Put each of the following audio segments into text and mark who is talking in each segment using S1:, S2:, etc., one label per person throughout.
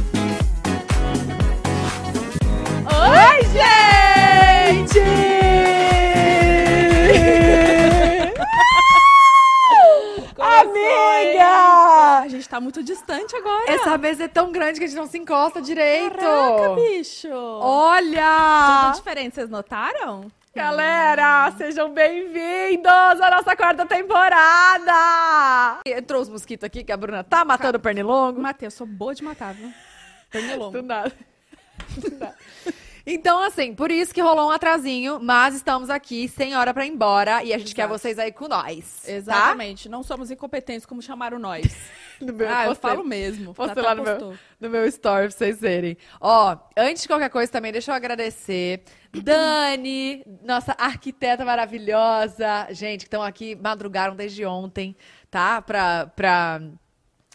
S1: tá muito distante agora.
S2: Essa mesa é tão grande que a gente não se encosta direito.
S1: Caraca, bicho.
S2: Olha!
S1: Tudo diferente, vocês notaram?
S2: Galera, sejam bem-vindos à nossa quarta temporada! Entrou os mosquitos aqui, que a Bruna tá matando o pernilongo.
S1: Matei, eu sou boa de matar, viu?
S2: Do
S1: Pernilongo.
S2: nada. Do nada. Então, assim, por isso que rolou um atrasinho, mas estamos aqui sem hora pra ir embora e a gente quer
S1: Exato.
S2: vocês aí com nós. tá?
S1: Exatamente. Não somos incompetentes, como chamaram nós.
S2: No meu-
S1: ah, eu
S2: postei-
S1: falo mesmo. tá
S2: Postei
S1: Tatá
S2: lá no
S1: postou.
S2: meu, no meu story pra vocês verem. Ó, antes de qualquer coisa também, deixa eu agradecer. Dani, nossa arquiteta maravilhosa. Gente, que estão aqui, madrugaram desde ontem, tá? Pra, pra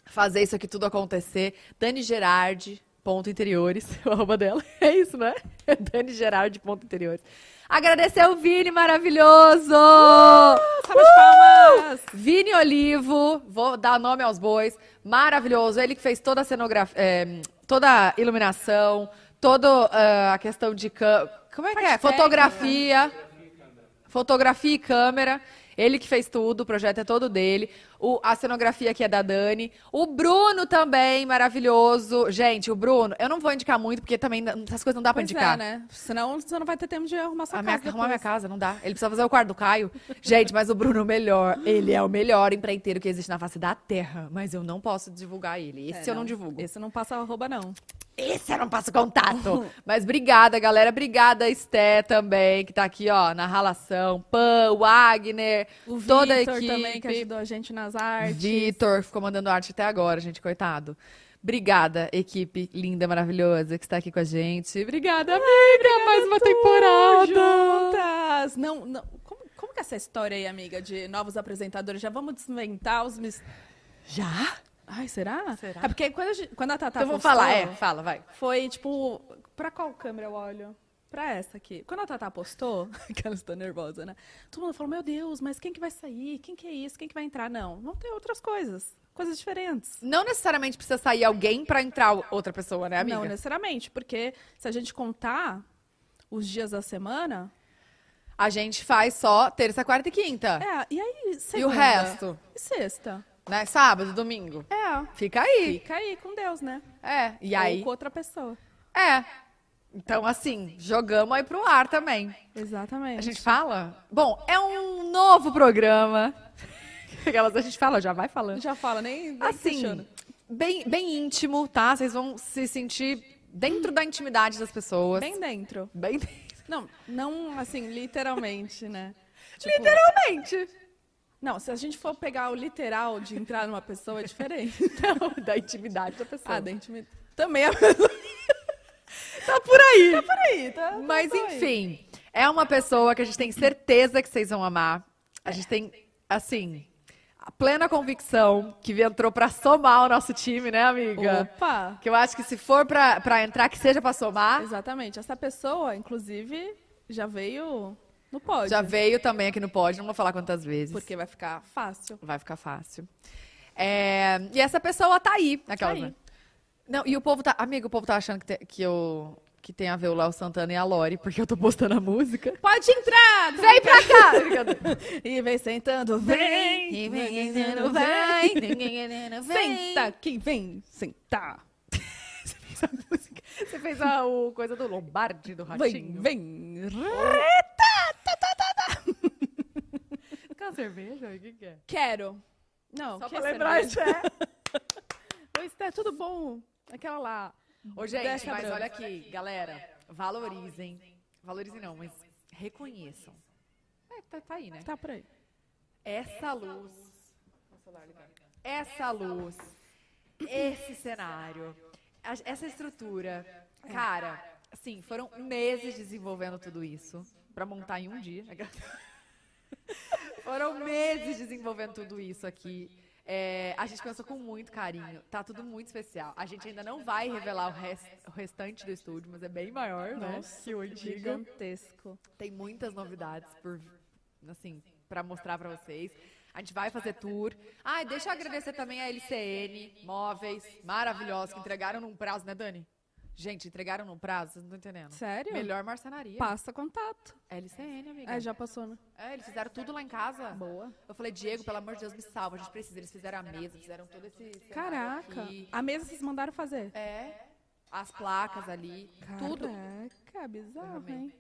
S2: fazer isso aqui tudo acontecer. Dani Gerardi, ponto interiores, o arroba dela. É isso, né? É Dani Gerardi, ponto interiores. Agradecer o Vini maravilhoso!
S1: Salva
S2: Uh!
S1: de palmas!
S2: Vini Olivo, vou dar nome aos bois, maravilhoso. Ele que fez toda a cenografia, é, toda a iluminação, toda ah, a questão de cam... como é que é?
S1: Parte técnica.
S2: Fotografia, fotografia e câmera. Ele que fez tudo, o projeto é todo dele. O- a cenografia que é da Dani. O Bruno também, maravilhoso. Gente, o Bruno, eu não vou indicar muito, porque também não- essas coisas não dá pra
S1: Pois
S2: indicar.
S1: é, né? Senão você não vai ter tempo de arrumar sua
S2: A minha,
S1: casa.
S2: arrumar minha
S1: depois.
S2: casa, não dá. Ele precisa fazer o quarto do Caio. Gente, mas o Bruno é o melhor. Ele é o melhor empreiteiro que existe na face da Terra. Mas eu não posso divulgar ele. Esse
S1: É,
S2: eu não, divulgo. Esse...
S1: Esse não passa arroba, não.
S2: eu não passo contato. mas obrigada, galera. Obrigada, Esté também, que tá aqui, ó, na ralação. Pan, o Wagner,
S1: O
S2: toda a
S1: Vitor
S2: equipe.
S1: também, que ajudou a gente nas artes.
S2: Vitor, ficou mandando arte até agora, gente, coitado. Obrigada, equipe linda, maravilhosa, que está aqui com a gente. Obrigada, amiga, mais uma temporada.
S1: Juntas! Não, não. Como, como que é essa história aí, amiga, de novos apresentadores? Já vamos desmentar os mis...
S2: Já?
S1: Ai, será?
S2: Será?
S1: É porque quando a, gente- quando a Tatá
S2: então vou
S1: postou,
S2: falar, é, fala, vai.
S1: Foi, tipo, pra qual câmera eu olho? Pra essa aqui. Quando a Tatá postou, que ela está nervosa, né? Todo mundo falou, meu Deus, mas quem que vai sair? Quem que é isso? Quem que vai entrar? Não, vão ter outras coisas. Coisas diferentes.
S2: Não necessariamente precisa sair alguém pra entrar o- outra pessoa, né, amiga?
S1: Não necessariamente, porque se a gente contar os dias da semana...
S2: A gente faz só terça, quarta e quinta.
S1: É, e aí, segunda?
S2: e o resto,
S1: E sexta?
S2: né? Sábado, domingo.
S1: É,
S2: Fica aí.
S1: fica aí com Deus, né?
S2: É. E aí?
S1: Ou com outra pessoa.
S2: É. Então, assim, jogamos aí pro ar também.
S1: Exatamente.
S2: A gente fala? Bom, é um novo programa. Aquelas a gente fala, já vai falando.
S1: Já fala, nem, nem
S2: Assim,
S1: questiona.
S2: bem, bem íntimo, tá? Vocês vão se sentir dentro da intimidade das pessoas.
S1: Bem dentro.
S2: bem dentro.
S1: Não, não assim, literalmente, né?
S2: Literalmente.
S1: Não, se a gente for pegar o literal de entrar numa pessoa, é diferente.
S2: Não, da intimidade da pessoa.
S1: ah, da intimidade. Também é a mesma
S2: Tá por aí. Tá por
S1: aí, tá?
S2: Mas
S1: tá aí.
S2: enfim, é uma pessoa que a gente tem certeza que vocês vão amar. A gente tem, assim, a plena convicção que entrou pra somar o nosso time, né, amiga?
S1: Opa!
S2: Que eu acho que se for pra, pra entrar, que seja pra
S1: Ah.
S2: somar.
S1: Exatamente. Essa pessoa, inclusive, já veio no pódio.
S2: Já veio também aqui no pod, não vou falar quantas vezes.
S1: Porque vai ficar fácil.
S2: Vai ficar fácil. É, e essa pessoa tá aí, aquela.
S1: Tá aí.
S2: né? Não, e o povo tá. Amigo, o povo tá achando que, te- que eu. Que tem a ver o Léo Santana e a Lori, porque eu tô postando a música.
S1: Pode entrar!
S2: Vem pra cá! Brincadeira.
S1: E vem sentando, vem!
S2: Vem, vem, vem, vai. Vem.
S1: Senta que vem sentar!
S2: Você fez a música. Você fez a o coisa do Lombardi, do
S1: Vem,
S2: Ratinho.
S1: vem!
S2: Quer uma cerveja? O que, que é?
S1: Quero! Não,
S2: Só
S1: quer
S2: pra lembrar
S1: cerveja? Oi, Esté, tudo bom? Aquela lá.
S2: Ô, gente,
S1: Deixa
S2: mas
S1: branco.
S2: olha aqui, galera. Valorizem. Valorizem não, mas reconheçam. É, tá, tá aí, né?
S1: Tá por aí.
S2: Essa luz. Essa luz. Esse cenário. a- Essa estrutura. Cara, assim, foram meses desenvolvendo tudo isso pra montar em um dia. Foram meses desenvolvendo tudo isso aqui. É, a gente pensou com muito carinho, tá tudo muito especial. A gente ainda não vai revelar o, res- o restante do estúdio, mas é bem maior, né? Que o antigo.
S1: Gigantesco.
S2: Tem muitas novidades por assim para mostrar para vocês. A gente vai fazer tour. Ah, e deixa eu agradecer também a LCN Móveis, maravilhosos, que entregaram num prazo, né, Dani? Gente, entregaram num prazo, vocês não estão entendendo.
S1: Sério?
S2: Melhor marcenaria.
S1: Passa contato.
S2: LCN, amiga.
S1: É, já passou, né?
S2: É, eles fizeram tudo lá em casa.
S1: Boa.
S2: Eu falei, Diego, pelo amor de Deus, me salva, a gente precisa. Eles fizeram a mesa, fizeram todo esse. cenário
S1: Caraca.
S2: aqui.
S1: A mesa vocês mandaram fazer?
S2: É. As placas ali, tudo.
S1: é. Caraca, bizarro, hein?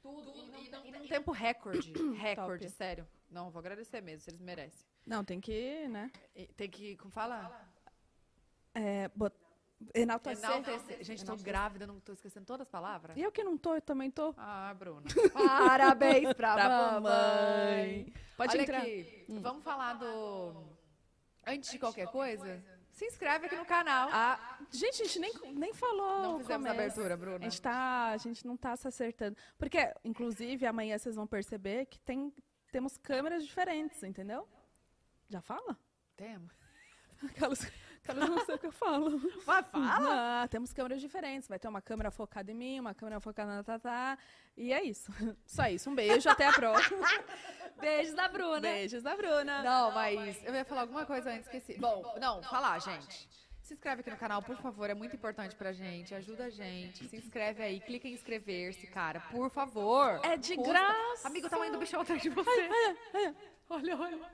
S2: Tudo. E não, e não- tempo recorde. recorde,
S1: Top.
S2: sério. Não, vou agradecer mesmo, se eles merecem.
S1: Não, tem que, né?
S2: E tem que, como fala?
S1: É, bot... enaltecer.
S2: Enaltecer. Gente, tô grávida, não tô esquecendo todas as palavras.
S1: E eu que não tô, eu também tô.
S2: Ah, Bruna. Parabéns pra,
S1: Pra
S2: mamãe.
S1: mamãe. Pode
S2: Olha
S1: entrar.
S2: aqui, vamos falar do... Antes de qualquer coisa, se inscreve aqui no canal. Ah, oh, é?
S1: Gente, a gente nem, nem falou.
S2: Não
S1: o
S2: fizemos
S1: começo.
S2: abertura, né? Bruna.
S1: A gente, tá, a gente não tá se acertando. Porque, inclusive, amanhã vocês vão perceber que tem, temos câmeras diferentes, entendeu? Já fala?
S2: temos.
S1: Aquelas, aquelas não sei o que eu falo.
S2: Vai, fala.
S1: Ah, temos câmeras diferentes. Vai ter uma câmera focada em mim, uma câmera focada na Tatá. E é isso. Só isso. Um beijo, até a próxima.
S2: Beijos da Bruna.
S1: Beijos da Bruna.
S2: Não, mas eu ia falar alguma coisa antes, esqueci. Bom, não, falar, gente. Se inscreve aqui no canal, por favor, é muito importante pra gente, ajuda a gente. Se inscreve aí, clica em inscrever-se, cara, por favor.
S1: É de
S2: Custa.
S1: graça.
S2: Amigo, tá o tamanho do bichão atrás de você. Olha, olha.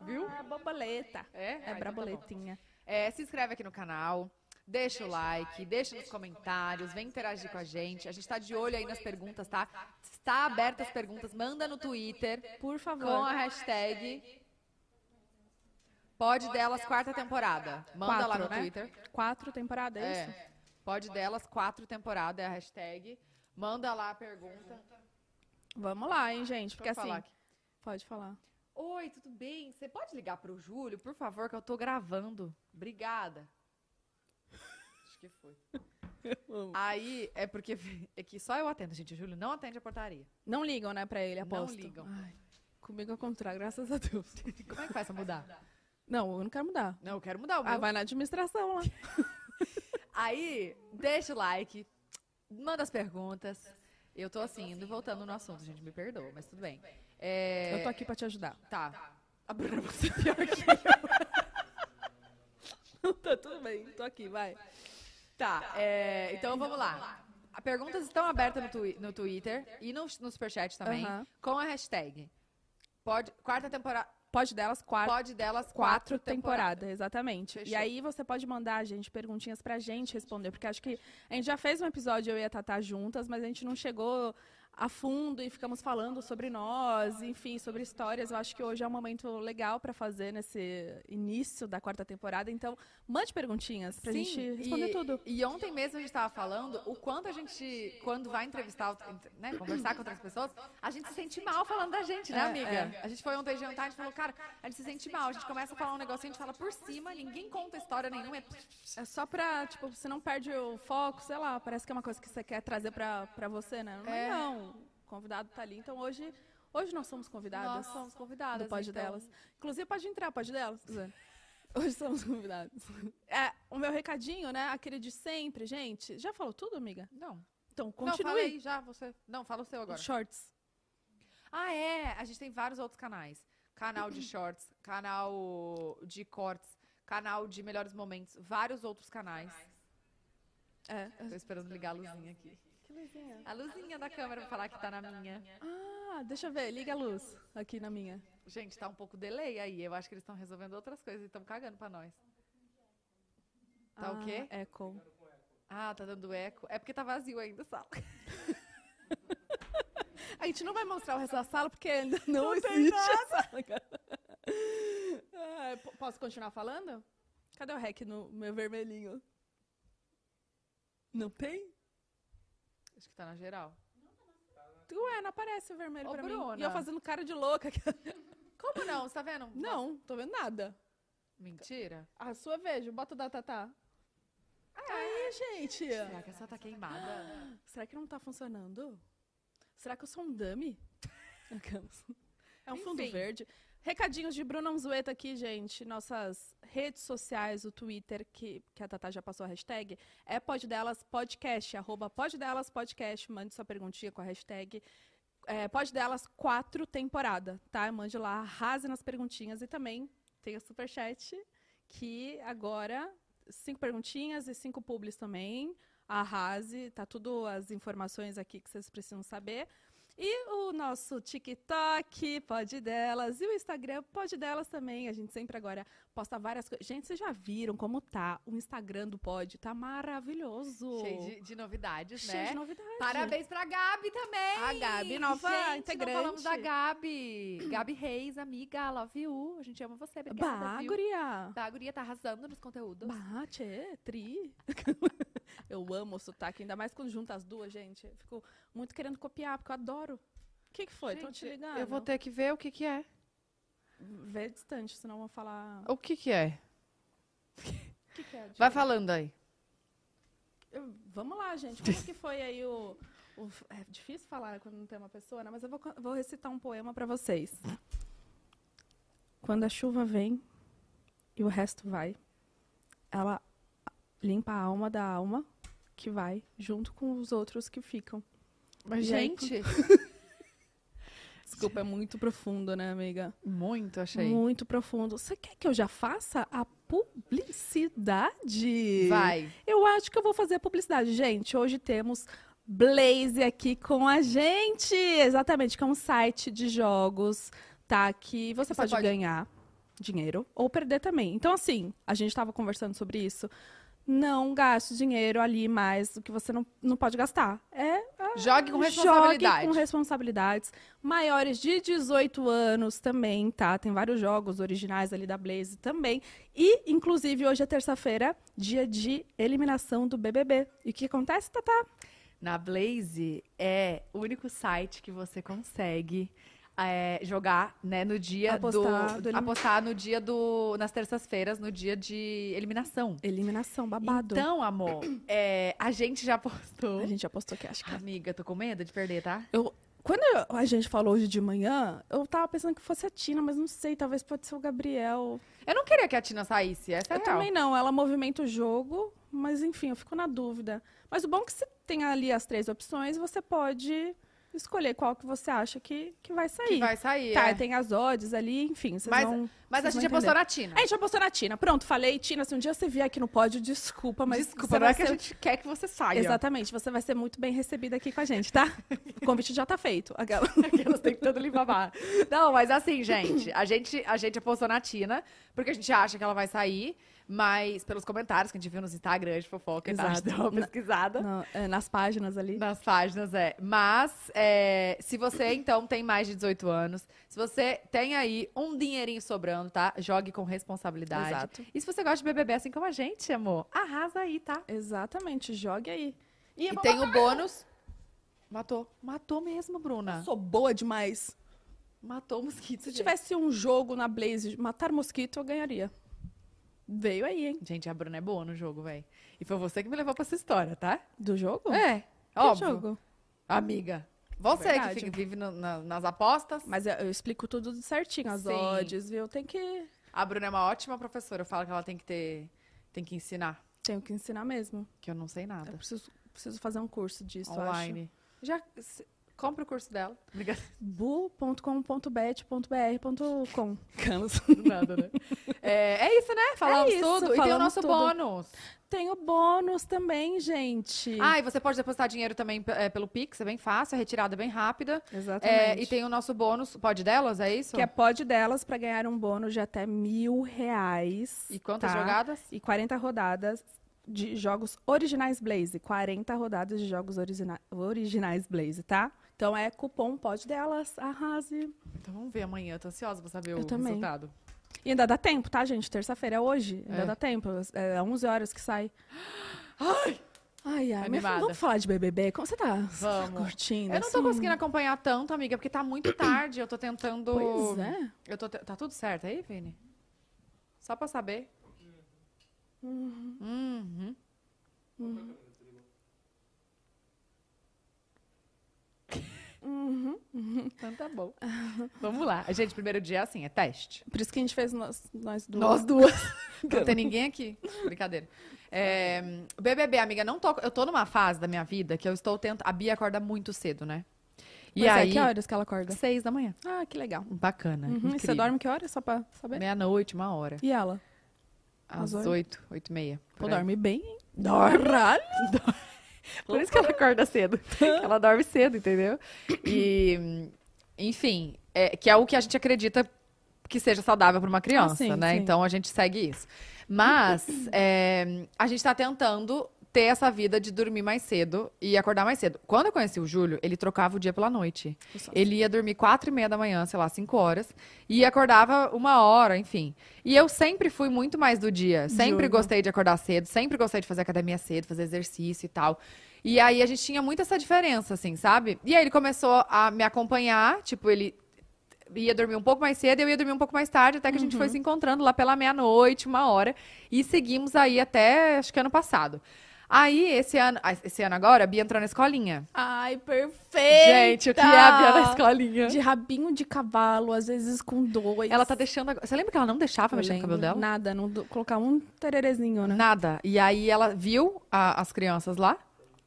S2: Viu?
S1: É borboleta.
S2: É? Ah, então
S1: É
S2: tá
S1: braboletinha.
S2: É, se inscreve aqui no canal, deixa o like, deixa nos comentários, vem interagir com a gente. A gente tá de olho aí nas perguntas, tá? Está aberta as perguntas, manda no Twitter
S1: Por favor.
S2: com a hashtag Pode Delas Quarta Temporada. Manda lá
S1: Quatro,
S2: no
S1: né?
S2: Twitter.
S1: Quatro temporadas, é, isso?
S2: É, Pode Delas Quatro Temporada é a hashtag. Manda lá a pergunta.
S1: Vamos lá, hein, gente? Porque
S2: Deixa eu
S1: assim.
S2: falar aqui.
S1: Pode falar.
S2: Oi, tudo bem? Você pode ligar pro Júlio, por favor, que eu tô gravando. Obrigada. Acho que foi. Aí, é porque é que só eu atendo, gente. O Júlio não atende a portaria.
S1: Não ligam, né, pra ele,
S2: Não
S1: aposto.
S2: ligam.
S1: Ai, comigo é o contrário, graças a Deus.
S2: Como é que faz pra mudar?
S1: Não, eu não quero mudar.
S2: Não, eu quero mudar o meu.
S1: Ah, vai na administração lá.
S2: Aí, deixa o like, manda as perguntas. Eu tô assim, indo e voltando no assunto, gente. Me perdoa, mas tudo bem. É,
S1: Eu tô aqui pra te ajudar.
S2: Tá. A Bruna, você é pior que
S1: tá tudo bem, tô aqui, vai.
S2: Tá, é, então vamos lá. As perguntas estão abertas no, twi- no Twitter e no, no Superchat também,
S1: Aham.
S2: com a hashtag pode, quarta temporada,
S1: Pode delas, quatro.
S2: pode delas
S1: Quatro,
S2: quatro
S1: temporadas,
S2: temporada.
S1: exatamente. E
S2: Fechou.
S1: aí você pode mandar, gente, perguntinhas pra gente responder, porque acho que a gente já fez um episódio, eu e a Tatá juntas, mas a gente não chegou a fundo e ficamos falando sobre nós, enfim, sobre histórias. Eu acho que hoje é um momento legal pra fazer nesse início da quarta temporada. Então, mande perguntinhas pra gente responder
S2: e,
S1: tudo.
S2: E ontem mesmo a gente estava falando o quanto a gente, quando vai entrevistar, ent- né, conversar com outras pessoas, a gente se sente mal falando da gente, né,
S1: É,
S2: amiga?
S1: é.
S2: A gente foi ontem jantar, a gente falou, cara, a gente se sente mal, a gente começa a falar um negócio, a gente fala por cima, ninguém conta história nenhuma, é
S1: É só pra, tipo, você não perde o foco, sei lá, parece que é uma coisa que você quer trazer pra, pra você, né? Mas
S2: É.
S1: não, o convidado tá ali, então hoje, hoje nós somos
S2: Nós
S1: convidadas.
S2: somos convidadas,
S1: Do Pode
S2: então.
S1: Delas. Inclusive, pode entrar, Pode Delas. Suzana. Hoje somos convidados. É, o meu recadinho, né? Aquele de sempre, gente. Já falou tudo, amiga?
S2: Não.
S1: Então,
S2: Não, fala aí
S1: continue.
S2: já, você. Não, fala o seu agora.
S1: Shorts.
S2: Ah, é. A gente tem vários outros canais. Canal de shorts, canal de cortes, canal de melhores momentos, vários outros canais.
S1: É.
S2: Tô esperando ligar a luzinha aqui.
S1: Que luzinha.
S2: A luzinha da câmera pra falar que tá na minha.
S1: Ah, deixa eu ver. Liga a luz aqui na minha.
S2: Gente, tá um pouco delay aí. Eu acho que eles estão resolvendo outras coisas e estão cagando pra nós. Tá o
S1: Ah,
S2: quê?
S1: Echo.
S2: Ah, tá dando eco. É porque tá vazio ainda a sala.
S1: A gente não vai mostrar o resto da sala porque ainda não, existe. Ah, po- posso continuar falando? Cadê o rec no meu vermelhinho? Não tem?
S2: Acho que tá na geral.
S1: Ué, é, não aparece o vermelho
S2: Ô,
S1: pra
S2: Bruna.
S1: mim. E eu fazendo cara de louca.
S2: Como não? Você tá vendo?
S1: Não, tô vendo nada.
S2: Mentira?
S1: A sua vejo, bota o da Tatá. Aí, gente.
S2: Será que a sala tá queimada?
S1: Será que não tá funcionando? Será que eu sou um dummy? Aquelas. É um fundo
S2: Enfim.
S1: verde. Recadinhos de Bruna Unzueta aqui, gente. Nossas redes sociais, o Twitter, que, que a Tatá já passou a hashtag, é Poddelas Podcast, arroba Poddelas Podcast. Mande sua perguntinha com a hashtag. É, Poddelas quatro temporada, tá? Mande lá, arrase nas perguntinhas e também tem o superchat, que agora, cinco perguntinhas e cinco publis também. Arrase, tá tudo as informações aqui que vocês precisam saber. E o nosso TikTok, pode delas, e o Instagram, pode delas também. A gente sempre agora posta várias coisas. Gente, vocês já viram como tá o Instagram do Pod? Tá maravilhoso.
S2: Cheio de, de novidades,
S1: Cheio
S2: né?
S1: de novidades.
S2: Parabéns pra Gabi também!
S1: A Gabi, nova
S2: Gente, não
S1: integrante.
S2: falamos da Gabi. Gabi Reis, amiga, love you. A gente ama você, obrigada,
S1: Bah,
S2: viu?
S1: guria.
S2: Tá, a guria tá arrasando nos conteúdos.
S1: Bah, tchê, tri. eu amo o sotaque, ainda mais quando junta as duas, gente. Eu Fico muito querendo copiar, porque eu adoro. O que, que foi? Estão te ligando?
S3: Eu vou ter que ver o que que é.
S1: Vê distante, senão eu vou falar.
S3: O que que é?
S1: O que, que é?
S3: Vai falando aí.
S1: Eu- Vamos lá, gente. Como é que foi aí o. o- É difícil falar quando não tem uma pessoa, né? Mas eu vou, co- vou recitar um poema pra vocês. Quando a chuva vem e o resto vai, ela limpa a alma da alma que vai junto com os outros que ficam.
S3: Mas,
S1: Gente. Desculpa, é muito profundo, né, amiga?
S3: muito, achei.
S1: Muito profundo. Você quer que eu já faça a publicidade?
S3: Vai.
S1: Eu acho que eu vou fazer a publicidade. Gente, hoje temos Blaze aqui com a gente. Exatamente, que é um site de jogos, tá? Que você,
S2: Você
S1: pode,
S2: pode-
S1: ganhar dinheiro ou perder também. Então, assim, a gente estava conversando sobre isso. Não gaste dinheiro ali mais do que você não, não pode gastar. É
S3: Jogue com
S1: Jogue
S3: responsabilidade.
S1: com responsabilidades. Maiores de 18 anos também, tá? Tem vários jogos originais ali da Blaze também. E, inclusive, hoje é terça-feira, dia de eliminação do BBB. E o que acontece, Tatá?
S2: Na Blaze é o único site que você consegue é, jogar, né, no dia
S1: Apostar
S2: do,
S1: do elim-
S2: apostar no dia do nas terças-feiras, no dia de eliminação.
S1: Eliminação, babado.
S2: Então, amor, é, a gente já apostou.
S1: a gente apostou que acho que...
S2: Amiga, tô com medo de perder, tá?
S1: Eu, quando eu- a gente falou hoje de manhã, eu tava pensando que fosse a Tina, mas não sei, talvez pode ser o Gabriel.
S2: Eu não queria que a Tina saísse, essa é a
S1: Eu
S2: real.
S1: também não, ela movimenta o jogo, mas enfim, eu fico na dúvida. Mas o bom é que você tem ali as três opções, você pode escolher qual que você acha que, que vai sair.
S2: Que vai sair.
S1: Tá,
S2: é.
S1: tem as odds ali, enfim, vocês
S2: Mas-
S1: vão...
S2: Mas a
S1: vocês vão
S2: gente apostou
S1: entender.
S2: na Tina.
S1: A gente apostou na Tina. Pronto, falei, Tina, se um dia você vier aqui no pódio, desculpa, mas...
S2: Desculpa,
S1: você
S2: não
S1: vai
S2: é que a
S1: ser-
S2: gente tá quer que você saia.
S1: Exatamente, você vai ser muito bem recebida aqui com a gente, tá? O convite já tá feito. Aquela...
S2: Elas tentando limpar a barra. Não, mas assim, gente, a gente, a gente apostou na Tina, porque a gente acha que ela vai sair, mas pelos comentários que a gente viu nos Instagrams de fofoca, e tal, a gente
S1: Exato.
S2: deu uma pesquisada.
S1: Na- é, nas páginas ali.
S2: Nas páginas, é. Mas, é, se você, então, tem mais de 18 anos, se você tem aí um dinheirinho sobrando, tá? Jogue com responsabilidade.
S1: Exato.
S2: E se você gosta de BBB assim como a gente, amor, arrasa aí, tá?
S1: Exatamente, jogue aí.
S2: E, tem o bônus. Matou. Matou mesmo, Bruna.
S1: Sou boa demais.
S2: Matou o mosquito.
S1: Se
S2: gente.
S1: tivesse um jogo na Blaze de matar mosquito, eu ganharia. Veio aí, hein?
S2: Gente, a Bruna é boa no jogo, véi. E foi você que me levou pra essa história, tá?
S1: Do jogo?
S2: É,
S1: Que
S2: óbvio.
S1: jogo?
S2: Amiga. Você
S1: Verdade.
S2: que fica- vive no- na- nas apostas.
S1: Mas eu, eu explico tudo certinho, as
S2: Sim.
S1: odds, viu? Tem que,
S2: A Bruna é uma ótima professora. Eu falo que ela tem que ter. Tem que ensinar.
S1: tenho que ensinar mesmo.
S2: Que eu não sei
S1: Eu
S2: nada.
S1: preciso, preciso fazer um curso disso, eu acho.
S2: Online. Já se- compra o curso dela. Obrigada.
S1: bu.com.bet.br.com Calas.
S2: Do nada, né? É, é isso, né? Falamos
S1: É isso,
S2: tudo. e tem o
S1: falamos
S2: nosso
S1: tudo.
S2: bônus.
S1: Tem o bônus também, gente.
S2: Ah, e você pode depositar dinheiro também é, pelo Pix. É bem fácil. A retirada é bem rápida. É,
S1: Exatamente.
S2: e tem o nosso bônus. Pode delas, é isso?
S1: Que é pode delas para ganhar um bônus de até mil reais.
S2: E quantas
S1: tá?
S2: jogadas?
S1: e 40 rodadas de jogos originais Blaze. 40 rodadas de jogos origina- originais Blaze, tá? Então é cupom pode delas, arrase.
S2: Então vamos ver amanhã, eu tô ansiosa pra saber
S1: Eu
S2: o
S1: também.
S2: resultado.
S1: E ainda dá tempo, tá, gente? Terça-feira é hoje, ainda
S2: É.
S1: dá tempo. É 11 horas que sai. Ai, ai, ai minha filha,
S2: Animada.
S1: vamos falar de BBB? Como você tá, você tá
S2: Vamos.
S1: curtindo?
S2: Eu não tô
S1: assim?
S2: conseguindo acompanhar tanto, amiga, porque tá muito tarde, eu tô tentando...
S1: Pois é.
S2: Eu tô te- Tá tudo certo aí, Vini? Só pra saber. Uhum. Então tá bom. Vamos lá. Gente, primeiro dia é assim, é teste.
S1: Por isso que a gente fez nós, nós duas.
S2: Nós duas. Não tem ninguém aqui. Brincadeira. É, BBB, amiga, não tô, eu tô numa fase da minha vida que eu estou tentando. A Bia acorda muito cedo, né? E
S1: Mas
S2: aí,
S1: é, que horas que ela acorda?
S2: seis da manhã.
S1: Ah, que legal.
S2: Bacana.
S1: Uhum, E
S2: incrível.
S1: você dorme que horas, só pra saber?
S2: meia-noite, uma hora.
S1: E ela?
S2: Às
S1: Às
S2: oito, oito e meia.
S1: Pô,
S2: por aí.
S1: dorme bem, hein?
S2: Dorme.
S1: Caralho!
S2: Por isso que ela acorda cedo. Ela dorme cedo, entendeu? E, enfim, é- que é o que a gente acredita que seja saudável para uma criança,
S1: sim,
S2: né?
S1: sim.
S2: Então a gente segue isso. Mas é, a gente está tentando ter essa vida de dormir mais cedo e acordar mais cedo. Quando eu conheci o Júlio, ele trocava o dia pela noite.
S1: Tá
S2: Ele ia dormir quatro e meia da manhã, sei lá, cinco horas, e acordava uma hora, enfim. E eu sempre fui muito mais do dia. Sempre
S1: Juro.
S2: gostei de acordar cedo, sempre gostei de fazer academia cedo, fazer exercício e tal. E aí a gente tinha muito essa diferença, assim, sabe? E aí ele começou a me acompanhar, tipo, ele ia dormir um pouco mais cedo, eu ia dormir um pouco mais tarde, até que a gente foi se encontrando lá pela meia-noite, uma hora, e seguimos aí até, acho que ano passado. Aí, esse ano, ah, esse ano agora, a Bia entrou na escolinha.
S1: Ai, perfeito!
S2: Gente, o que é a Bia na escolinha?
S1: De rabinho de cavalo, às vezes com dois.
S2: Ela tá deixando. agora- Você lembra que ela não deixava
S1: Eu
S2: mexer no cabelo dela?
S1: lembro. Nada, não do- colocar um tererezinho, né?
S2: Nada. E aí ela viu a- as crianças lá,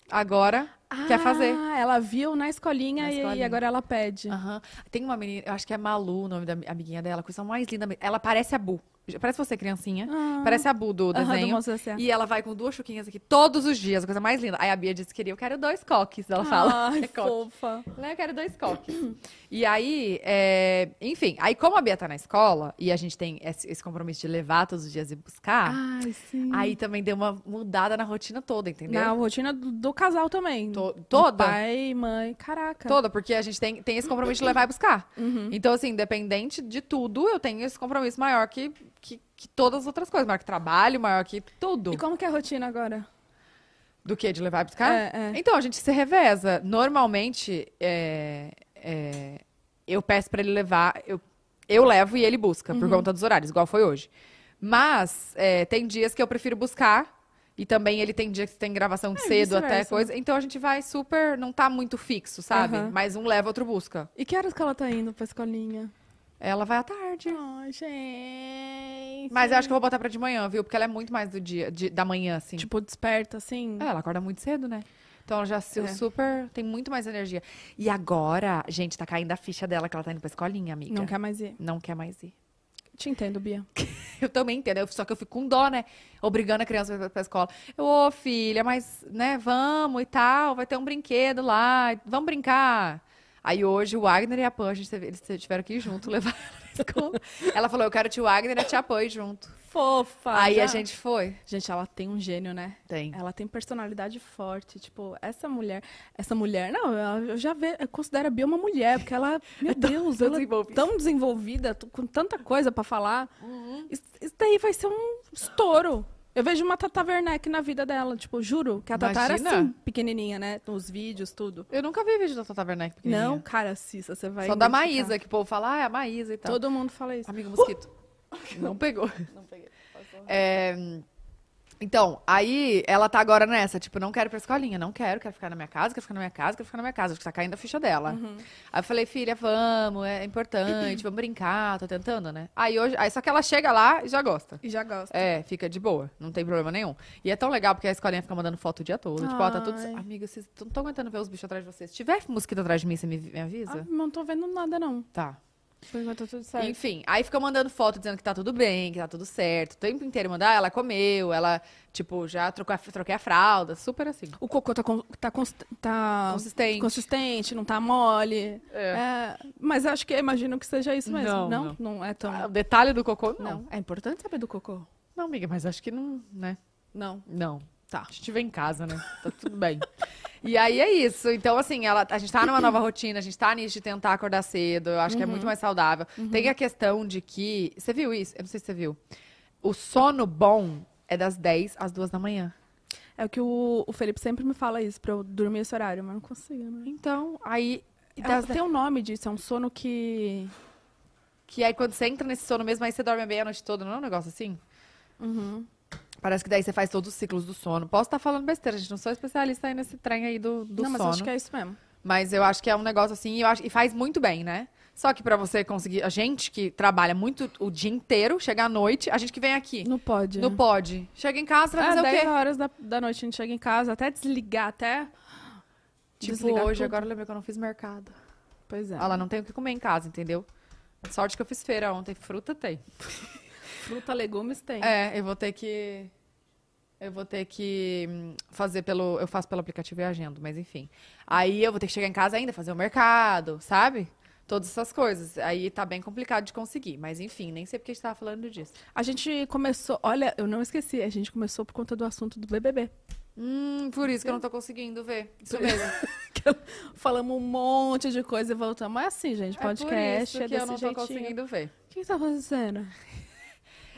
S2: agora quer fazer.
S1: Ah, ela viu na escolinha,
S2: Na
S1: e- e
S2: escolinha. Ah.
S1: agora ela pede.
S2: Aham. Tem uma menina, eu acho que é Malu o nome da amiguinha dela, coisa mais linda. Ela parece a Bu. Parece você, criancinha.
S1: Ah.
S2: Parece a Bu do
S1: Aham, do
S2: desenho.
S1: Monstros S.A..
S2: e ela vai com duas chuquinhas aqui todos os dias, a coisa mais linda. Aí a Bia disse que queria, eu quero dois coques,
S1: Ah.
S2: ela fala.
S1: Ai,
S2: É coque.
S1: fofa.
S2: Lá eu quero dois coques. E aí, é, enfim, aí como a Bia tá na escola e a gente tem esse, esse compromisso de levar todos os dias e buscar,
S1: Ai, sim.
S2: Ah. aí também deu uma mudada na rotina toda, entendeu?
S1: Na rotina do, do casal também.
S2: To-
S1: De
S2: toda?
S1: Pai, mãe, caraca. Uhum.
S2: Toda, porque a gente tem, tem esse compromisso de levar e buscar. Então, assim, independente de tudo, eu tenho esse compromisso maior que, que, que todas as outras coisas. Maior que trabalho, maior que tudo.
S1: E como que é a rotina agora?
S2: Do que de levar e buscar?
S1: É, é.
S2: Então, a gente se reveza. Normalmente, é, é, eu peço pra ele levar, eu, eu levo e ele busca, por conta dos horários, igual foi hoje. Mas é, tem dias que eu prefiro buscar. E também ele tem dia que tem gravação de cedo até
S1: vice-versa.
S2: coisa. Então a gente vai super. Não tá muito fixo, sabe?
S1: Aham.
S2: Mas um leva, outro busca.
S1: E que horas que ela tá indo pra escolinha?
S2: Ela vai à tarde.
S1: Ai, gente.
S2: Mas eu acho que eu vou botar pra de manhã, viu? Porque ela é muito mais do dia, de- da manhã, assim.
S1: Tipo, desperta, assim?
S2: É, ela acorda muito cedo, né? Então ela já se-
S1: É.
S2: super. tem muito mais energia. E agora, gente, tá caindo a ficha dela que ela tá indo pra escolinha, amiga.
S1: Não quer mais ir.
S2: Não quer mais ir.
S1: Te entendo, Bia.
S2: Eu também entendo, eu- só que eu fico com dó, né? Obrigando a criança pra, pra escola. Eu, ô filha, mas, né, vamos e tal, vai ter um brinquedo lá, vamos brincar. Aí hoje o Wagner e a Pan, a gente teve- eles tiveram que ir junto levar ela na escola. Ela falou: Eu quero o tio Wagner e a tia Pan ir junto.
S1: Fofa.
S2: Aí a
S1: já.
S2: gente foi.
S1: Gente, ela tem um gênio, né?
S2: Tem.
S1: Ela tem personalidade forte. Tipo, essa mulher. Essa mulher, não, ela- eu já ve, eu considero a Bia uma mulher, porque ela, meu Deus,
S2: tão
S1: ela é
S2: desenvolvida.
S1: tão desenvolvida, t- com tanta coisa pra falar.
S2: Uhum.
S1: Isso, isso daí vai ser um estouro. Eu vejo uma Tata Werneck na vida dela, tipo, juro que a Tata era
S2: Imagina.
S1: assim, pequenininha, né? Nos vídeos, tudo.
S2: Eu nunca vi vídeo da Tata Werneck pequenininha.
S1: Não, cara, Cissa, você vai.
S2: Só da
S1: identificar. Tá.
S2: Maísa, que o povo fala, ah, é a Maísa e tal.
S1: Todo mundo fala isso.
S2: Amigo mosquito. Não pegou. Não peguei. Então, aí ela tá agora nessa, tipo, não quero ir pra escolinha, não quero, quero ficar na minha casa, quero ficar na minha casa, quero ficar na minha casa, acho que tá caindo a ficha dela. Aí eu falei, filha, vamos, é importante, vamos brincar, tô tentando, né? Aí hoje, aí só que ela chega lá e já gosta.
S1: E já gosta.
S2: É, fica de boa, não tem problema nenhum. E é tão legal porque a escolinha fica mandando foto o dia todo. Tipo, ó, tá tudo.
S1: Ai.
S2: Amiga, vocês não estão aguentando ver os bichos atrás de vocês. Se tiver mosquito atrás de mim, você me, me
S1: Ah,
S2: avisa?
S1: não tô vendo nada, não.
S2: Tá.
S1: Por enquanto tá tudo certo.
S2: Enfim, aí fica mandando foto dizendo que tá tudo bem, que tá tudo certo. O tempo inteiro mandar, ah, ela comeu, ela, tipo, já trocou a, troquei a fralda, super assim.
S1: O cocô tá, con- tá, const- tá
S2: Consistente.
S1: consistente, não tá mole. É, mas acho que imagino que seja isso mesmo.
S2: Não,
S1: não, Não é tão.
S2: Ah, o detalhe do cocô, não.
S1: não.
S2: não.
S1: É importante saber do cocô.
S2: amiga, mas acho que não, né?
S1: Não.
S2: Não.
S1: Tá.
S2: A gente vem em casa, né? Tá tudo bem. e aí é isso. Então, assim, ela, a gente tá numa nova rotina, a gente tá nisso de tentar acordar cedo. Eu acho que é muito mais saudável. Tem a questão de que. Você viu isso? Eu não sei se você viu. O sono bom é das 10 às 2 da manhã.
S1: É o que o, o Felipe sempre me fala isso, pra eu dormir esse horário, mas não consigo, né?
S2: Então, aí.
S1: É,
S2: das
S1: tem um nome disso, é um sono que.
S2: Que aí quando você entra nesse sono mesmo, aí você dorme bem a noite toda, não é um negócio assim?
S1: Uhum.
S2: Parece que daí você faz todos os ciclos do sono. Posso estar falando besteira, gente. Não sou especialista aí nesse trem aí do, do
S1: não, mas
S2: sono.
S1: acho que é isso mesmo.
S2: Mas eu acho que é um negócio assim, eu acho, e faz muito bem, né? Só que pra você conseguir. A gente que trabalha muito o dia inteiro, chega à noite, a gente que vem aqui.
S1: Não pode. né? Ah,
S2: Não pode. Chega em casa, vai
S1: Às
S2: fazer
S1: 10
S2: o quê?
S1: horas da, da noite a gente chega em casa, até desligar, até.
S2: Tipo,
S1: desligar
S2: hoje,
S1: tudo.
S2: agora eu lembrei que eu não fiz mercado.
S1: Pois é.
S2: Ah lá, não tenho o que comer em casa, entendeu? Sorte que eu fiz feira ontem, fruta tem.
S1: Fruta, legumes tem.
S2: É, eu vou ter que Eu vou ter que hum, fazer pelo. Eu faço pelo aplicativo e agendo, mas enfim. Aí eu vou ter que chegar em casa ainda, fazer o mercado, sabe? Todas essas coisas. Aí tá bem complicado de conseguir. Mas enfim, nem sei porque a gente tava falando disso.
S1: A gente começou, olha, eu não esqueci, a gente começou por conta do assunto do BBB.
S2: Hum, por isso que eu não tô conseguindo ver. Isso mesmo.
S1: Falamos um monte de coisa e voltamos. Mas assim, gente, podcast
S2: é por isso
S1: é
S2: que eu
S1: desse
S2: não tô
S1: jeitinho.
S2: conseguindo ver.
S1: O que que tá acontecendo?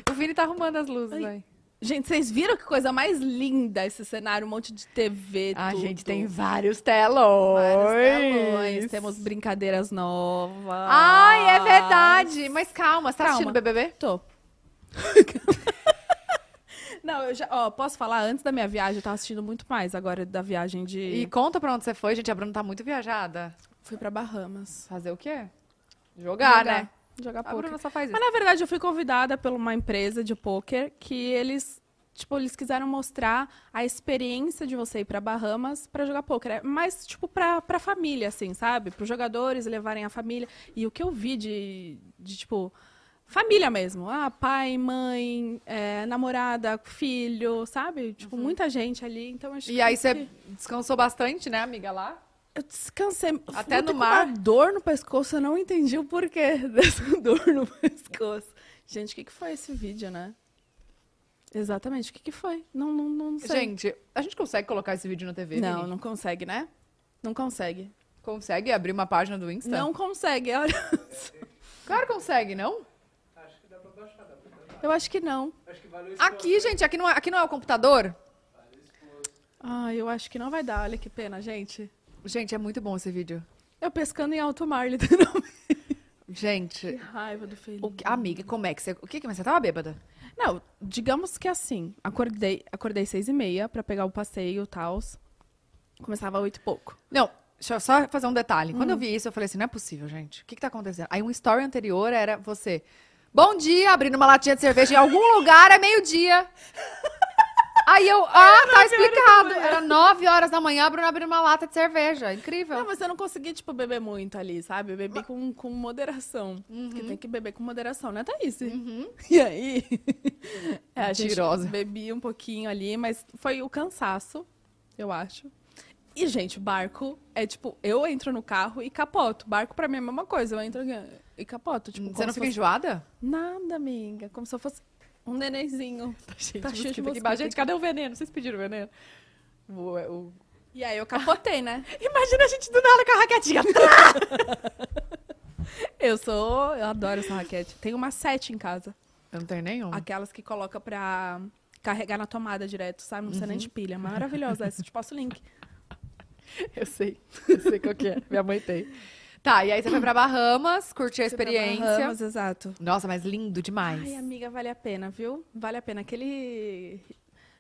S2: O Vini tá arrumando as luzes,
S1: Ai,
S2: velho.
S1: Gente, vocês viram que coisa mais linda esse cenário, um monte de TV,
S2: A
S1: tudo.
S2: gente tem vários telões.
S1: Vários telões, temos brincadeiras novas.
S2: Ai, é verdade. Mas calma, você tá
S1: Calma.
S2: assistindo o BBB?
S1: Tô. Não, eu já, ó, posso falar, antes da minha viagem, eu tava assistindo muito mais agora da viagem de...
S2: E conta pra onde você foi, gente. A Bruna tá muito viajada.
S1: Fui pra Bahamas.
S2: Fazer o quê? Jogar, né?
S1: Jogar
S2: A
S1: poker.
S2: Bruna só faz isso.
S1: Mas na verdade eu fui convidada por uma empresa de poker que eles, tipo, eles quiseram mostrar a experiência de você ir pra Bahamas pra jogar poker, é mais tipo pra, pra família assim, sabe? Para os jogadores levarem a família. E o que eu vi de, de tipo Família mesmo. Ah, pai, mãe, é, namorada, filho, sabe? Tipo, muita gente ali. Então, acho
S2: Uhum. E aí
S1: que-
S2: você descansou bastante, né, amiga, lá?
S1: Eu descansei.
S2: Até
S1: Voltei
S2: no
S1: com
S2: mar?
S1: Uma dor no pescoço, eu não entendi o porquê dessa dor no pescoço. Gente, o que, que foi esse vídeo, né? Exatamente, o que, que foi? Não, não, não sei.
S2: Gente, a gente consegue colocar esse vídeo na TV,
S1: não,
S2: Vini?
S1: não consegue, né? Não consegue.
S2: Consegue abrir uma página do Insta?
S1: Não consegue, olha.
S2: Claro que consegue, não?
S1: Eu acho que não.
S2: Aqui, gente, aqui não é, aqui não é o computador?
S1: Ah, eu acho que não vai dar, olha que pena, gente.
S2: Gente, é muito bom esse vídeo.
S1: Eu pescando em alto mar, literalmente.
S2: Gente,
S1: Raiva do filho.
S2: o que- amiga, como é que você... O que que... Mas você tava bêbada?
S1: Não, digamos que assim, acordei, acordei seis e meia pra pegar o passeio e tal. Começava oito e pouco.
S2: Não, deixa eu só fazer um detalhe. Quando eu vi isso, eu falei assim, não é possível, gente. O que que tá acontecendo? Aí um story anterior era você... Bom dia, abrindo uma latinha de cerveja em algum lugar, é meio-dia. Aí eu... Ah, tá explicado. Era nove horas da manhã, a Bruna abrindo uma lata de cerveja. Incrível.
S1: Não, mas eu não consegui, tipo, beber muito ali, sabe? Eu bebi com, com moderação. Porque tem que beber com moderação, né, Thaís? E aí... é, a gente
S2: Mentirosa.
S1: bebi um pouquinho ali, mas foi o cansaço, eu acho. E, gente, barco é tipo, eu entro no carro e capoto. Barco pra mim é a mesma coisa, eu entro e capoto. Tipo,
S2: Você
S1: como
S2: não
S1: se
S2: fica enjoada?
S1: fosse- Nada, amiga. Como se eu fosse um nenenzinho. Tá cheio
S2: mosquito aqui embaixo. Gente, cadê o veneno? Vocês pediram veneno? O- é, o-
S1: E aí eu capotei, né?
S2: Imagina a gente do nada com a raquetinha.
S1: Eu sou... Eu adoro essa raquete. Tem uma sete em casa.
S2: Eu não tenho nenhum.
S1: Aquelas que coloca pra carregar na tomada direto, sabe? Não precisa nem de pilha. Maravilhosa essa. Te passo o link.
S2: Eu sei. Eu sei qual que é. Minha mãe tem. Tá, e aí você foi pra Bahamas, curtiu a experiência.
S1: Bahamas, exato.
S2: Nossa, mas lindo demais.
S1: Ai, amiga, vale a pena, viu? Vale a pena. Aquele...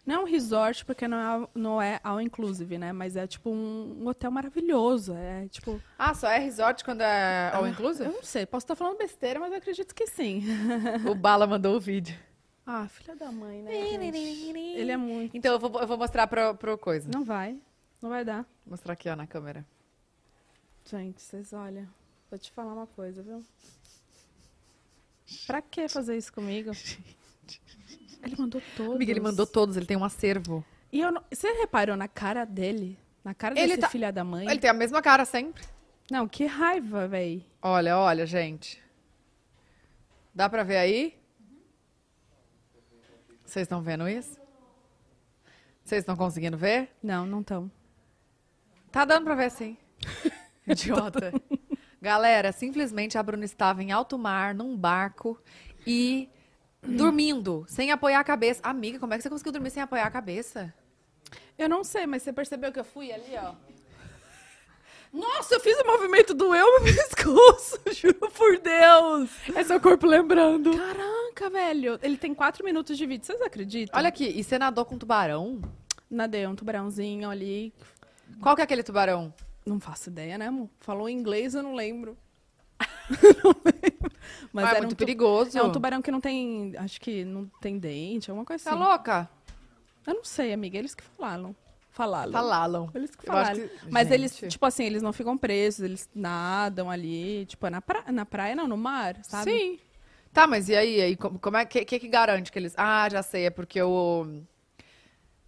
S1: Não é um resort, porque não é, não é all inclusive, né? Mas é tipo um, um hotel maravilhoso. É tipo...
S2: Ah, só é resort quando é all
S1: Eu
S2: inclusive?
S1: não sei, posso estar falando besteira, mas eu acredito que sim.
S2: o Bala mandou o vídeo.
S1: Ah, filha da mãe, né? gente? Ele é muito...
S2: Então eu vou, eu vou mostrar pro, pro coisa.
S1: Não vai. Não vai dar.
S2: Vou Mostrar aqui, ó, na câmera.
S1: Gente, vocês olha, vou te falar uma coisa, viu? Pra que fazer isso comigo? Ele mandou todos.
S2: Amiga, ele mandou todos, ele tem um acervo.
S1: E eu não... Você reparou na cara dele? Na cara
S2: Ele
S1: desse
S2: tá-
S1: filha da mãe?
S2: Ele tá- tem a mesma cara sempre.
S1: Não, que raiva, véi.
S2: Olha, olha, gente. Dá pra ver aí? Vocês estão vendo isso? Vocês estão conseguindo ver?
S1: Não, não tão.
S2: Tá dando pra ver sim. Idiota. Galera, simplesmente a Bruna estava em alto mar, num barco e dormindo, sem apoiar a cabeça. Amiga, como é que você conseguiu dormir sem apoiar a cabeça?
S1: Eu não sei, mas você percebeu que eu fui ali, ó? Nossa, eu fiz o movimento do eu no pescoço, juro por Deus.
S2: É seu corpo lembrando.
S1: Caraca, velho. Ele tem quatro minutos de vídeo, vocês acreditam?
S2: Olha aqui, e você nadou com tubarão?
S1: Nadei um tubarãozinho ali,
S2: Qual que é aquele tubarão?
S1: Não faço ideia, né, amor? Falou em inglês, eu não lembro. não lembro. Mas
S2: Ah,
S1: era
S2: é muito
S1: um tu-
S2: perigoso.
S1: É um tubarão que não tem. Acho que não tem dente, alguma coisa
S2: Tá
S1: assim.
S2: louca?
S1: Eu não sei, amiga. Eles que falaram. Falaram.
S2: Tá Falalam.
S1: Eles que
S2: Eu acho
S1: falaram.
S2: que-
S1: Mas
S2: Gente.
S1: eles, tipo assim, eles não ficam presos, eles nadam ali, tipo, é na, pra... na praia, não, no mar, sabe?
S2: Sim. Tá, mas e aí? aí como, como é que, que que garante que eles. Ah, já sei, é porque o.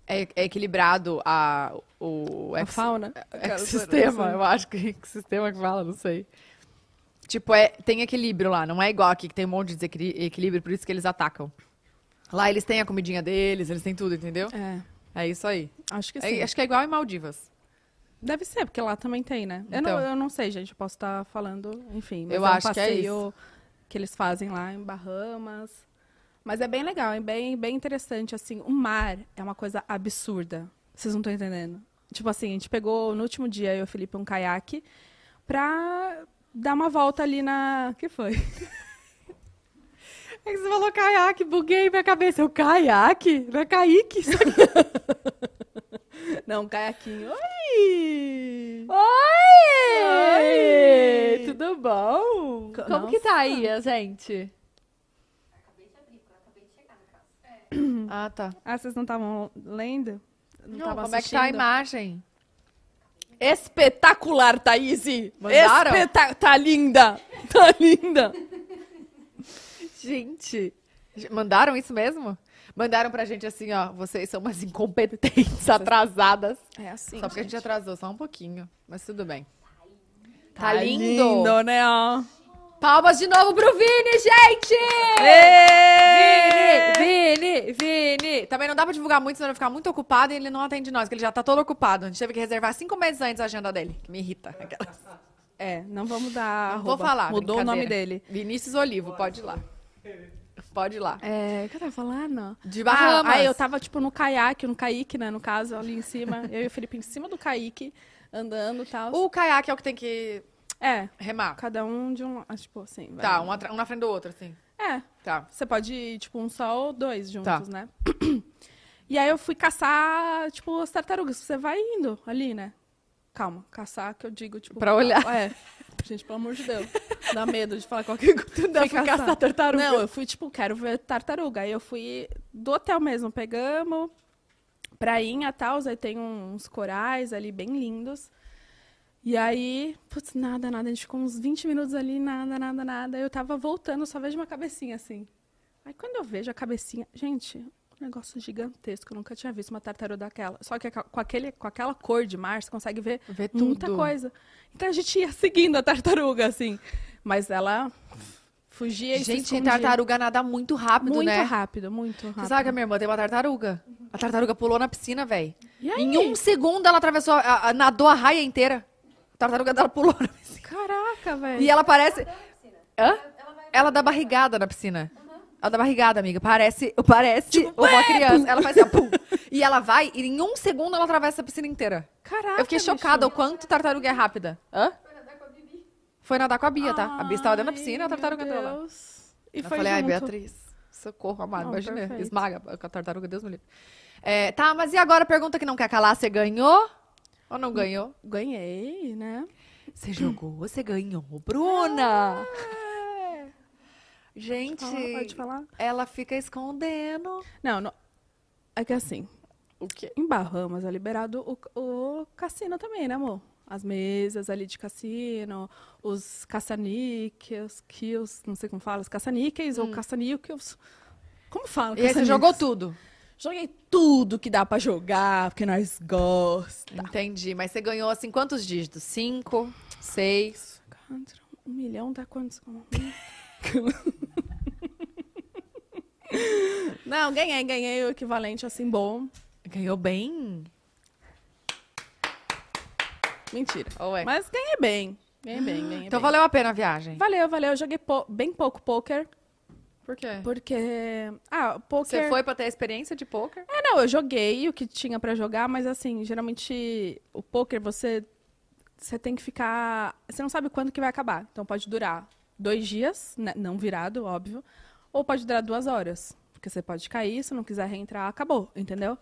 S2: É, é equilibrado a, o
S1: A
S2: ex-
S1: fauna.
S4: É
S2: ecossistema, eu acho que que sistema que fala, não sei. Tipo, é, tem equilíbrio lá, não é igual aqui que tem um monte de desequili- equilíbrio, por isso que eles atacam. Lá eles têm a comidinha deles, eles têm tudo, entendeu?
S1: É,
S2: É isso aí.
S1: acho que
S2: É-
S4: assim?
S1: sim.
S2: acho que é igual em Maldivas.
S1: Deve ser, porque lá também tem, né? Eu,
S2: Então.
S1: não, eu não sei, gente. Eu posso estar falando, enfim. Mas
S2: Eu
S1: é um
S2: acho que é
S1: passeio que eles fazem lá em Bahamas. Mas é bem legal, é bem, bem interessante. Assim, o mar é uma coisa absurda. Vocês não estão entendendo. Tipo assim, a gente pegou no último dia, eu e o Felipe, um caiaque pra dar uma volta ali na. que foi?
S4: É que você falou caiaque, buguei minha cabeça. Eu, caiaque? Não é caique?
S1: Não, um caiaquinho. Oi!
S4: Oi! Tudo bom?
S1: Co-
S4: Como que tá aí, a gente?
S2: Ah, tá.
S1: Ah, vocês não estavam lendo?
S2: Não,
S1: tavam
S2: como é que tá a
S1: assistindo?
S2: imagem?
S1: Espetacular, Thaís!
S2: Mandaram?
S1: Espeta- Tá linda! Tá linda!
S2: Gente, mandaram isso mesmo? Mandaram pra gente assim, ó, vocês são umas incompetentes, atrasadas.
S1: É assim.
S2: só porque a gente atrasou só um pouquinho, mas tudo bem.
S4: Tá lindo.
S1: né? ó?
S4: Palmas de novo pro Vini, gente! Vini, Vini, Vini.
S2: Também não dá pra divulgar muito, senão ele ficar muito ocupado e ele não atende nós, que ele já tá todo ocupado. A gente teve que reservar cinco meses antes a agenda dele, que me irrita. Aquelas.
S1: É, não vamos dar.
S2: Não vou
S1: arroba.
S2: falar,
S1: Mudou o nome
S2: brincadeira.
S1: dele.
S2: Vinícius Olivo, pode ir lá. Pode ir lá.
S1: É, o que eu tava falando?
S2: De Bahamas.
S1: Ah, aí eu tava, tipo, no caiaque, no caique, né? No caso, ali em cima. eu e o Felipe em cima do caique, andando e tal.
S2: O caiaque é o que tem que
S1: É,
S2: remar.
S1: cada um de um. ah, Tipo assim. vai.
S2: Tá, um, atra- um na frente do outro, assim.
S1: É,
S2: Tá.
S1: Você pode ir, tipo, um só ou dois juntos,
S2: Tá.
S1: né? E aí eu fui caçar, tipo, as tartarugas. Você vai indo ali, né? Calma, caçar que eu digo, tipo.
S2: Pra olhar.
S1: É. Gente, pelo amor de Deus. Dá medo de falar qualquer coisa.
S2: Dá pra caçar tartaruga.
S1: Não, eu fui, tipo, quero ver tartaruga. Aí eu fui do hotel mesmo, pegamos prainha e tal. Aí tem um, uns corais ali bem lindos. E aí, putz, nada, nada. A gente ficou uns 20 minutos ali, nada, nada, nada. Eu tava voltando, só vejo uma cabecinha assim. Aí quando eu vejo a cabecinha, gente, um negócio gigantesco. Eu nunca tinha visto uma tartaruga daquela. Só que com, aquele, com aquela cor de mar, você consegue ver
S2: Ver
S1: muita coisa. Então a gente ia seguindo a tartaruga, assim. Mas ela fugia e se
S2: Gente,
S1: escondia.
S2: tartaruga nada muito rápido,
S1: Muito
S2: né?
S1: rápido, muito rápido.
S2: Você sabe que a minha irmã tem uma tartaruga? A tartaruga pulou na piscina, velho.
S1: E aí?
S2: Em um segundo ela atravessou, a- a- nadou a raia inteira. A tartaruga dela pulou na piscina.
S1: Caraca, velho.
S2: E ela parece. Hã? Ela dá barrigada na piscina. Ela dá barrigada, amiga. Parece, parece
S1: Tipo,
S2: uma criança. Ela faz assim, ó, pum. E ela vai e em um segundo ela atravessa a piscina inteira.
S1: Caraca,
S2: Eu fiquei
S1: bicho.
S2: chocada o quanto tartaruga é rápida. Hã? Foi nadar com a Bia, tá? A Bia estava dentro da piscina, a
S1: Ai,
S2: tartaruga
S1: meu
S2: entrou lá.
S1: Deus. E
S2: eu
S1: foi
S2: falei, ai,
S1: junto.
S2: Beatriz, socorro, amado.
S1: Não,
S2: Imagina,
S1: perfeito.
S2: esmaga com a tartaruga, Deus me livre. É, tá, mas e agora a pergunta que não quer calar, você ganhou ou
S1: Hum.
S2: não ganhou?
S1: Ganhei, né?
S2: Você jogou, você ganhou, Bruna! Ah! Gente,
S1: Fala, pode falar?
S2: ela fica escondendo.
S1: Não, não- é que assim,
S2: O quê?
S1: em Bahamas é liberado o, o cassino também, né, amor? As mesas ali de cassino, os caça-níqueis, kills, não sei como fala, os caça-níqueis ou caça-níqueis. Como fala?
S2: Hum. E aí você
S1: caça-níqueis?
S2: jogou tudo.
S1: Joguei tudo que dá pra jogar, porque nós gosta.
S2: Entendi, mas você ganhou, assim, quantos dígitos? Cinco, seis...
S1: Quatro, um milhão dá quantos? Não, ganhei, ganhei o equivalente assim bom.
S2: Ganhou bem?
S1: Mentira.
S2: Ou é?
S1: Mas ganhei bem. Ganhei bem, ganhei
S2: então
S1: bem.
S2: valeu a pena a viagem.
S1: Valeu, valeu. Eu joguei pou- bem pouco poker,
S2: Por quê?
S1: porque. Ah, poker.
S2: Você foi pra ter a experiência de poker?
S1: É, não, eu joguei o que tinha pra jogar, mas assim, geralmente o poker você você tem que ficar, você não sabe quando que vai acabar. Então pode durar dois dias, né, não virado, óbvio, ou pode durar duas horas, porque você pode cair, se não quiser reentrar, acabou, entendeu?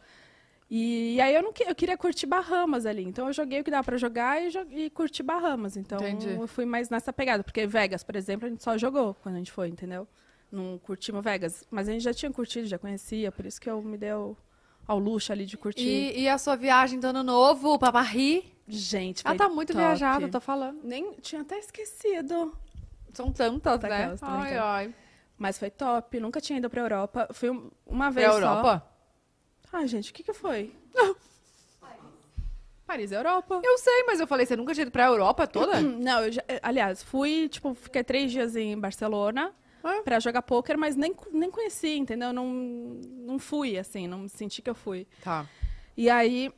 S1: E, aí eu não que- eu queria curtir Bahamas ali, então eu joguei o que dava pra jogar e, jo- e curti Bahamas. Então
S2: Entendi.
S1: eu fui mais nessa pegada, porque Vegas, por exemplo, a gente só jogou quando a gente foi, entendeu? Não curtimos Vegas, mas a gente já tinha curtido, já conhecia, por isso que eu me deu ao luxo ali de curtir.
S2: E, e a sua viagem do ano novo pra Paris?
S1: Gente,
S2: Ela
S1: foi
S2: tá muito
S1: top.
S2: viajada, eu tô falando.
S1: Nem tinha até esquecido.
S2: São tantas,
S1: Tá
S2: né?
S1: aquelas, tô
S2: Ai,
S1: brincando.
S2: ai.
S1: Mas foi top, nunca tinha ido pra Europa. Fui um- uma
S2: Pra
S1: vez só.
S2: Europa?
S1: Ai, gente, o que que foi? Paris, Europa.
S2: Eu sei, mas eu falei, você nunca tinha ido pra Europa toda?
S1: Não, eu já- eh, aliás, fui, tipo, fiquei três dias em Barcelona
S2: Ah.
S1: pra jogar pôquer, mas nem, co- nem conheci, entendeu? Não, não fui, assim, não senti que eu fui.
S2: tá.
S1: E aí,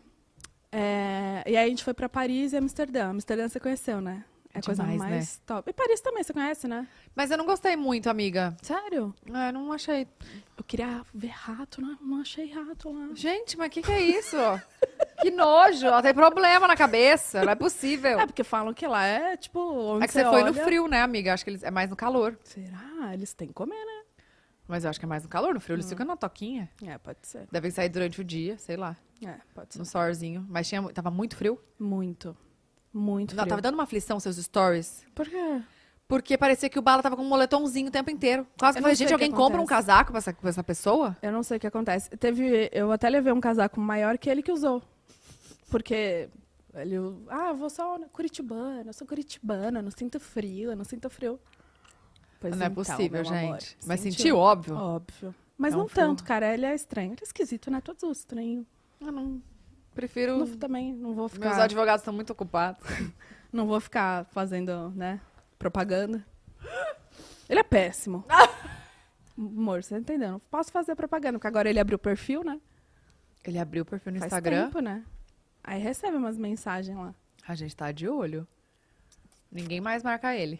S1: eh, e aí a gente foi pra Paris e Amsterdã. Amsterdã você conheceu, né? É a coisa
S2: demais, né?
S1: mais top. E Paris também, você conhece, né?
S2: Mas eu não gostei muito, amiga.
S1: Sério?
S2: Ah, eu não achei.
S1: Eu queria ver rato, não, não achei rato lá.
S2: Gente, mas o que, que é isso? que nojo. Ela tem problema na cabeça. Não é possível.
S1: É, porque falam que lá é, tipo, onde
S2: É que você foi no
S1: olha-
S2: frio, né, amiga? Acho que eles... é mais no calor.
S1: Será? Eles têm que comer,
S2: Mas eu acho que é mais no calor. No frio
S1: Hum.
S2: eles ficam na toquinha.
S1: né? É, pode ser.
S2: Devem sair durante o dia, sei lá.
S1: É, pode ser.
S2: No sorzinho. Mas tinha... mu- tava muito frio.
S1: Muito. Muito
S2: Não,
S1: frio.
S2: tava dando uma aflição seus stories.
S1: Por quê?
S2: Porque parecia que o Bala tava com um moletomzinho o tempo inteiro. Quase que
S1: Eu
S2: eu
S1: não
S2: falei,
S1: sei
S2: gente,
S1: o que
S2: alguém compra um
S1: acontece.
S2: casaco pra essa, pra essa pessoa?
S1: Eu não sei o que acontece. Teve, eu até levei um casaco maior que ele que usou. Porque ele, ah, eu vou só na- curitibana, eu sou curitibana, eu não sinto frio, eu não sinto frio. Pois
S2: não é
S1: então,
S2: possível,
S1: meu amor,
S2: gente. Mas sentiu, óbvio.
S1: Óbvio. Mas
S2: É
S1: não
S2: um frio.
S1: tanto, cara, ele é estranho. Ele é esquisito, né? Todos os estranhos.
S2: Eu não. Prefiro.
S1: Não- também não vou
S2: Meus
S1: ficar
S2: advogados estão muito ocupados.
S1: não vou ficar fazendo, né, propaganda. Ele é péssimo. Amor, você tá entendendo? Não posso fazer propaganda, porque agora ele abriu o perfil, né?
S2: Ele abriu o perfil no
S1: Faz
S2: Instagram.
S1: tempo, né? Aí recebe umas mensagens lá.
S2: A gente tá de olho. Ninguém mais marca ele.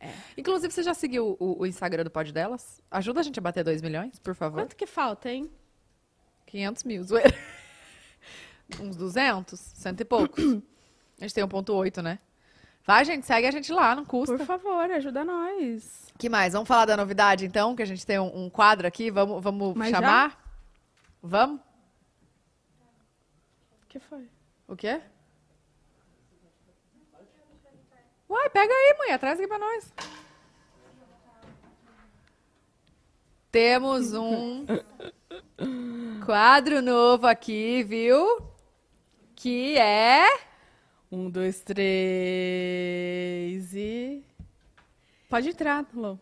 S1: É.
S2: Inclusive, você já seguiu o, o Instagram do Pod Delas? Ajuda a gente a bater 2 milhões, por favor.
S1: Quanto que falta, hein?
S2: 500 mil, zoeira. Uns 200, cento e poucos. A gente tem 1.8, né? Vai, gente, segue a gente lá, não custa.
S1: Por favor, ajuda nós.
S2: que mais? Vamos falar da novidade, então, que a gente tem um, um quadro aqui, vamos, vamos
S1: Mas
S2: chamar? Vamos?
S1: O que foi?
S2: O quê? Uai, pega aí, mulher. Traz aqui pra nós. Temos um quadro novo aqui, viu? Que é.
S1: Um, dois, três e. Pode entrar, Lô.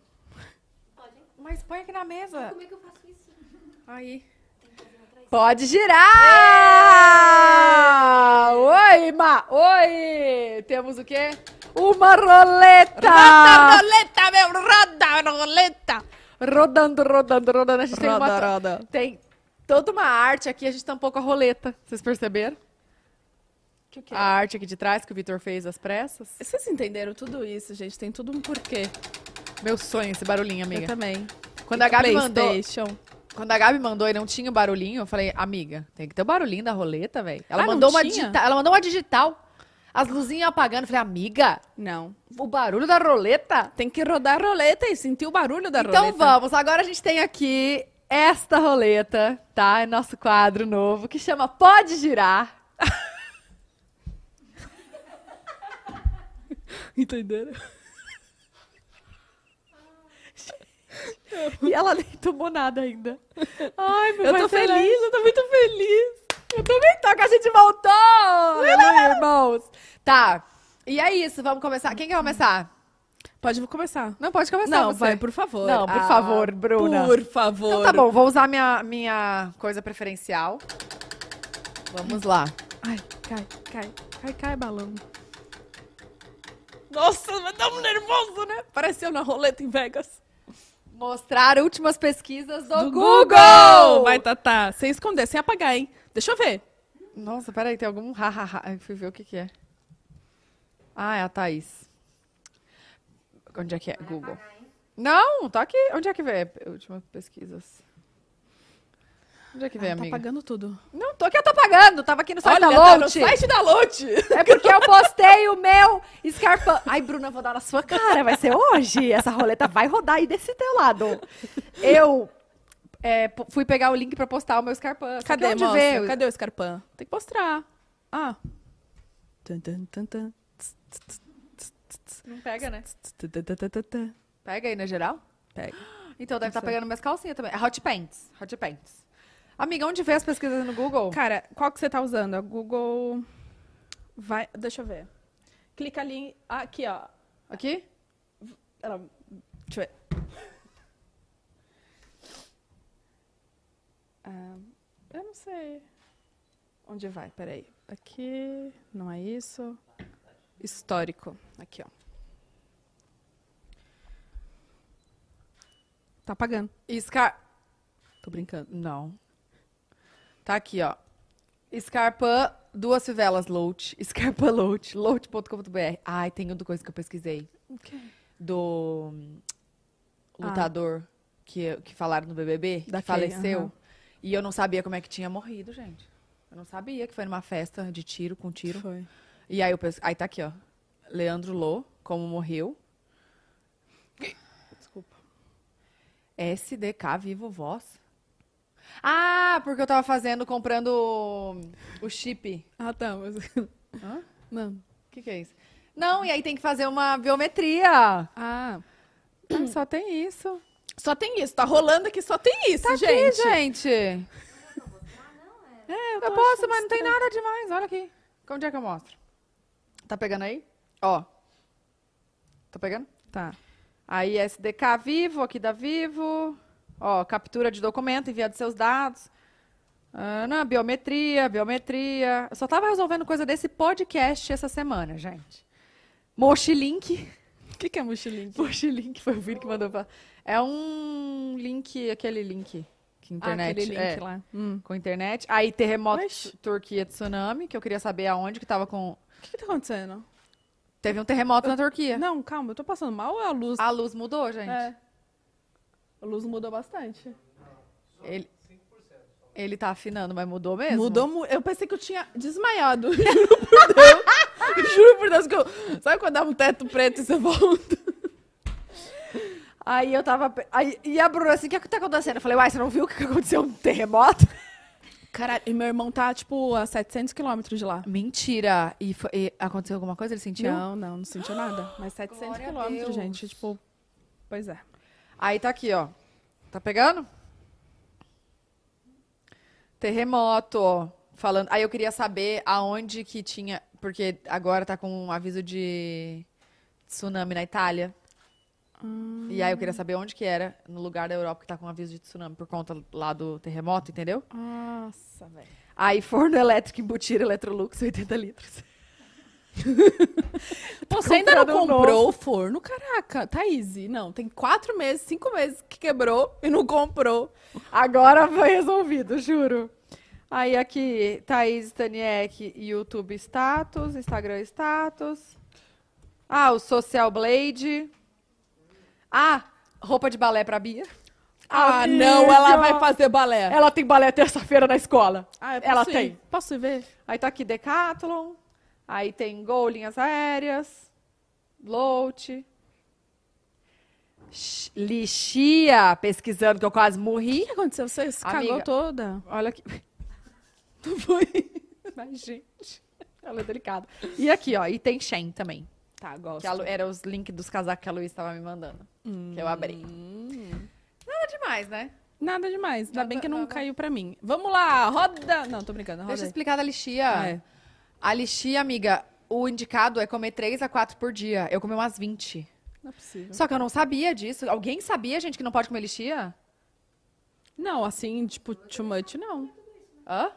S2: Mas põe aqui na mesa.
S5: Como é que eu faço isso?
S2: Aí. Pode girar! Oi, Ma! Oi! Temos o quê? Uma roleta! Tá.
S1: roleta, meu! Roda, roleta!
S2: Rodando, rodando, rodando. A gente tem uma...
S1: Roda, né? roda.
S2: Tem toda uma arte aqui, a gente tampou com a roleta. Vocês perceberam?
S1: Que que é.
S2: A arte aqui de trás que o Vitor fez às pressas.
S1: Vocês entenderam tudo isso, gente? Tem tudo um porquê.
S2: Meu sonho, esse barulhinho,
S1: Eu
S2: amiga.
S1: também.
S2: Quando a Gabi mandou,
S1: PlayStation.
S2: quando a Gabi mandou e não tinha o barulhinho, eu falei, amiga, tem que ter o barulhinho da roleta, velho. Ela
S1: Ah, não
S2: mandou uma
S1: tinha?
S2: digital, ela mandou uma digital. As luzinhas apagando, eu falei, amiga,
S1: Não.
S2: o barulho da roleta?
S1: Tem que rodar a roleta e sentir o barulho da
S2: Então
S1: roleta.
S2: vamos, agora a gente tem aqui esta roleta, tá? É nosso quadro novo que chama Pode Girar.
S1: Entenderam?
S2: E ela nem tomou nada ainda. Ai, meu é
S1: Eu tô
S2: mas será?
S1: feliz, eu tô muito feliz.
S2: Eu também tô, que a gente voltou! Aleluia, irmãos! Tá, e é isso, vamos começar. Quem quer começar?
S1: Pode começar.
S2: Não, pode começar
S1: Não,
S2: você.
S1: vai, por favor. Ah,
S2: Não, por favor, Bruna.
S1: Por favor.
S2: Então tá bom, vou usar minha, minha coisa preferencial. Vamos lá.
S1: Ai, cai, cai, cai, cai, balão. Nossa, mas tá um nervoso, né? Pareceu na roleta em Vegas.
S2: Mostrar últimas pesquisas do,
S1: Do
S2: Google.
S1: Vai, Tatá. Sem esconder, sem apagar, hein? Deixa eu ver.
S2: Nossa, peraí, tem algum ha-ha-ha. Eu fui ver o que que é. Ah, é a Thaís. Onde é que é? Google. Não, tá aqui. Onde é que vê? Últimas pesquisas. Onde é que vê,
S1: Ah, tá
S2: amiga?
S1: apagando tudo.
S2: Não, tô aqui, eu tô pagando. Tava aqui no site da
S1: tá no
S2: Lout.
S1: site da Lote.
S2: É porque eu postei o meu escarpão. Ai, Bruna, eu vou dar na sua cara. Vai ser hoje. Essa roleta vai rodar aí desse teu lado. Eu é, p- fui pegar o link pra postar o meu escarpão. Só
S1: Cadê,
S2: que onde
S1: moça?
S2: vê?
S1: Cadê o escarpão? Tem que mostrar. Ah. Tan, tan, tan, tan. Tss, tss, tss, tss, tss,
S2: Não pega, né?
S1: tss, tss, tss, tss, tss, tss.
S2: Pega aí, na geral.
S1: Pega.
S2: Então, deve estar
S1: sei.
S2: pegando minhas calcinhas também. É Hot Pants. Hot Pants. Amiga, onde vê as pesquisas no Google?
S1: Cara, qual que você tá usando? A Google. Vai. Deixa eu ver. Clica ali. em- ah, Aqui, ó.
S2: Aqui?
S1: Ela- Deixa eu ver. Ah, Eu não sei. Onde vai? Peraí. Aqui. Não é isso. Histórico. Aqui, ó. Tá apagando.
S2: Scar...
S1: Tô brincando.
S2: Não. Tá aqui, ó. Scarpa, duas fivelas, Loach. Scarpa Loach, loach.com.br. Ai, tem outra coisa que eu pesquisei.
S1: O quê?
S2: Do hum,
S1: Ah.
S2: lutador que, que falaram no BBB,
S1: Daquele,
S2: que faleceu.
S1: aham.
S2: E eu não sabia como é que tinha morrido, gente. Eu não sabia que foi numa festa de tiro, com tiro.
S1: Foi.
S2: E aí eu penso, aí tá aqui, ó. Leandro Lô, como morreu.
S1: Desculpa.
S2: SDK Vivo Voz. Ah, porque eu tava fazendo, comprando o- o chip.
S1: Ah, tá. Mas...
S2: Hã?
S1: Não.
S2: O que, que é isso? Não, e aí tem que fazer uma biometria.
S1: Ah. Ah, Só tem isso. Só tem isso. Tá rolando aqui, só Ah, tem isso,
S2: Tá
S1: gente.
S2: aqui, gente.
S1: É,
S2: Eu
S1: eu tô
S2: posso,
S1: achando
S2: mas não tem
S1: estranho.
S2: nada demais. Olha aqui. Onde é que eu mostro? Tá pegando aí? Ó. Tá pegando?
S1: Tá.
S2: Aí SDK Vivo, aqui da Vivo. Ó, captura de documento, enviado seus dados. Ah, não, biometria, biometria. Eu só tava resolvendo coisa desse podcast essa semana, gente. Mochilink.
S1: O que, que é mochilinho?
S2: Poxa, link foi o Vini que mandou pra... É um link, aquele link que internet.
S1: Ah, aquele link
S2: é,
S1: lá. Hum.
S2: Com internet. Aí terremoto
S1: Oxi.
S2: tu- Turquia tsunami, que eu queria saber aonde que tava com.
S1: O que, que tá acontecendo?
S2: Teve um terremoto na Turquia.
S1: Não, calma, eu tô passando mal ou é a luz?
S2: A luz mudou, gente.
S1: É. A luz mudou bastante.
S2: Ele... Ele tá afinando, mas mudou mesmo?
S1: Mudou mu- Eu pensei que eu tinha desmaiado. Juro por Deus. Juro por Deus que eu. Sabe quando dá um teto preto e você volta?
S2: Aí eu tava. pe- Aí... E a Bruna assim, o que, que tá acontecendo? Eu falei, uai, você não viu o que que aconteceu? Um terremoto?
S1: Caralho, e meu irmão tá, tipo, a 700 quilômetros de lá.
S2: Mentira. E, foi- e aconteceu alguma coisa? Ele sentiu?
S1: Não, não, não sentiu nada. Mas 700
S2: Glória a
S1: quilômetros,
S2: Deus.
S1: gente. Tipo, pois é.
S2: Aí tá aqui, ó. Tá pegando? Terremoto, ó. Falando. Aí eu queria saber aonde que tinha. Porque agora tá com um aviso de tsunami na Itália. E aí eu queria saber onde que era, no lugar da Europa que tá com um aviso de tsunami por conta lá do terremoto, entendeu?
S1: Nossa, velho.
S2: Aí forno elétrico embutido Electrolux, 80 litros.
S1: Você ainda não
S2: comprando um
S1: comprou o forno? Caraca, Thaís, não. Tem quatro meses, cinco meses que quebrou e não comprou.
S2: Agora foi resolvido, juro. Aí aqui, Thaís Staniek, YouTube status, Instagram status. Ah, o Social Blade. Ah, roupa de balé pra Bia.
S1: Ah,
S2: Amiga!
S1: não, ela vai fazer balé.
S2: Ela tem balé terça-feira na escola.
S1: É. Ah, eu posso
S2: ela
S1: ir?
S2: tem.
S1: Posso ir ver?
S2: Aí tá aqui Decathlon. Aí tem Gol, linhas aéreas. Loat. Sh- Lixia, pesquisando que eu quase
S1: O
S2: morri.
S1: que aconteceu? Você se
S2: Amiga.
S1: cagou toda?
S2: Olha aqui.
S1: Não foi?
S2: Mas, gente, ela é delicada. E aqui, ó, e tem Shen também.
S1: Tá, gosto.
S2: Que a Lu- era os links dos casacos que a Luiz estava me mandando. Que eu abri. Hum. Nada demais, né?
S1: Nada demais. Ainda
S2: Nada-
S1: bem que não
S2: nada.
S1: caiu pra mim. Vamos lá, roda! Não, tô brincando, roda
S2: Deixa eu
S1: aí.
S2: explicar da lixia.
S1: Ah, é.
S2: A lixia, amiga, o indicado é comer 3 a 4 por dia. Eu comi umas 20.
S1: Não é possível.
S2: Só que eu não sabia disso. Alguém sabia, gente, que não pode comer lixia?
S1: Não, assim, tipo, too much, não.
S2: Hã?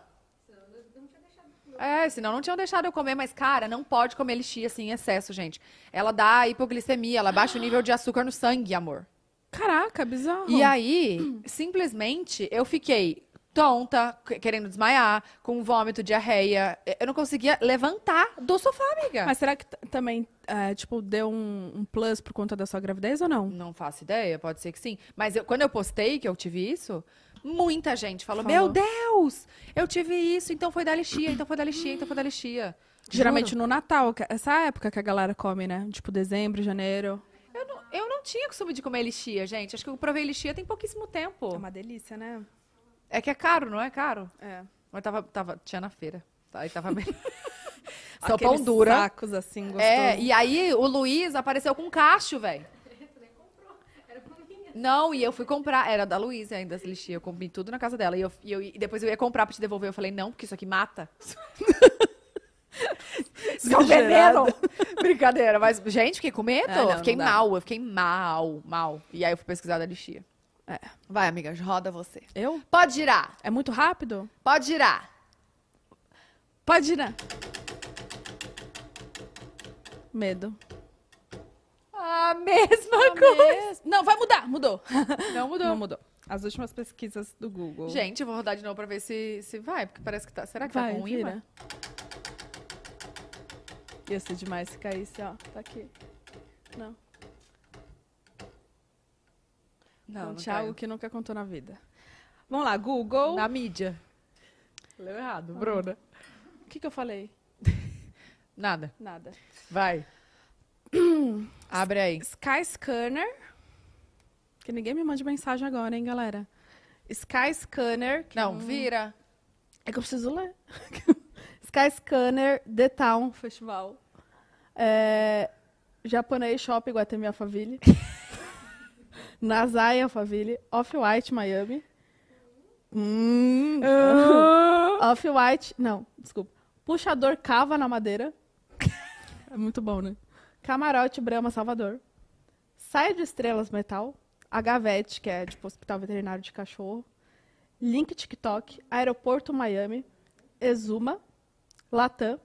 S2: É, senão não tinham deixado eu comer, mas, cara, não pode comer lixia assim em excesso, gente. Ela dá hipoglicemia, ela baixa o nível de açúcar no sangue, amor.
S1: Caraca, bizarro.
S2: E aí, simplesmente, eu fiquei tonta, que- querendo desmaiar, com vômito, diarreia. Eu não conseguia levantar do sofá, amiga.
S1: Mas será que t- também, é, tipo, deu um, um plus por conta da sua gravidez ou não?
S2: Não faço ideia, pode ser que sim. Mas eu- quando eu postei que eu tive isso, muita gente falou,
S1: Falou.
S2: meu Deus, eu tive isso, então foi da lixia, então foi da lixia, então foi da lixia.
S1: Geralmente
S2: Juro.
S1: no Natal, que- é essa época que a galera come, né? Tipo, dezembro, janeiro.
S2: Eu não, eu não tinha costume de comer lixia, gente. Acho que eu provei lixia tem pouquíssimo tempo.
S1: delícia, né?
S2: É que é caro, não é caro?
S1: É.
S2: Mas tava, tava, tinha na feira. Aí tava bem. São
S1: São
S2: pão dura.
S1: sacos, assim, gostoso.
S2: É, e aí o Luiz apareceu com um cacho, velho. Não, e eu fui comprar, era da Luiz ainda as lixinhas, eu comi tudo na casa dela. E, eu, e, eu- e depois eu ia comprar pra te devolver, eu falei, não, porque isso aqui mata. Isso é um veneno. Brincadeira, mas, gente, fiquei com medo,
S1: Ah, não,
S2: eu fiquei
S1: não dá.
S2: mal, eu fiquei mal, mal. E aí eu fui pesquisar da lixia. É. Vai, amiga, roda você.
S1: Eu?
S2: Pode girar,
S1: É muito rápido?
S2: pode girar.
S1: Pode ir, né? Medo.
S2: A mesma
S1: Mes- Não, vai mudar. Mudou.
S2: Não mudou.
S1: Não mudou. As últimas pesquisas do Google.
S2: Gente, eu vou rodar de novo pra ver se, se vai, porque parece que tá. Será que
S1: vai,
S2: tá com um imã?
S1: vira. Ia ser demais se caísse, ó. Tá aqui. Não.
S2: Não,
S1: Não,
S2: não
S1: Thiago
S2: caiu.
S1: Então, que nunca contou na vida. Vamos lá, Google.
S2: Na mídia. Leu errado, Bruna.
S1: O que, que eu falei?
S2: Nada.
S1: Nada.
S2: Vai. Abre aí.
S1: Sky Scanner. Que ninguém me mande mensagem agora, hein, galera? Sky Scanner. que
S2: Não, vira.
S1: É que eu preciso ler. Sky Scanner, The Town Festival. É... Japanese Shop Guatemi Alphaville. Nazai Alphaville. Off-White Miami. Hum. Off-White. Não, desculpa. Puxador Cava na Madeira. É muito bom, né? Camarote Brahma Salvador. Saia de Estrelas Metal. HVET, que é tipo Hospital Veterinário de Cachorro. Link TikTok, Aeroporto Miami, Exuma, Latam,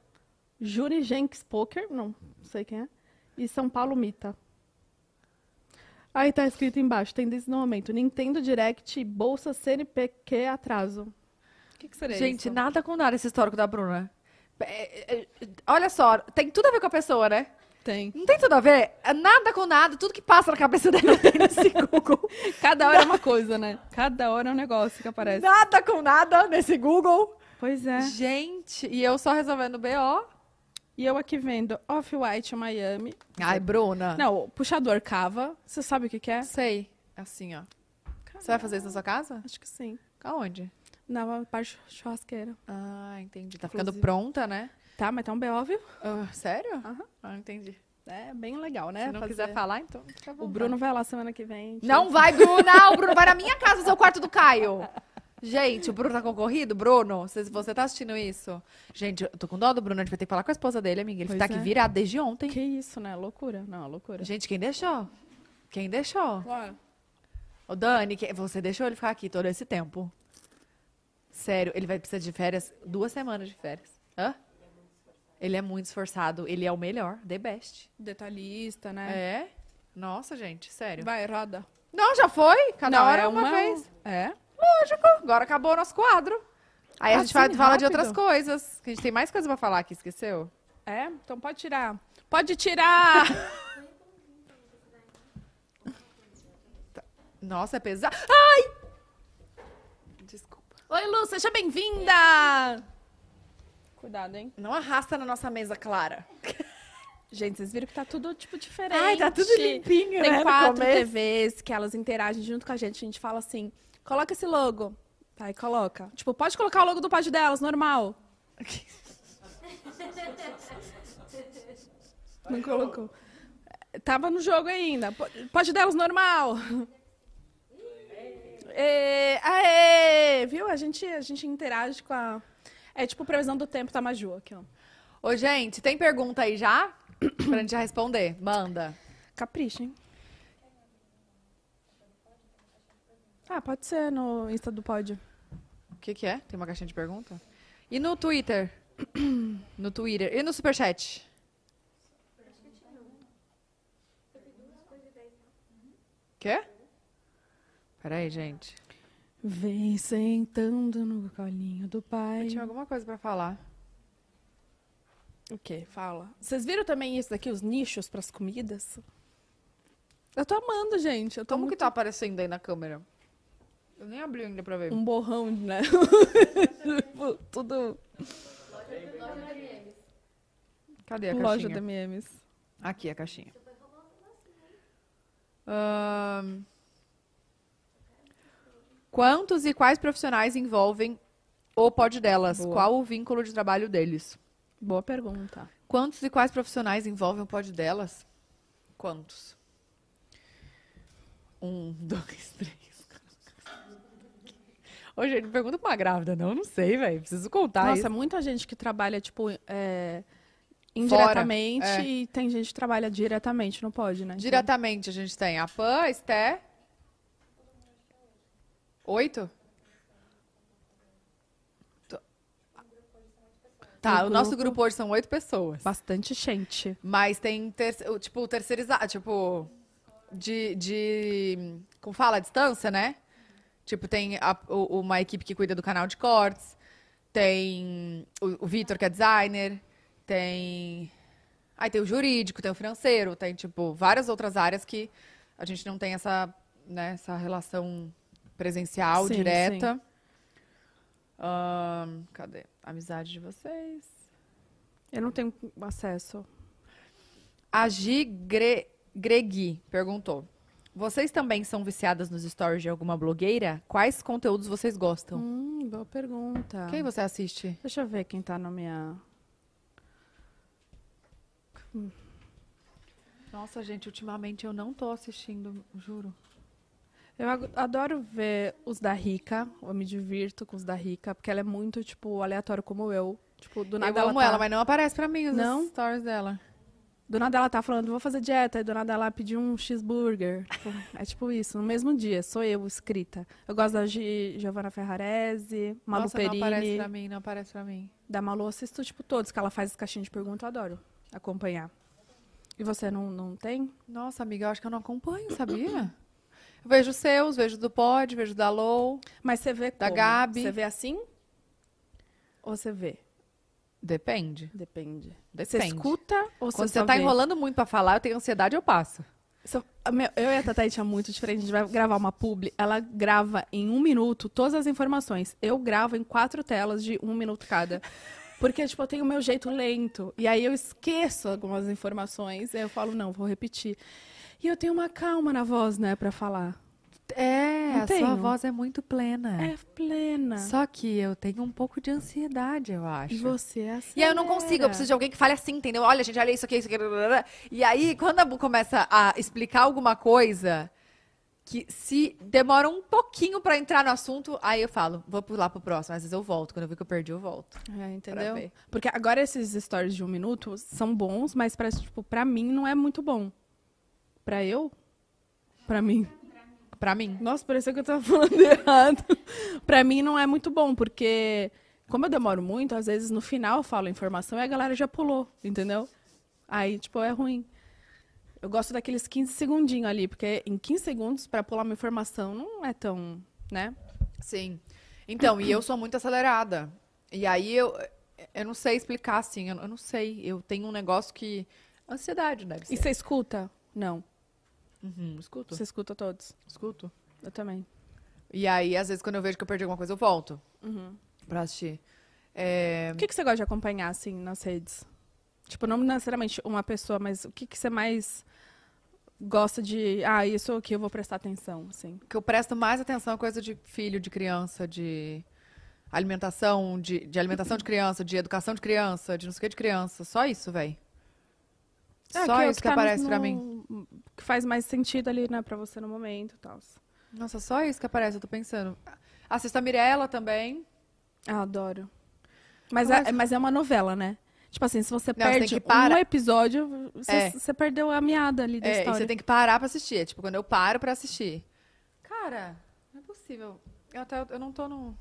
S1: Juni Jenks Poker, não sei quem é, e São Paulo Mita. Aí tá escrito embaixo, tendência no momento, Nintendo Direct, e Bolsa CNPq atraso. O que, que seria
S2: Gente,
S1: isso?
S2: nada com nada esse histórico da Bruna. É, é, é, Olha só, tem tudo a ver com a pessoa, né?
S1: Tem.
S2: Não tem tudo a ver? É Nada com nada, tudo que passa na cabeça dela tem nesse Google.
S1: Cada hora é uma coisa, né? Cada hora é um negócio que aparece.
S2: Nada com nada nesse Google.
S1: Pois é.
S2: Gente, e eu só resolvendo o BO.
S1: E eu aqui vendo Off-White Miami.
S2: Ai, Bruna. Não.
S1: Não, puxador cava. Você sabe o que, que é?
S2: Sei. Assim, ó. Você vai fazer isso na sua casa?
S1: Acho que sim.
S2: Aonde?
S1: Na parte churrasqueira.
S2: Ah, entendi. Tá
S1: Inclusive.
S2: ficando pronta, né?
S1: Tá, mas tá um B.O., viu?
S2: Ah, sério?
S1: Aham.
S2: Ah, entendi.
S1: É bem legal, né?
S2: Se não
S1: Fazer-
S2: quiser falar, então fica à
S1: O
S2: vontade.
S1: Bruno vai lá semana que vem. tira-
S2: Não vai, Bruna! O Bruno vai na minha casa, seu quarto do Caio. Gente, o Bruno tá concorrido? Bruno, se você tá assistindo isso. Gente, eu tô com dó do Bruno, a gente vai ter que falar com a esposa dele, amiga. Ele
S1: Pois
S2: tá aqui
S1: é.
S2: virado desde ontem.
S1: Que isso, né? Loucura. Não, loucura.
S2: Gente, quem deixou? Quem deixou?
S1: Bora.
S2: Ô, Dani, que- você deixou ele ficar aqui todo esse tempo. Sério, ele vai precisar de férias, duas semanas de férias. Hã? Ele é muito esforçado, ele é o melhor, the best.
S1: Detalhista, né?
S2: É? Nossa, gente, sério.
S1: Vai, roda.
S2: Não, já foi? Cada
S1: Não,
S2: hora
S1: é
S2: uma, vez.
S1: É?
S2: Lógico, agora acabou o nosso quadro. Aí a gente
S1: Assim,
S2: vai falar de
S1: rápido.
S2: outras coisas, que a gente tem mais coisa pra falar aqui, esqueceu?
S1: É? Então pode tirar. Pode tirar!
S2: Nossa, é pesado. Ai! Desculpa.
S1: Oi, Lu, seja bem-vinda! Cuidado, hein?
S2: Não arrasta na nossa mesa, Clara.
S1: Gente, vocês viram que tá tudo, tipo, diferente.
S2: Ai, tá tudo limpinho,
S1: Tem
S2: né, no
S1: quatro
S2: começo.
S1: TVs que elas interagem junto com a gente. A gente fala assim, coloca esse logo. Aí coloca. Tipo, pode colocar o logo do pod delas, normal. Não colocou. Tava no jogo ainda. Po- Pod delas, normal. É, aê, viu? A gente, a gente interage com a... É tipo previsão do tempo da Maju aqui, ó.
S2: Ô, gente, tem pergunta aí já? pra gente já responder. Manda.
S1: Capricha, hein? Ah, pode ser no Insta do Pod.
S2: O que que é? Tem uma caixinha de pergunta? E no Twitter? No Twitter. E no Superchat? Quê? Peraí, gente.
S1: Vem sentando no colinho do pai.
S2: Eu tinha alguma coisa pra falar.
S1: O que? Fala. Vocês viram também isso daqui, os nichos pras comidas? Eu tô amando, gente. Eu tô
S2: Como
S1: muito...
S2: que tá aparecendo aí na câmera? Eu nem abri ainda pra ver.
S1: um borrão, né? Tipo, Tudo
S2: Cadê a
S1: loja
S2: caixinha?
S1: de memes.
S2: Aqui a caixinha. Ahn. Quantos e quais profissionais envolvem o pod delas?
S1: Boa.
S2: Qual o vínculo de trabalho deles?
S1: Boa pergunta.
S2: Quantos e quais profissionais envolvem o pod delas? Quantos? Um, dois, três. quatro. Ô, gente, não pergunta pra uma grávida, não. Eu Não sei, velho. Preciso contar
S1: Nossa,
S2: isso.
S1: muita gente que trabalha, tipo, é, indiretamente
S2: é.
S1: e tem gente que trabalha né? diretamente, não pode, né? Então-
S2: Diretamente a gente tem a Pan, a Esté, Oito? Tô-
S1: No
S2: Tá, o nosso
S1: grupo.
S2: grupo hoje são oito pessoas.
S1: Bastante gente.
S2: Mas tem, ter- o, tipo, terceirizado, tipo, de, de, como fala, a distância, né? Tipo, tem a- o- uma equipe que cuida do canal de cortes, tem o, o Vitor, que é designer, tem, aí tem o jurídico, tem o financeiro, tem, tipo, várias outras áreas que a gente não tem essa, né, essa relação presencial,
S1: Sim,
S2: direta. Ahn, cadê? Amizade de vocês.
S1: Eu não tenho acesso.
S2: A Gi Gre- Gregui perguntou: Vocês também são viciadas nos stories de alguma blogueira? Quais conteúdos vocês gostam?
S1: Hum, boa pergunta.
S2: Quem você assiste?
S1: Deixa eu ver quem tá na minha.
S2: Nossa, gente, ultimamente eu não tô assistindo, juro.
S1: Eu ag- adoro ver os da Rica. Eu me divirto com os da Rica, porque ela é muito, tipo, aleatório como eu. Tipo, do nada
S2: eu amo
S1: tá...
S2: ela, mas não aparece pra mim os
S1: Não?
S2: stories dela.
S1: Do nada ela tá falando, vou fazer dieta, e do nada ela pediu um cheeseburger. Tipo, é tipo isso, no mesmo dia, sou eu escrita. Eu gosto da Gi, Giovanna Ferrarese, Malu
S2: Nossa,
S1: Perini.
S2: não aparece pra mim, não aparece pra mim.
S1: Da Malu eu assisto, tipo, todos que ela faz as caixinhas de pergunta, eu adoro acompanhar. E você não, não tem?
S2: Nossa, amiga, eu acho que eu não acompanho, sabia? Eu vejo os seus, vejo do Pod, vejo da Low.
S1: Mas você vê
S2: Da
S1: como?
S2: Gabi.
S1: Você vê assim? Ou você vê?
S2: Depende.
S1: Depende. Você
S2: Depende.
S1: escuta ou
S2: Quando
S1: você
S2: você
S1: só
S2: tá
S1: vê?
S2: enrolando muito pra falar, eu tenho ansiedade, eu passo.
S1: Se eu- a minha- eu e a Tata a gente é muito diferente. A gente vai gravar uma publi. Ela grava em um minuto todas as informações. Eu gravo em quatro telas de um minuto cada. Porque, tipo, eu tenho o meu jeito lento. E aí eu esqueço algumas informações. E aí eu falo, não, vou repetir. E eu tenho uma calma na voz, né, pra falar.
S2: É,
S1: Não
S2: a sua
S1: tenho.
S2: voz é muito plena.
S1: É plena.
S2: Só que eu tenho um pouco de ansiedade, eu acho.
S1: E você é assim.
S2: E aí eu não consigo, eu preciso de alguém que fale assim, entendeu? Olha, gente, olha isso aqui, isso aqui. blá, blá, blá. E aí, quando a Bu começa a explicar alguma coisa que se demora um pouquinho pra entrar no assunto, aí eu falo, vou pular pro próximo. Às vezes eu volto, quando eu vi que eu perdi, eu volto.
S1: É,
S2: Pra
S1: entendeu?
S2: ver.
S1: Porque agora esses stories de um minuto são bons, mas pra, tipo, pra mim não é muito bom. Pra eu? Pra mim.
S2: Pra mim.
S1: Nossa, pareceu que eu tava falando errado. pra mim não é muito bom, porque como eu demoro muito, às vezes no final eu falo a informação e a galera já pulou, entendeu? Aí, tipo, é ruim. Eu gosto daqueles 15 segundinhos ali, porque em 15 segundos, pra pular uma informação, não é tão, né?
S2: Sim. Então, e eu sou muito acelerada. E aí eu, eu não sei explicar, assim, eu, eu não sei. Eu tenho um negócio que. Ansiedade, deve
S1: E
S2: ser.
S1: você escuta? Não.
S2: Uhum, escuto,
S1: Você escuta todos.
S2: escuto.
S1: Eu também.
S2: E aí, às vezes, quando eu vejo que eu perdi alguma coisa, eu volto pra assistir. É,
S1: O que, que você gosta de acompanhar, assim, nas redes? Tipo, não necessariamente uma pessoa, mas o que, que você mais gosta de. Ah, isso aqui eu vou prestar atenção, assim.
S2: o que eu presto mais atenção é coisa de filho, de criança, de alimentação, de, de alimentação de criança, de educação de criança, de não sei o que de criança. Só isso, véi.
S1: É,
S2: Só
S1: é o
S2: isso que
S1: tá
S2: aparece
S1: no-
S2: pra mim.
S1: Que faz mais sentido ali, né, pra você no momento e tal.
S2: Nossa, só isso que aparece, eu tô pensando. Assisto a Mirella também.
S1: Ah, adoro. Mas,
S2: Mas-
S1: É, mas é uma novela, né? Tipo assim, se você
S2: você tem
S1: perde
S2: que parar.
S1: um episódio, você,
S2: É.
S1: você perdeu a meada ali da
S2: É, e
S1: história.
S2: você tem que parar pra assistir. É, tipo, quando eu paro pra assistir. Cara, não é possível. Eu até eu não tô no.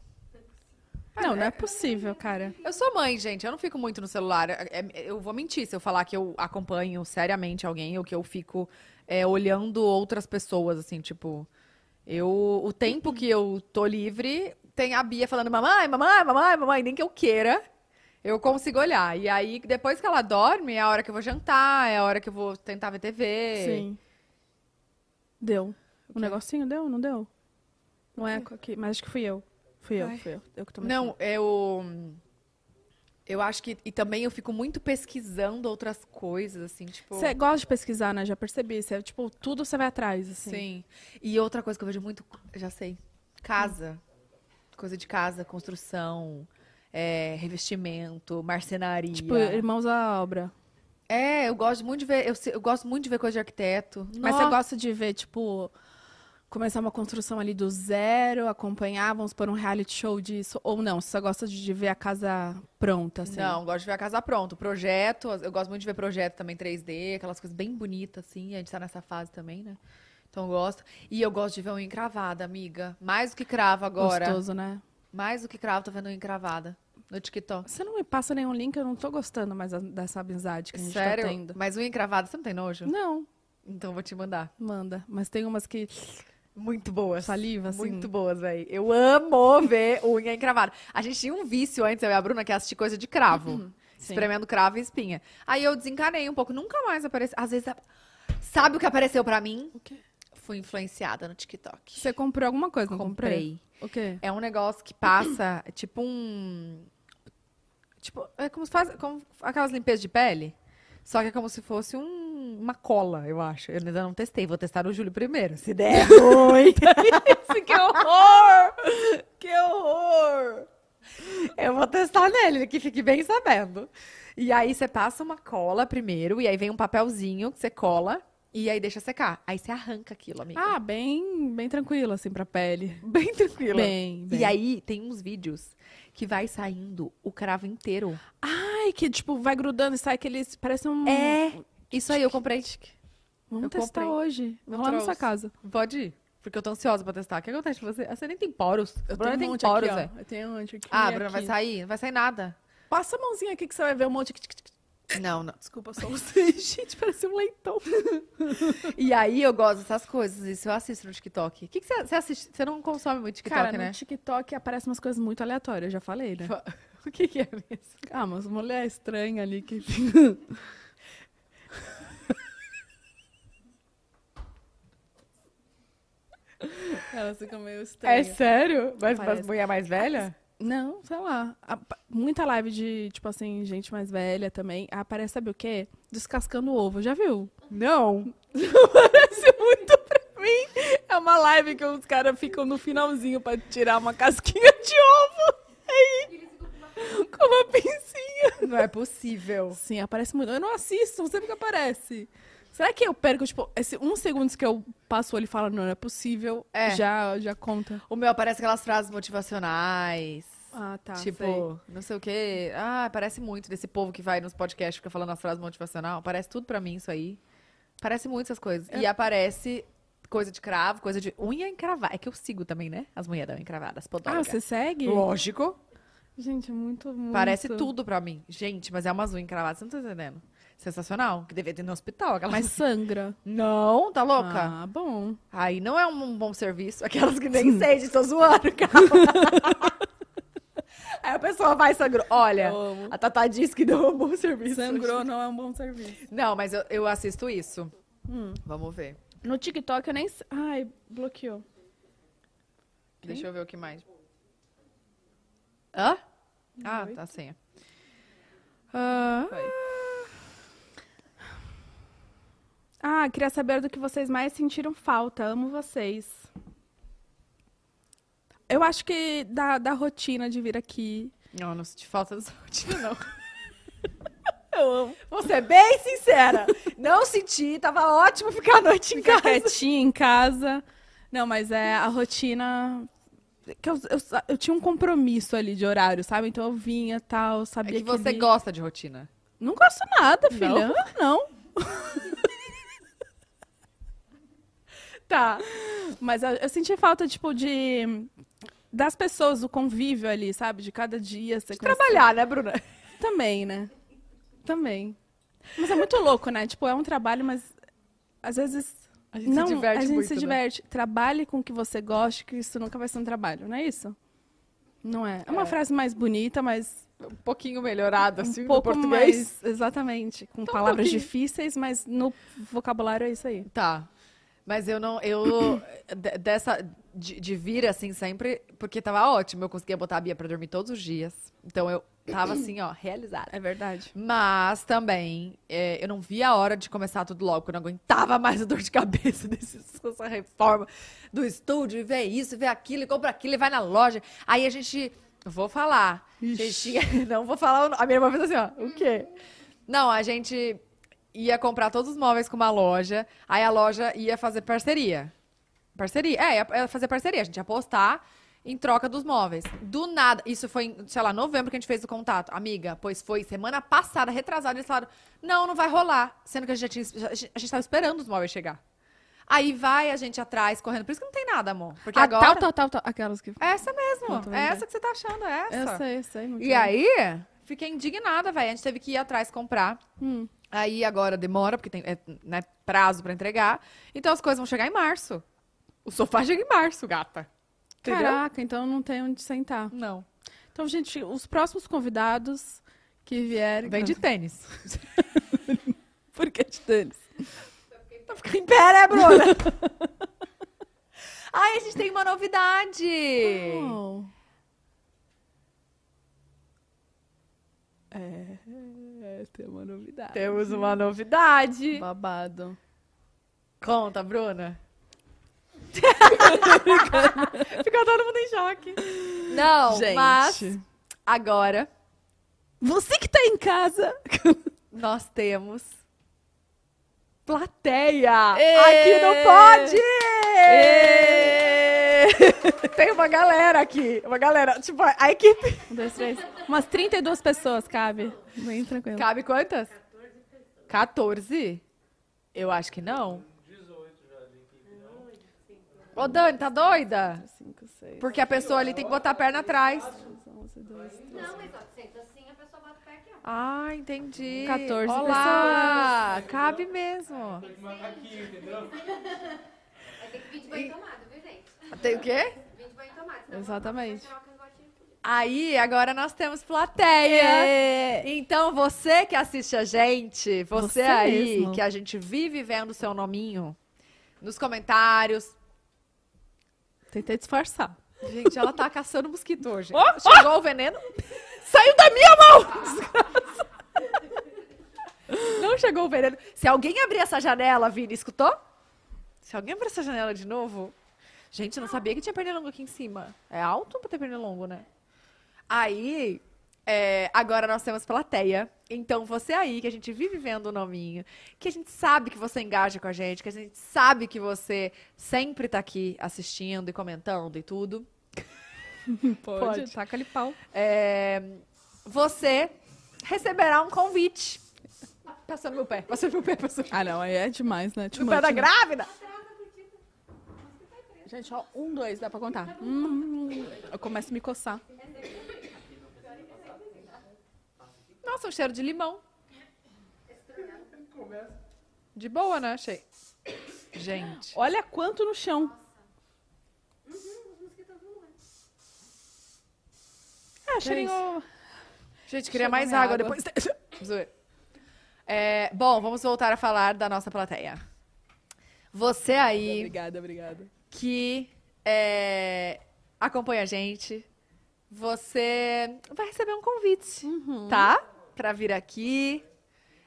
S1: Não, não é possível, cara.
S2: Eu sou mãe, gente. Eu não fico muito no celular. É- é- Eu vou mentir se eu falar que eu acompanho seriamente alguém ou que eu fico é, olhando outras pessoas, assim, tipo. Eu, o tempo que eu tô livre, tem a Bia falando mamãe, mamãe, mamãe, mamãe, nem que eu queira, eu consigo olhar. E aí, depois que ela dorme, é a hora que eu vou jantar, é a hora que eu vou tentar ver TV.
S1: Sim. Deu. O
S2: É. quê?
S1: negocinho deu? Não deu? Não é aqui, mas acho que fui eu. Fui eu, fui eu. Eu que tomei
S2: Não, eu. Eu acho que. E também eu fico muito pesquisando outras coisas, assim, tipo.
S1: Você gosta de pesquisar, né? Já percebi. Você, tipo, tudo você vai atrás, assim.
S2: Sim. E outra coisa que eu vejo muito, já sei, casa. Coisa de casa, construção, é, revestimento, marcenaria.
S1: Tipo, irmãos à obra.
S2: É, eu gosto muito de ver, eu, se- eu gosto muito de ver coisa de arquiteto.
S1: Mas você
S2: Nossa,
S1: gosta de ver, tipo, começar uma construção ali do zero, acompanhar, vamos pôr um reality show disso, ou não? Você só gosta de de ver a casa pronta, assim?
S2: Não, eu gosto de ver a casa pronta, o projeto, eu gosto muito de ver projeto também 3D, aquelas coisas bem bonitas assim, a gente tá nessa fase também, né? Então eu gosto. E eu gosto de ver unha encravada, amiga. Mais do que cravo agora.
S1: Gostoso, né?
S2: Mais do que cravo, tô vendo unha encravada no TikTok.
S1: Você não me passa nenhum link, eu não tô gostando mais a- dessa amizade que a gente
S2: Sério?
S1: tá tendo.
S2: Mas unha encravada, você não tem nojo?
S1: Não,
S2: Então eu vou te mandar.
S1: manda. Mas tem umas que.
S2: Muito boas.
S1: Saliva, assim.
S2: Muito boas, velho. Eu amo ver unha encravada. A gente tinha um vício antes, eu e a Bruna, que é assistir coisa de cravo.
S1: Uhum. sim.
S2: Espremendo cravo e espinha. Aí eu desencanei um pouco. Nunca mais apareceu. Às vezes... a- Sabe o que apareceu pra mim?
S1: O quê?
S2: Fui influenciada no TikTok.
S1: Você comprou alguma coisa, não comprei?
S2: Comprei.
S1: O quê?
S2: É um negócio que passa, é tipo um. Tipo, é como se faz. Como aquelas limpezas de pele. Só que é como se fosse um- uma cola, eu acho. Eu ainda não testei, vou testar no Júlio primeiro. Se der ruim.
S1: que horror! Que horror!
S2: Eu vou testar nele, que fique bem sabendo. E aí você passa uma cola primeiro, e aí vem um papelzinho que você cola, e aí deixa secar. Aí você arranca aquilo, amiga.
S1: Ah, bem, bem tranquilo, assim, pra pele.
S2: bem tranquilo.
S1: Bem, bem.
S2: E aí tem uns vídeos que vai saindo o cravo inteiro.
S1: Ai, que tipo, vai grudando e sai aqueles. Parece um.
S2: É, isso aí eu comprei.
S1: Vamos
S2: eu
S1: testar
S2: comprei.
S1: hoje. Vamos lá na
S2: trouxe.
S1: sua casa.
S2: Pode ir, porque eu tô ansiosa pra testar. O que acontece com você? Ah, Você nem tem poros. A Bruna tem
S1: aqui,
S2: poros,
S1: ó.
S2: é.
S1: Eu tenho um monte aqui.
S2: Ah,
S1: e
S2: Bruna, vai
S1: aqui.
S2: sair? Não vai sair nada.
S1: Passa a mãozinha aqui que você vai ver um monte. de-
S2: Não, não.
S1: Desculpa, eu só usei. Gente, parece um leitão.
S2: E aí eu gosto dessas coisas, isso eu assisto no TikTok. O que, que você, você assiste? Você não consome muito TikTok,
S1: Cara,
S2: né?
S1: no TikTok aparecem umas coisas muito aleatórias, eu já falei, né?
S2: O que, que é isso?
S1: Ah, mas mulher estranha ali que. Ela fica meio estranha.
S6: É sério? Mas
S1: Parece.
S6: as mulher mais velha?
S1: Não, sei lá. A- pa- Muita live de, tipo assim, gente mais velha também. Aparece, sabe o quê? Descascando o ovo, já viu?
S6: Não.
S1: Parece muito pra mim. É uma live que os caras ficam no finalzinho pra tirar uma casquinha de ovo. Aí, com uma pincinha.
S6: Não é possível.
S1: Sim, aparece muito. Eu não assisto, não sei porque aparece. Será que eu perco, tipo, esse um segundo que eu passo o olho e falo, não, não é possível,
S2: É.
S1: já, já conta.
S2: O meu aparece aquelas frases motivacionais.
S1: Ah, tá.
S2: tipo, não sei o quê. Ah, parece muito desse povo que vai nos podcasts fica falando as frases motivacional. Parece tudo pra mim isso aí. Parece muito essas coisas. E aparece coisa de cravo, coisa de unha encravada. É que eu sigo também, né? As mulheres dão encravadas,
S1: Ah,
S2: podólogas.
S1: você segue?
S6: Lógico.
S1: Gente, é muito, muito.
S2: Parece tudo pra mim. Gente, mas é uma unha encravada, você não tá entendendo. Sensacional. Que devia ter no hospital. Aquela...
S1: Mas sangra.
S2: Não, tá louca?
S1: Ah, bom.
S2: Aí não é um bom serviço. Aquelas que nem sede, tô zoando, calma. Aí a pessoa vai e sangrou. Olha,
S1: Eu amo.
S2: a Tatá disse que não é um bom serviço.
S1: Sangrou não é um bom serviço.
S2: Não, mas eu, eu assisto isso.
S1: Hum.
S2: Vamos ver.
S1: No TikTok eu nem. s- Ai, bloqueou.
S2: Deixa eu ver o que mais. Hã? Ah,
S1: Oi.
S2: tá a senha.
S1: Ah, queria saber do que vocês mais sentiram falta. Amo vocês. Eu acho que da, da rotina de vir aqui.
S2: Não, não senti falta dos últimos, não.
S1: Eu amo.
S2: Vou ser é bem sincera. Não senti, tava ótimo ficar a noite em
S1: Ficar
S2: casa.
S1: quietinha em casa. Não, mas é a rotina. Que eu, eu, eu tinha um compromisso ali de horário, sabe? Então eu vinha tal,
S2: É
S1: sabia
S2: que você
S1: vinha.
S2: gosta de rotina.
S1: Não gosto nada, filha. Ah, Não. tá. Mas eu, eu senti falta, tipo, de. Das pessoas, do convívio ali, sabe? De cada dia. Você conhecer-
S2: Trabalhar, né, Bruna?
S1: Também, né? Também. Mas é muito louco, né? Tipo, é um trabalho, mas às vezes.
S2: A gente se
S1: não,
S2: diverte
S1: a gente
S2: muito,
S1: se
S2: né?
S1: diverte. Trabalhe com o que você goste, que isso nunca vai ser um trabalho, não é isso? Não é. É uma frase mais bonita, mas
S2: um pouquinho melhorado, assim,
S1: um
S2: no
S1: pouco
S2: português. Então, um
S1: mais, exatamente, com palavras
S2: pouquinho.
S1: difíceis, mas no vocabulário é isso aí.
S2: Tá. Mas eu não, eu, de- dessa, de, de vir assim sempre, porque tava ótimo, eu conseguia botar a Bia pra dormir todos os dias. Então eu tava assim, ó, realizada.
S1: É verdade.
S2: Mas também, é, eu não via a hora de começar tudo logo, porque eu não aguentava mais a dor de cabeça desse- dessa reforma do estúdio, e vê isso, e vê aquilo, e compra aquilo, e vai na loja. Aí a gente, vou falar, a gente tinha- não vou falar, o no- a minha irmã fez assim,
S1: Ah,
S2: ó, o quê? Não, a gente ia comprar todos os móveis com uma loja, aí a loja ia fazer parceria. Parceria, é, ia- ia fazer parceria, a gente ia apostar em troca dos móveis. Do nada, isso foi, em, sei lá, novembro que a gente fez o contato. Amiga, pois foi semana passada, retrasada, eles falaram, não, não vai rolar. Sendo que a gente já tinha, já- a gente estava esperando os móveis chegar. Aí vai a gente atrás correndo. Por isso que não tem nada, amor. Porque
S1: Ah,
S2: agora.
S1: Tal, tal, tal, tal. Aquelas que.
S2: É Essa mesmo.
S1: Não, tô
S2: É
S1: lembrando.
S2: essa que você tá achando, é essa.
S1: Eu sei, eu sei. Muito
S2: E
S1: bem.
S2: aí, fiquei indignada, velho. A gente teve que ir atrás comprar.
S1: Hum.
S2: Aí agora demora, porque tem é, né, prazo pra entregar. Então as coisas vão chegar em março. O sofá chega em março, gata. Entendeu?
S1: Caraca, então não tem onde sentar.
S2: Não.
S1: Então, gente, os próximos convidados que vierem.
S2: Vem de é tênis.
S1: Por que de tênis?
S2: Tá ficando em pé, né, Bruna? Ai, a gente tem uma novidade. Hum.
S1: Oh. É, tem uma novidade.
S2: Temos uma novidade.
S1: Babado.
S2: Conta, Bruna. Fica todo mundo em choque. Não,
S1: Gente.
S2: mas agora
S1: Você que tá em casa.
S2: nós temos plateia
S1: Ê!
S2: aqui no Pod! Tem uma galera aqui, uma galera, tipo, a equipe...
S1: Um, dois, três. Umas 32 pessoas cabe. Bem tranquilo.
S2: Cabe quantas? 14? Eu acho que não. 18 já. Ô, Dani, tá doida?
S1: 5, 6,
S2: Porque a pessoa ali tem que botar a perna atrás.
S1: 11, 12.
S5: Não, mas ó, senta assim, a pessoa bota o pé aqui, ó.
S2: Ah, entendi.
S1: 14
S2: Olá, cabe mesmo.
S5: Aí tem que vir de banho tomado, viu, gente?
S2: Tem o quê?
S5: Vir de banho tomado. senão
S1: Exatamente.
S5: vai tirar o cangote e tudo.
S2: Aí, agora nós temos plateia. Então, você que assiste a gente, você,
S1: Você
S2: aí
S1: mesmo.
S2: que a gente vive vendo o seu nominho nos comentários.
S1: Tentei disfarçar.
S2: Gente, ela tá caçando mosquito hoje. Chegou o veneno?
S1: Saiu da minha mão!
S2: Não chegou o veneno. Se alguém abrir essa janela, Vini, escutou? Se alguém abrir essa janela de novo. Gente, eu não sabia que tinha pernilongo aqui em cima. É alto pra ter pernilongo, né? Aí, é, agora nós temos plateia. Então, você aí, que a gente vive vendo o nominho, que a gente sabe que você engaja com a gente, que a gente sabe que você sempre tá aqui assistindo e comentando e tudo.
S1: Pode,
S2: Pode.
S1: taca ali pau.
S2: É, você receberá um convite. Passou no meu pé, passou no meu pé, passou no
S1: Ah, não, aí é demais, né?
S2: meu pé da grávida.
S1: Gente, ó, um, dois, dá pra contar. Hum, eu começo a me coçar.
S2: Nossa, um cheiro de limão. De boa, né? Achei. Gente.
S1: Olha quanto no chão. Ah, cheirinho.
S2: Gente,
S1: Chegou
S2: queria mais
S1: minha
S2: água,
S1: água.
S2: depois. Zoeira. É, bom, vamos voltar a falar da nossa plateia. Você aí
S1: Obrigada, obrigada.
S2: que é, acompanha a gente, você vai receber um convite, tá? Pra vir aqui,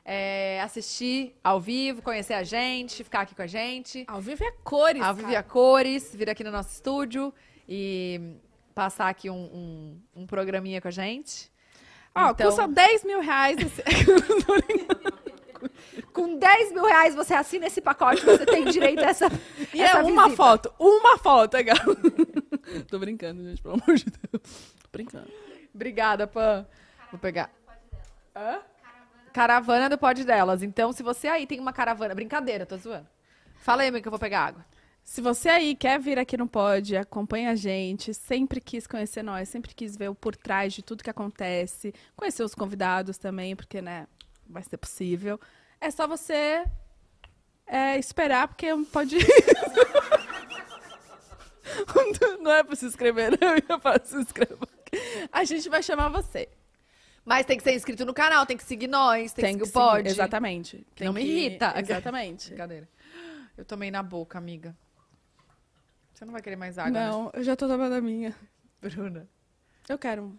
S2: é, assistir ao vivo, conhecer a gente, ficar aqui com a gente.
S1: Ao vivo é cores.
S2: A Vivi a Cores, vir aqui no nosso estúdio e passar aqui um, um, um programinha com a gente.
S1: Ó,
S2: Então-
S1: custa 10 mil reais. esse-
S2: Com 10 mil reais você assina esse pacote, você tem direito a essa.
S1: E
S2: essa
S1: é uma
S2: visita.
S1: foto. Uma foto, legal. Tô brincando, gente, pelo amor de Deus. Tô brincando.
S2: Obrigada, Pan. Vou pegar. Hã? Caravana do pod delas. Então, se você aí tem uma caravana. Brincadeira, tô zoando. Fala aí, amiga, que eu vou pegar água.
S1: Se você aí quer vir aqui no Pod, acompanha a gente, sempre quis conhecer nós, sempre quis ver o por trás de tudo que acontece, conhecer os convidados também, porque, né, vai ser possível. É só você é, esperar, porque um pode. não é pra se inscrever, não, eu ia falar se inscreva. A gente vai chamar você.
S2: Mas tem que ser inscrito no canal, tem que seguir nós, tem, que seguir o
S1: seguir-
S2: pod.
S1: Exatamente. Tem
S2: não me irrita.
S1: Exatamente.
S2: Brincadeira. Eu tomei na boca, amiga. Você não vai querer mais água, né?
S1: Não, eu já tô tomando a minha.
S2: Bruna.
S1: Eu quero. um.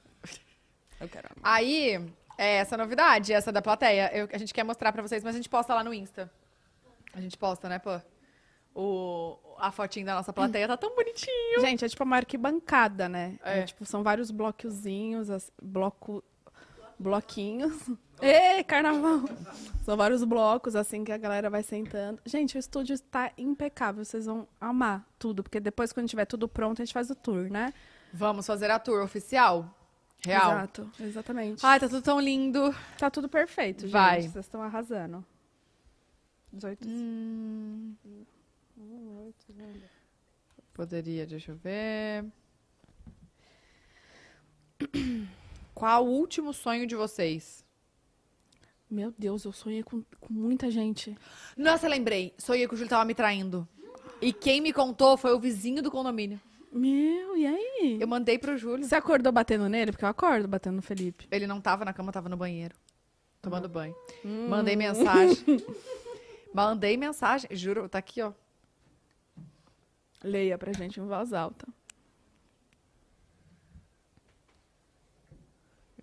S1: Eu quero. uma.
S2: Aí, é essa novidade, essa da plateia, eu- a gente quer mostrar pra vocês, mas a gente posta lá no Insta. A gente posta, né, pô? O, a fotinha da nossa plateia tá tão bonitinho.
S1: Gente, é tipo uma arquibancada, né? É,
S2: É.
S1: tipo, são vários bloquiozinhos, as- bloco... bloquinhos. Ê, carnaval! São vários blocos, assim, que a galera vai sentando. Gente, o estúdio está impecável, vocês vão amar tudo, porque depois, quando tiver tudo pronto, a gente faz o tour, né?
S2: Vamos fazer a tour oficial? Real.
S1: Exato, exatamente.
S2: Ai, tá tudo tão lindo.
S1: Tá tudo perfeito, gente.
S2: Vai.
S1: Vocês estão arrasando. 18.
S2: Poderia, deixa eu ver. Qual o último sonho de vocês?
S1: Meu Deus, eu sonhei com, com muita gente.
S2: Nossa, lembrei. Sonhei que o Júlio tava me traindo. E quem me contou foi o vizinho do condomínio.
S1: Meu, e aí?
S2: Eu mandei pro Júlio.
S1: Você acordou batendo nele? Porque eu acordo batendo no Felipe.
S2: Ele não tava na cama, tava no banheiro. Tomando banho. Mandei mensagem. Mandei mensagem. Juro, tá aqui, ó.
S1: Leia pra gente em voz alta.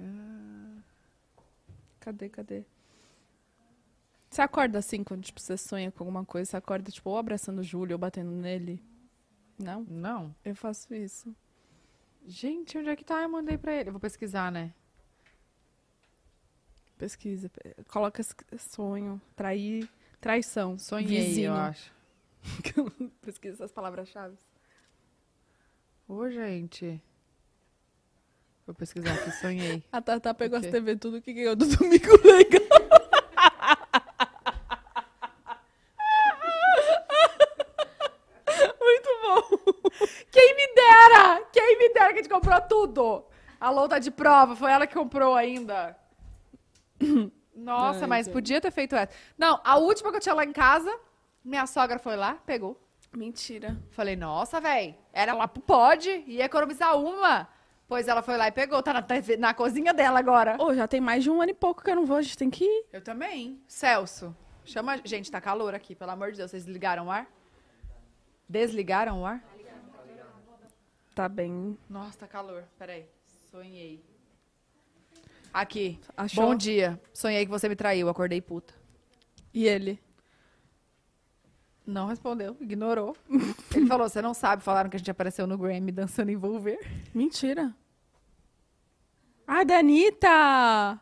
S1: Ah, Cadê, cadê? Você acorda assim quando tipo, você sonha com alguma coisa? Você acorda, tipo, ou abraçando o Júlio ou batendo nele? Não?
S2: Não.
S1: Eu faço isso.
S2: Gente, onde é que tá? Eu mandei pra ele. Eu vou pesquisar, né?
S1: Pesquisa. pe- Coloca s- sonho. Trair. Traição.
S2: Sonhei,
S1: vizinho.
S2: eu acho.
S1: Pesquisa essas palavras-chave.
S2: Ô, gente. Vou pesquisar aqui, sonhei.
S1: A Tatá pegou
S2: Ok.
S1: as TV tudo que ganhou do domingo legal. Muito bom.
S2: Quem me dera! Quem me dera que a gente comprou tudo! A Lou tá de prova, foi ela que comprou ainda. Nossa,
S1: Ai,
S2: mas
S1: gente.
S2: podia ter feito essa. Não, a última que eu tinha lá em casa, minha sogra foi lá, pegou.
S1: Mentira.
S2: Falei, nossa, véi, era lá pro pod, ia economizar uma. Pois ela foi lá e pegou, tá na, TV na cozinha dela agora.
S1: Ô, já tem mais de um ano e pouco que eu não vou, a gente tem que ir.
S2: Eu também. Celso, chama. Gente, tá calor aqui, pelo amor de Deus. Vocês ligaram o ar? Desligaram o ar?
S1: Tá bem.
S2: Nossa, tá calor. Peraí. Sonhei. Aqui.
S1: Achou?
S2: Bom dia. Sonhei que você me traiu. Acordei puta.
S1: E ele?
S2: Não respondeu. Ignorou. Ele falou, você não sabe. Falaram que a gente apareceu no Grammy dançando Envolver.
S1: Mentira. Ai, da Anitta!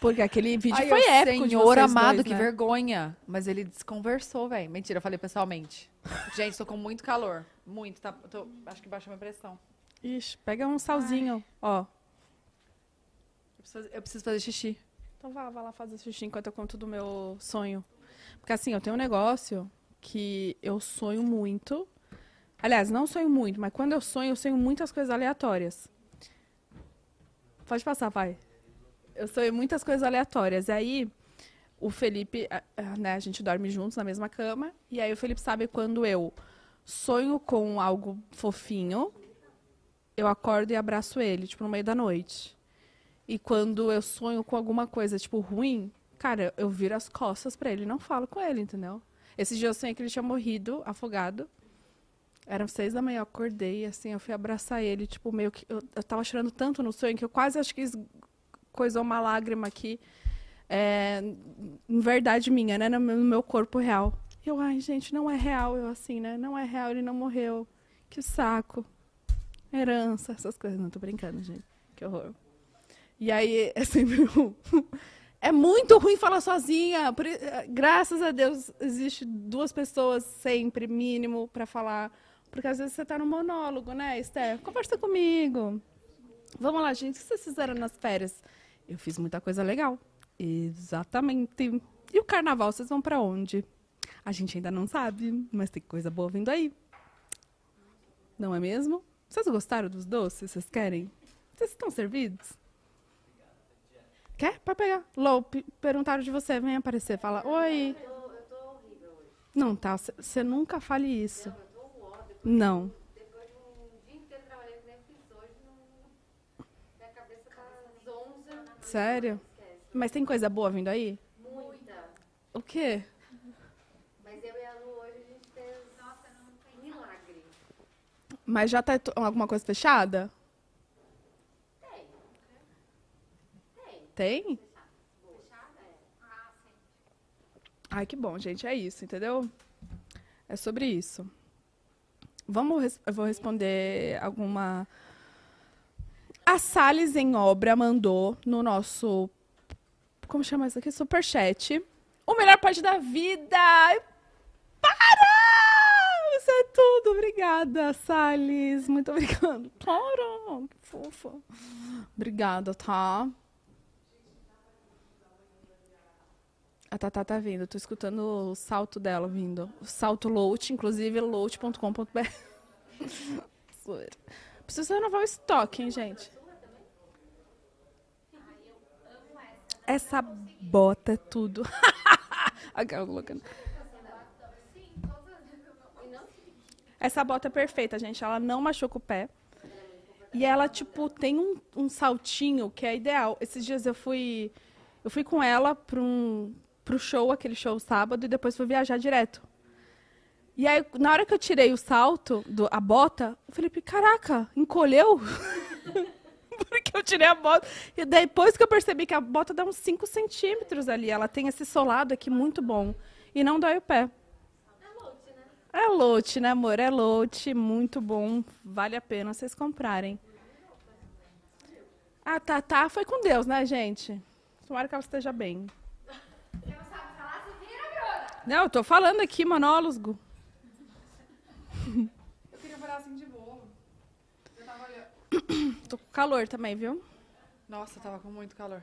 S1: Porque aquele vídeo
S2: Ai,
S1: foi
S2: eu-
S1: épico de
S2: Senhor
S1: vocês
S2: amado,
S1: dois,
S2: que
S1: né?
S2: vergonha. Mas ele desconversou, velho. Mentira, eu falei pessoalmente. gente, tô com muito calor. Muito. Tá, tô- acho que baixou minha pressão.
S1: Ixi, pega um salzinho, ó.
S2: Eu preciso fazer- eu preciso fazer xixi.
S1: Então vá, vá lá fazer xixi enquanto eu conto do meu sonho. Porque assim, eu tenho um negócio que eu sonho muito. Aliás, não sonho muito, mas quando eu sonho, eu sonho muitas coisas aleatórias. Pode passar, vai. Eu sonho muitas coisas aleatórias. E aí, o Felipe, a- a- né, a gente dorme juntos na mesma cama. E aí o Felipe sabe quando eu sonho com algo fofinho, eu acordo e abraço ele, tipo, no meio da noite. E quando eu sonho com alguma coisa, tipo, ruim, cara, eu viro as costas pra ele, não falo com ele, entendeu? Esse dia eu sonhei que ele tinha morrido, afogado. Eram seis da manhã, eu acordei, assim, eu fui abraçar ele, tipo, meio que. Eu, eu tava chorando tanto no sonho que eu quase acho que es- coisou uma lágrima aqui. É, em verdade minha, né? No meu, no meu corpo real. Eu, ai, gente, não é real, eu assim, né? Não é real, ele não morreu. Que saco. Herança, essas coisas. Não, tô brincando, gente. Que horror. E aí é sempre um. É muito ruim falar sozinha. Por i- eh, Graças a Deus existe duas pessoas sempre, mínimo, pra falar. Porque às vezes você tá no monólogo, né, Esther? Conversa comigo. Vamos lá, gente. O que vocês fizeram nas férias? Eu fiz muita coisa legal. Exatamente. E o carnaval, vocês vão pra onde? A gente ainda não sabe, mas tem coisa boa vindo aí. Não é mesmo? Vocês gostaram dos doces? Vocês querem? Vocês estão servidos? Quer? Pode pegar. Lou, pe- perguntaram de você. Vem aparecer. Fala, oi. Não, tá. Você nunca fale isso. Não.
S5: Depois de um dia inteiro trabalhando que nem fiz hoje, não... minha cabeça tá zonza.
S1: Sério? Mas tem coisa boa vindo aí?
S5: Muita.
S1: O quê?
S5: Mas eu e a Lu hoje a gente fez. Nossa, não tem milagre.
S1: Mas já tá to- alguma coisa fechada?
S5: Tem. Tem.
S1: Tem?
S5: Fechada? É. Ah, sim.
S1: Ai, que bom, gente. É isso, entendeu? É sobre isso. Vamos, res- eu vou responder alguma. A Salles em obra mandou no nosso. Como chama isso aqui? Superchat. O melhor parte da vida! Para! Isso é tudo! Obrigada, Salles. Muito obrigada. Claro! Que fofa. Obrigada, tá? A Tatá tá vindo, tô escutando o salto dela vindo. O salto Lout, inclusive, lout.com.br. Zoeira. Preciso renovar o estoque, hein, gente? Essa bota é tudo. A cara do Logan. Essa bota é perfeita, gente. Ela não machuca o pé. E ela, tipo, tem um, um saltinho que é ideal. Esses dias eu fui. Eu fui com ela para um pro show, aquele show sábado, e depois fui viajar direto. E aí, na hora que eu tirei o salto, do, a bota, o Felipe, caraca, encolheu? Porque eu tirei a bota. E depois que eu percebi que a bota dá uns 5 centímetros ali. Ela tem esse solado aqui muito bom. E não dói o pé. É lote, né, amor? É lote, muito bom. Vale a pena vocês comprarem. Ah, tá, tá. Foi com Deus, né, gente? Tomara que ela esteja bem.
S5: Você não sabe falar, você vira, Bruna.
S1: Não, eu tô falando aqui, monólogo.
S7: Eu queria morar assim de boa. Eu tava olhando.
S1: Tô com calor também, viu?
S2: Nossa, tava com muito calor.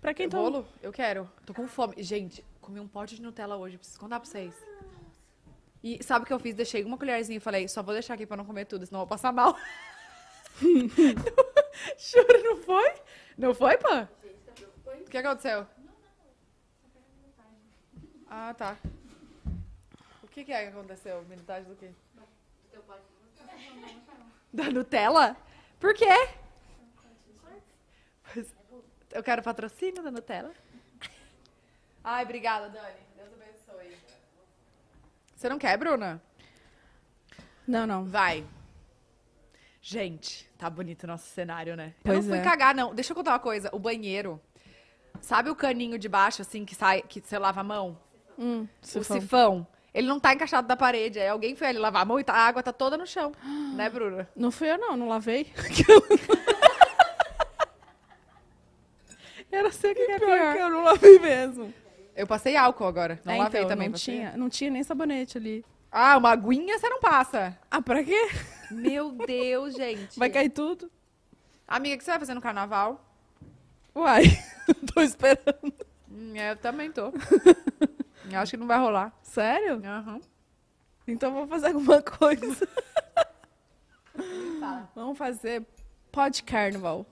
S1: Pra quem tá.
S2: Bolo? Eu quero. Tô com fome. Gente, comi um pote de Nutella hoje, preciso contar pra vocês. E sabe o que eu fiz? Deixei uma colherzinha e falei, só vou deixar aqui pra não comer tudo, senão eu vou passar mal. Não, juro, não foi? Não foi, pã? O que aconteceu? Ah, tá. O que, que é que aconteceu? Militagem do quê? Da Nutella? Por quê? Pois- Eu quero patrocínio da Nutella. Ai, obrigada, Dani. Deus abençoe. Você não quer, Bruna?
S1: Não, não.
S2: Vai. Gente, tá bonito o nosso cenário, né? eu
S1: Pois
S2: não fui
S1: é.
S2: cagar, não. Deixa eu contar uma coisa. O banheiro. Sabe o caninho de baixo, assim, que sai, que você lava a mão?
S1: Hum,
S2: o
S1: sifão.
S2: sifão. Ele não tá encaixado na parede. Aí alguém foi ali lavar a mão e tá- a água tá toda no chão. né, Bruna?
S1: Não fui eu, não, não lavei. eu não sei o que, que é pior. que eu não lavei mesmo.
S2: Eu passei álcool agora. Não
S1: é,
S2: lavei
S1: então,
S2: também.
S1: não
S2: passei.
S1: tinha, não tinha nem sabonete ali.
S2: Ah, uma aguinha você não passa.
S1: Ah, pra quê?
S2: Meu Deus, gente.
S1: Vai cair tudo?
S2: Amiga, o que você vai fazer no carnaval?
S1: Uai, tô esperando.
S2: Hum, eu também tô. Eu acho que não vai rolar.
S1: Sério?
S2: Aham.
S1: Então vou fazer alguma coisa.
S2: Tá.
S1: Vamos fazer pod carnival.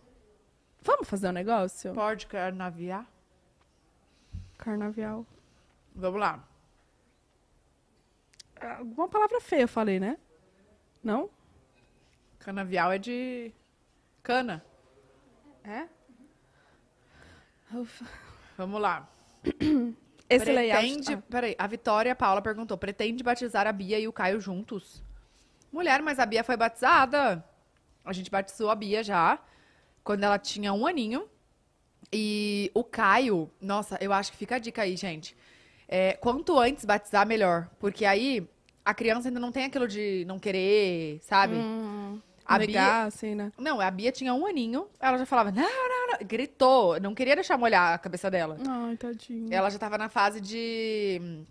S1: Vamos fazer um negócio?
S2: Pode carnaviar?
S1: Carnaval.
S2: Vamos lá.
S1: Alguma palavra feia eu falei, né? Não?
S2: Canavial é de cana.
S1: É?
S2: Vamos lá.
S1: Esse
S2: pretende...
S1: layout. tá.
S2: Peraí, a Vitória Paula perguntou. Pretende batizar a Bia e o Caio juntos? Mulher, mas a Bia foi batizada. A gente batizou a Bia já, quando ela tinha um aninho. E o Caio, nossa, eu acho que fica a dica aí, gente. É, quanto antes batizar, melhor. Porque aí a criança ainda não tem aquilo de não querer, sabe?
S1: Ah,
S2: a Bia,
S1: negar, assim, né?
S2: Não, a Bia tinha um aninho, ela já falava, não, não, não, gritou, não queria deixar molhar a cabeça dela.
S1: Ai, tadinho.
S2: Ela já tava na fase de.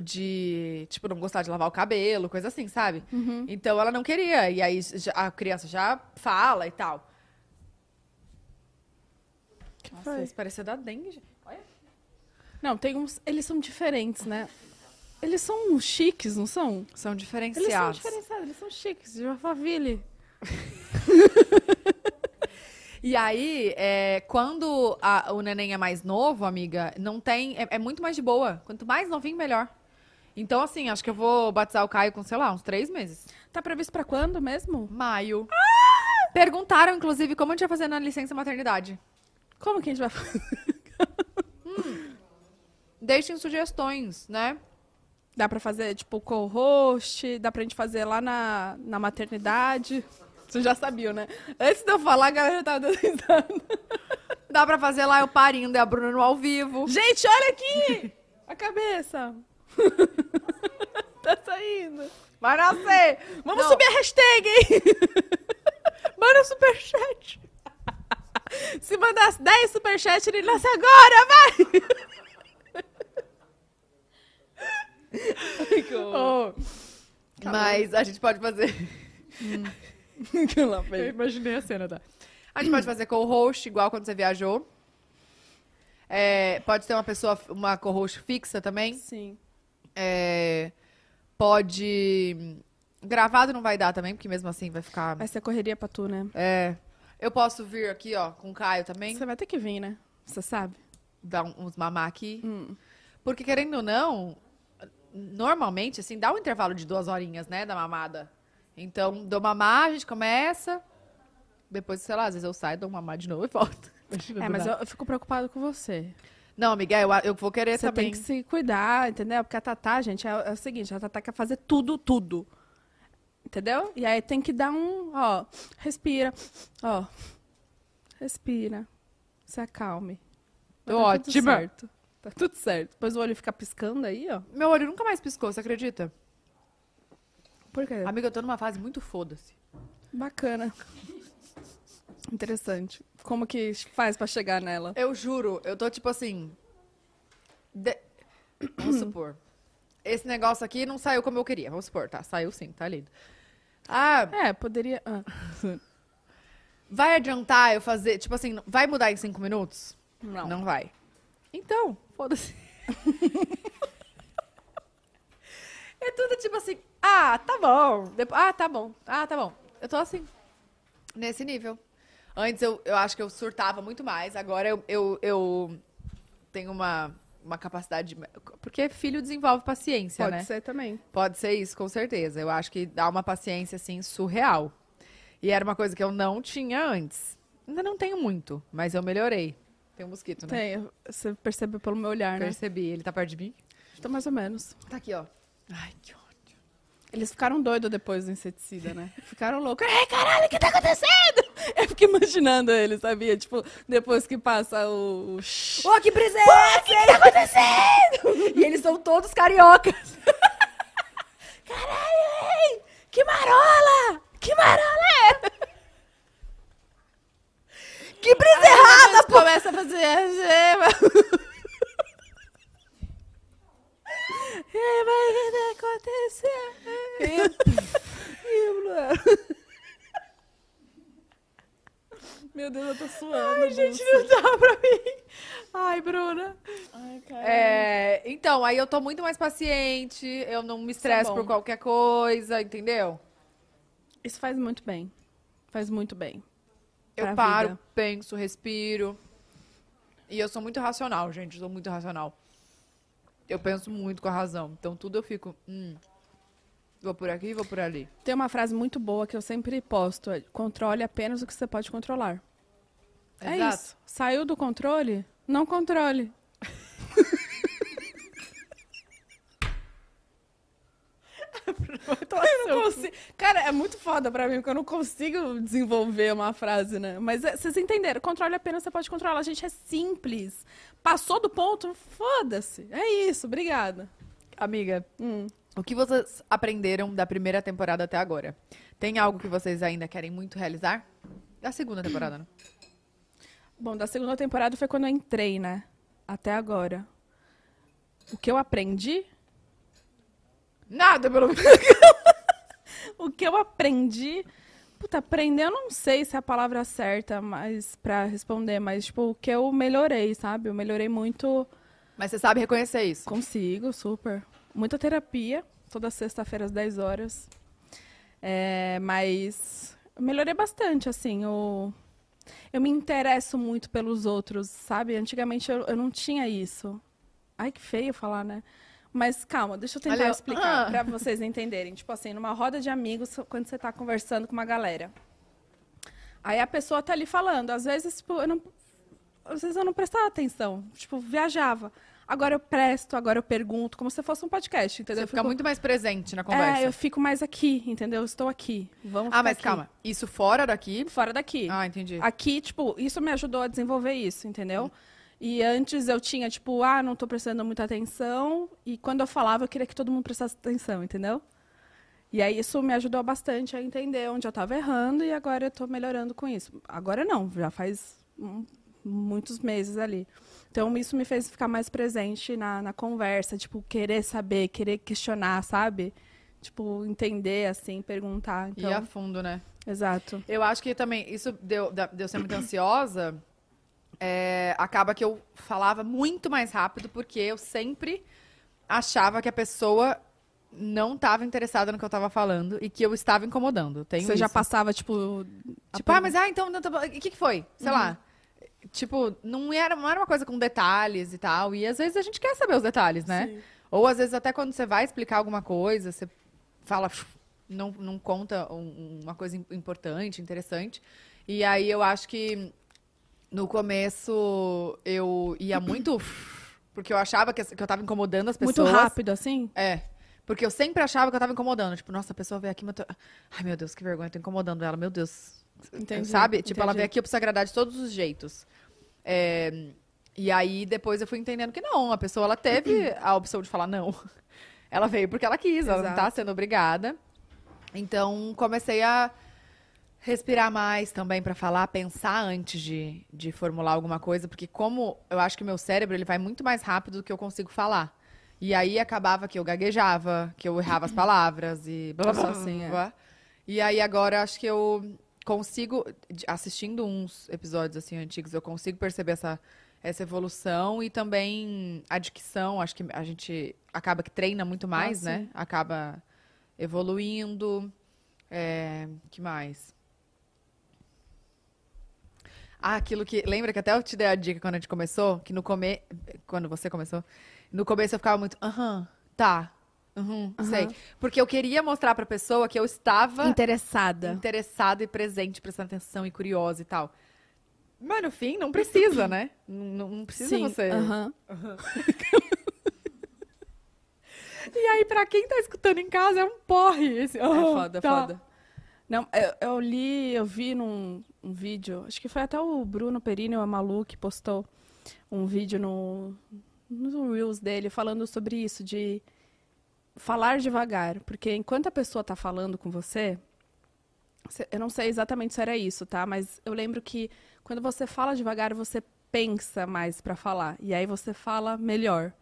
S2: de, tipo, não gostar de lavar o cabelo, coisa assim, sabe?
S1: Uhum.
S2: Então ela não queria, e aí já- a criança já fala e tal. Nossa,
S1: foi?
S2: isso parecia da dengue. Olha.
S1: Não, tem uns. Eles são diferentes, né? Eles são chiques, não são?
S2: São
S1: Eles são
S2: diferenciados.
S1: diferenciados, eles são chiques, de Alphaville.
S2: E aí, é, quando a- o neném é mais novo, amiga, não tem. É, é muito mais de boa. Quanto mais novinho, melhor. Então, assim, acho que eu vou batizar o Caio com, sei lá, uns três meses.
S1: Tá previsto pra quando mesmo?
S2: Maio. Perguntaram, inclusive, como a gente vai fazer na licença maternidade.
S1: Como que a gente vai fazer?
S2: Deixem sugestões, né?
S1: Dá pra fazer, tipo, co-host, dá pra gente fazer lá na, na maternidade. Vocês já sabiam, né? Antes de eu falar, a galera já tava dando risada.
S2: Dá pra fazer lá eu parindo e a Bruna no ao vivo.
S1: Gente, olha aqui! A cabeça! tá saindo.
S2: Vai nascer!
S1: Vamos
S2: Não.
S1: subir a hashtag, hein? Manda um superchat. Se mandasse 10 superchats, ele nasce agora, vai!
S2: Oh. Mas a gente pode fazer.
S1: Que lá,
S2: imaginei a cena, tá? A gente pode fazer co-host, igual quando você viajou. É, pode ter uma pessoa, uma co-host fixa também.
S1: Sim.
S2: É, pode. Gravado não vai dar também, porque mesmo assim vai ficar.
S1: Vai ser correria pra tu, né?
S2: É. Eu posso vir aqui, ó, com o Caio também,
S1: Você vai ter que vir, né? Você sabe?
S2: dar um- uns mamar aqui.
S1: Hum.
S2: Porque querendo ou não, normalmente, assim, dá um intervalo de duas horinhas, né, da mamada. Então, dou mamar, a gente começa. Depois, sei lá, às vezes eu saio, dou mamar de novo e volto. Imagina,
S1: É,
S2: do
S1: mas
S2: nada.
S1: eu, eu fico preocupado com você.
S2: Não, Miguel, eu, eu vou querer
S1: Você tem
S2: também.
S1: que se cuidar, entendeu? Porque a Tatá, gente, é, é o seguinte, a Tatá quer fazer tudo, tudo. Entendeu? E aí tem que dar um, ó, respira, ó. Respira. Se acalme. Mas
S2: Tô
S1: Tá tudo
S2: ótima.
S1: certo. Tá tudo certo. Depois o olho fica piscando aí, ó.
S2: Meu olho nunca mais piscou, você acredita?
S1: Por quê?
S2: Amiga, eu tô numa fase muito foda-se.
S1: Ah, Bacana. Interessante. Como que faz pra chegar nela?
S2: Eu juro, eu tô tipo assim. de- Vamos supor. Esse negócio aqui não saiu como eu queria. Vamos supor, tá? Saiu sim, tá lindo. Ah,
S1: É, poderia. ah,
S2: vai adiantar eu fazer. Tipo assim, vai mudar em cinco minutos?
S1: não.
S2: Não vai. Então, foda-se. é tudo tipo assim, ah, tá bom. Depo- ah, tá bom. Ah, tá bom. Eu tô assim, nesse nível. Antes eu, eu acho que eu surtava muito mais, agora eu, eu, eu tenho uma, uma capacidade. de- Porque filho desenvolve paciência,
S1: Pode
S2: né?
S1: ser também.
S2: Pode ser isso, com certeza. Eu acho que dá uma paciência, assim, surreal. E era uma coisa que eu não tinha antes. Ainda não tenho muito, mas eu melhorei. Tem um mosquito, né?
S1: Tem, você percebeu pelo meu olhar, né?
S2: Percebi. Ele tá perto de mim?
S1: Então, mais ou menos.
S2: Tá aqui, ó. Ai, que ódio.
S1: Eles ficaram doidos depois do inseticida, né? Ficaram loucos. Ei, caralho, o que tá acontecendo? Eu fiquei imaginando ele, sabia? Tipo, depois que passa o. o shhh.
S2: Ô, que brisa O que, tá acontecendo? e eles são todos cariocas.
S1: Caralho, hein? Que marola! Que marola é?
S2: Que brisa errada, pô!
S1: Começa a fazer. "É, mas- É, mas o que tá acontecendo? Meu Deus, eu tô suando. Ai, gente,
S2: Não dá pra mim. Ai, Bruna.
S1: Ai, cara.
S2: É, então, aí eu tô muito mais paciente, eu não me estresso
S1: bom.
S2: por qualquer coisa, entendeu?
S1: Isso faz muito bem. Faz muito bem.
S2: Eu
S1: Pra
S2: paro,
S1: vida.
S2: penso, respiro. E eu sou muito racional, gente. Eu sou muito racional. Eu penso muito com a razão. Então tudo eu fico. hum, vou por aqui, vou por ali.
S1: Tem uma frase muito boa que eu sempre posto: é, controle apenas o que você pode controlar. É
S2: Exato.
S1: isso. Saiu do controle? Não controle. Eu não consigo. Cara, é muito foda pra mim, porque eu não consigo desenvolver uma frase, né? Mas é, vocês entenderam, controle apenas você pode controlar. Gente, é simples. Passou do ponto, foda-se. É isso, obrigada.
S2: Amiga,
S1: Hum.
S2: o que vocês aprenderam da primeira temporada até agora? Tem algo que vocês ainda querem muito realizar? Da segunda temporada, né?
S1: Bom, da segunda temporada foi quando eu entrei, né? Até agora. O que eu aprendi?
S2: Nada, pelo menos.
S1: O que eu aprendi? Puta, aprender eu não sei se é a palavra certa, mas para responder, mas tipo, o que eu melhorei, sabe? Eu melhorei muito,
S2: Mas você sabe reconhecer isso.
S1: consigo, super. Muita terapia, toda sexta-feira às 10 horas. É, mas eu melhorei bastante, assim, o eu me interesso muito pelos outros, sabe? Antigamente eu, eu não tinha isso. Ai, que feio falar, né? Mas calma, deixa eu tentar
S2: Olha, eu-
S1: explicar
S2: Ah.
S1: pra vocês entenderem. Tipo assim, numa roda de amigos, quando você tá conversando com uma galera. Aí a pessoa tá ali falando. Às vezes, tipo, eu não. Às vezes eu não prestava atenção. Tipo, viajava. Agora eu presto, agora eu pergunto, como se fosse um podcast, entendeu?
S2: Você
S1: Eu
S2: fica
S1: fico-
S2: muito mais presente na
S1: É,
S2: conversa.
S1: eu fico mais aqui, entendeu? Eu estou aqui. Vamos
S2: Ah,
S1: ficar
S2: mas
S1: aqui.
S2: calma. Isso fora daqui.
S1: Fora daqui.
S2: Ah, entendi.
S1: Aqui, tipo, isso me ajudou a desenvolver isso, entendeu? E antes eu tinha, tipo, ah, não tô prestando muita atenção. E quando eu falava, eu queria que todo mundo prestasse atenção, entendeu? E aí isso me ajudou bastante a entender onde eu tava errando e agora eu tô melhorando com isso. Agora não, já faz hum, muitos meses ali. Então isso me fez ficar mais presente na, na conversa, tipo, querer saber, querer questionar, sabe? Tipo, entender, assim, perguntar. Então,
S2: E a fundo, né?
S1: Exato.
S2: Eu acho que também isso deu, da- deu ser muito ansiosa. é, acaba que eu falava muito mais rápido, porque eu sempre achava que a pessoa não estava interessada no que eu estava falando e que eu estava incomodando. Eu Tenho
S1: Você já
S2: isso.
S1: passava, tipo. Uhum. a
S2: Tipo, ah,
S1: pergunta.
S2: mas ah, então. não tá bom. E o que, que foi? Sei lá. Tipo, não era, não era uma coisa com detalhes e tal. E às vezes a gente quer saber os detalhes, né?
S1: Sim.
S2: Ou às vezes até quando você vai explicar alguma coisa, você fala, "Pff", não, não conta um- uma coisa im- importante, interessante. E aí eu acho que no começo eu ia muito. "Pff", Porque eu achava que, que eu tava incomodando as
S1: Muito
S2: pessoas.
S1: rápido, assim?
S2: É. Porque eu sempre achava que eu tava incomodando. Tipo, nossa, a pessoa veio aqui, mas eu tô... Ai, meu Deus, que vergonha, eu tô incomodando ela, meu Deus.
S1: Entendi,
S2: Sabe? Tipo, ela
S1: entendi.
S2: veio aqui, eu preciso agradar de todos os jeitos. É, E aí, depois eu fui entendendo que não. A pessoa, ela teve a opção de falar não. Ela veio porque ela quis, ela não tá sendo obrigada. Então, comecei a respirar mais também pra falar, pensar antes de, de formular alguma coisa, porque como eu acho que o meu cérebro ele vai muito mais rápido do que eu consigo falar. E aí acabava que eu gaguejava, que eu errava as palavras e blá blá blá. blá,
S1: Assim, é.
S2: blá. E aí agora acho que eu consigo de- assistindo uns episódios assim antigos, eu consigo perceber essa essa evolução e também a dicção, acho que a gente acaba que treina muito mais, né? Acaba evoluindo. É, que mais? Ah, aquilo que. Lembra que até eu te dei a dica quando a gente começou? Que no começo. Quando você começou? No começo eu ficava muito. Aham, tá. Uhum, sei. Porque eu queria mostrar pra pessoa que eu estava
S1: Interessada.
S2: interessada e presente, prestando atenção e curiosa e tal. Mas no fim, não precisa, né? Não, não precisa
S1: Sim.
S2: você.
S1: aham.
S2: E aí, pra quem tá escutando em casa, é um porre. Esse...
S4: É
S2: "Aham,
S4: foda,
S2: tá."
S4: foda.
S1: Não, eu, eu li, eu vi num um vídeo, acho que foi até o Bruno Perini ou a Malu que postou um vídeo no, no Reels dele falando sobre isso, de falar devagar. Porque enquanto a pessoa tá falando com você, cê- eu não sei exatamente se era isso, tá? Mas eu lembro que quando você fala devagar, você pensa mais pra falar. E aí você fala melhor.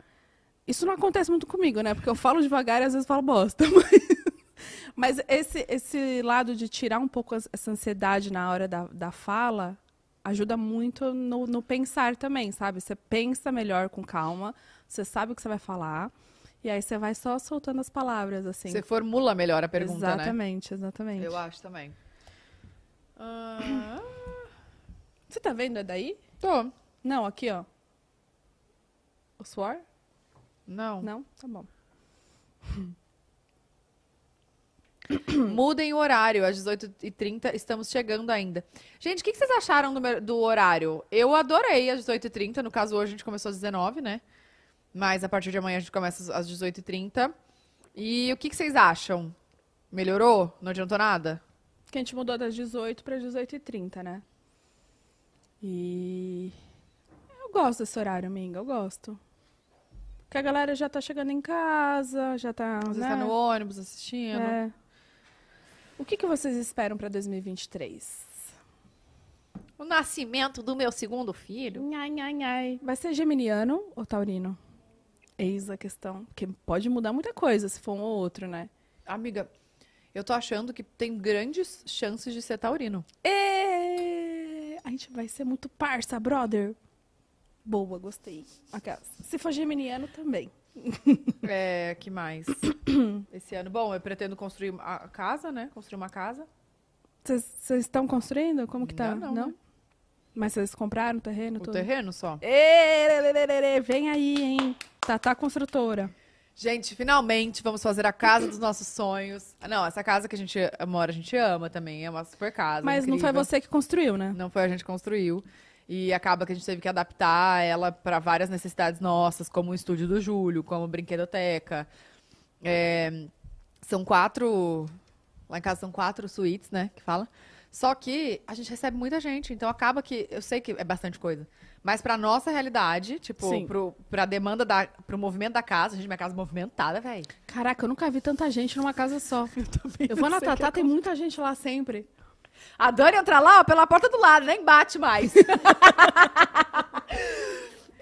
S1: Isso não acontece muito comigo, né? Porque eu falo devagar e às vezes falo bosta. Mas esse, esse lado de tirar um pouco as- essa ansiedade na hora da, da fala ajuda muito no, no pensar também, sabe? Você pensa melhor com calma, você sabe o que você vai falar, e aí você vai só soltando as palavras, assim.
S2: Você formula melhor a pergunta, né?
S1: exatamente, exatamente.
S2: Eu acho também.
S1: Você tá vendo é daí?
S2: Tô.
S1: Não, aqui, ó. O suor?
S2: Não.
S1: Não? Tá bom. Hum.
S2: Mudem o horário, às 18h30 estamos chegando ainda. Gente, o que, que vocês acharam do, meu- do horário? Eu adorei às 18h30, no caso hoje a gente começou às 19h, né? Mas a partir de amanhã a gente começa às 18h30. E o que, que vocês acham? Melhorou? Não adiantou nada?
S1: Que a gente mudou das 18 para 18h30, né? E. Eu gosto desse horário, Minga, eu gosto. Porque a galera já tá chegando em casa, já tá.
S2: Você
S1: né?
S2: está no ônibus assistindo?
S1: É. O que, que vocês esperam pra 2023?
S2: O nascimento do meu segundo filho?
S1: Nhai, nhai, nhai. Vai ser geminiano ou taurino? Eis a questão. Porque pode mudar muita coisa se for um ou outro, né?
S2: Amiga, eu tô achando que tem grandes chances de ser taurino.
S1: Ê! É, A gente vai ser muito parça, brother. Boa, gostei. Aquelas. Se for geminiano, também.
S2: É, que mais? Esse ano, bom, eu pretendo construir a casa, né? Construir uma casa.
S1: Vocês vocês estão construindo? Como que tá?
S2: Ainda não, né?
S1: Mas vocês compraram o terreno?
S2: O
S1: tudo?
S2: terreno só.
S1: Ê, lê, lê, lê, lê, lê, Vem aí, hein? Tatá Construtora.
S2: Gente, finalmente vamos fazer a casa dos nossos sonhos. Ah, Não, essa casa que a gente mora, a gente ama também. É uma super casa.
S1: Mas não foi
S2: incrível.
S1: você que construiu, né?
S2: Não foi a gente que construiu. E acaba que a gente teve que adaptar ela para várias necessidades nossas, como o estúdio do Júlio, como brinquedoteca. É, são quatro. Lá em casa são quatro suítes, né? Que fala. Só que a gente recebe muita gente, então acaba que. Eu sei que é bastante coisa. Mas pra nossa realidade, tipo,
S1: Sim.
S2: pro, pra demanda da. pro movimento da casa, gente, minha casa é movimentada, velho.
S1: Caraca, eu nunca vi tanta gente numa casa só. Eu também. vou na Tatá, tem muita gente lá sempre.
S2: A Dani entra lá, ó, pela porta do lado, nem bate mais.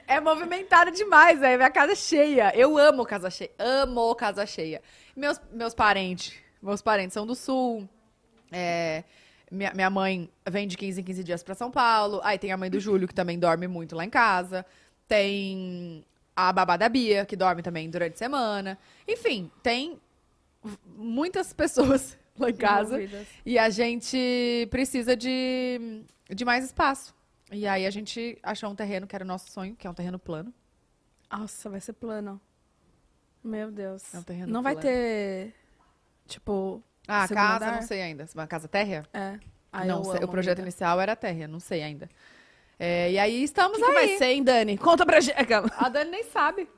S2: é movimentada demais, velho. Minha casa é cheia. Eu amo casa cheia. Amo casa cheia. Meus, meus parentes. Meus parentes são do sul. É, Minha, minha mãe vem de 15 em 15 dias pra São Paulo. Aí tem a mãe do Júlio, que também dorme muito lá em casa. Tem a babá da Bia, que dorme também durante a semana. Enfim, tem v- muitas pessoas lá em casa.
S1: Envolvidas.
S2: E a gente precisa de, de mais espaço. E aí a gente achou um terreno que era o nosso sonho, que é um terreno plano.
S1: Nossa, vai ser plano. Meu Deus.
S2: É um terreno
S1: Não vai
S2: plano.
S1: ter, tipo,
S2: Ah,
S1: Segundo
S2: casa,
S1: andar?
S2: não sei ainda. Uma casa térrea?
S1: é. Ai,
S2: não
S1: eu
S2: sei.
S1: amo,
S2: O projeto
S1: amiga.
S2: inicial era térrea, não sei ainda. É, e aí estamos
S1: O que
S2: aí.
S1: vai ser, hein, Dani? Conta pra gente. Aquela.
S2: A Dani nem sabe.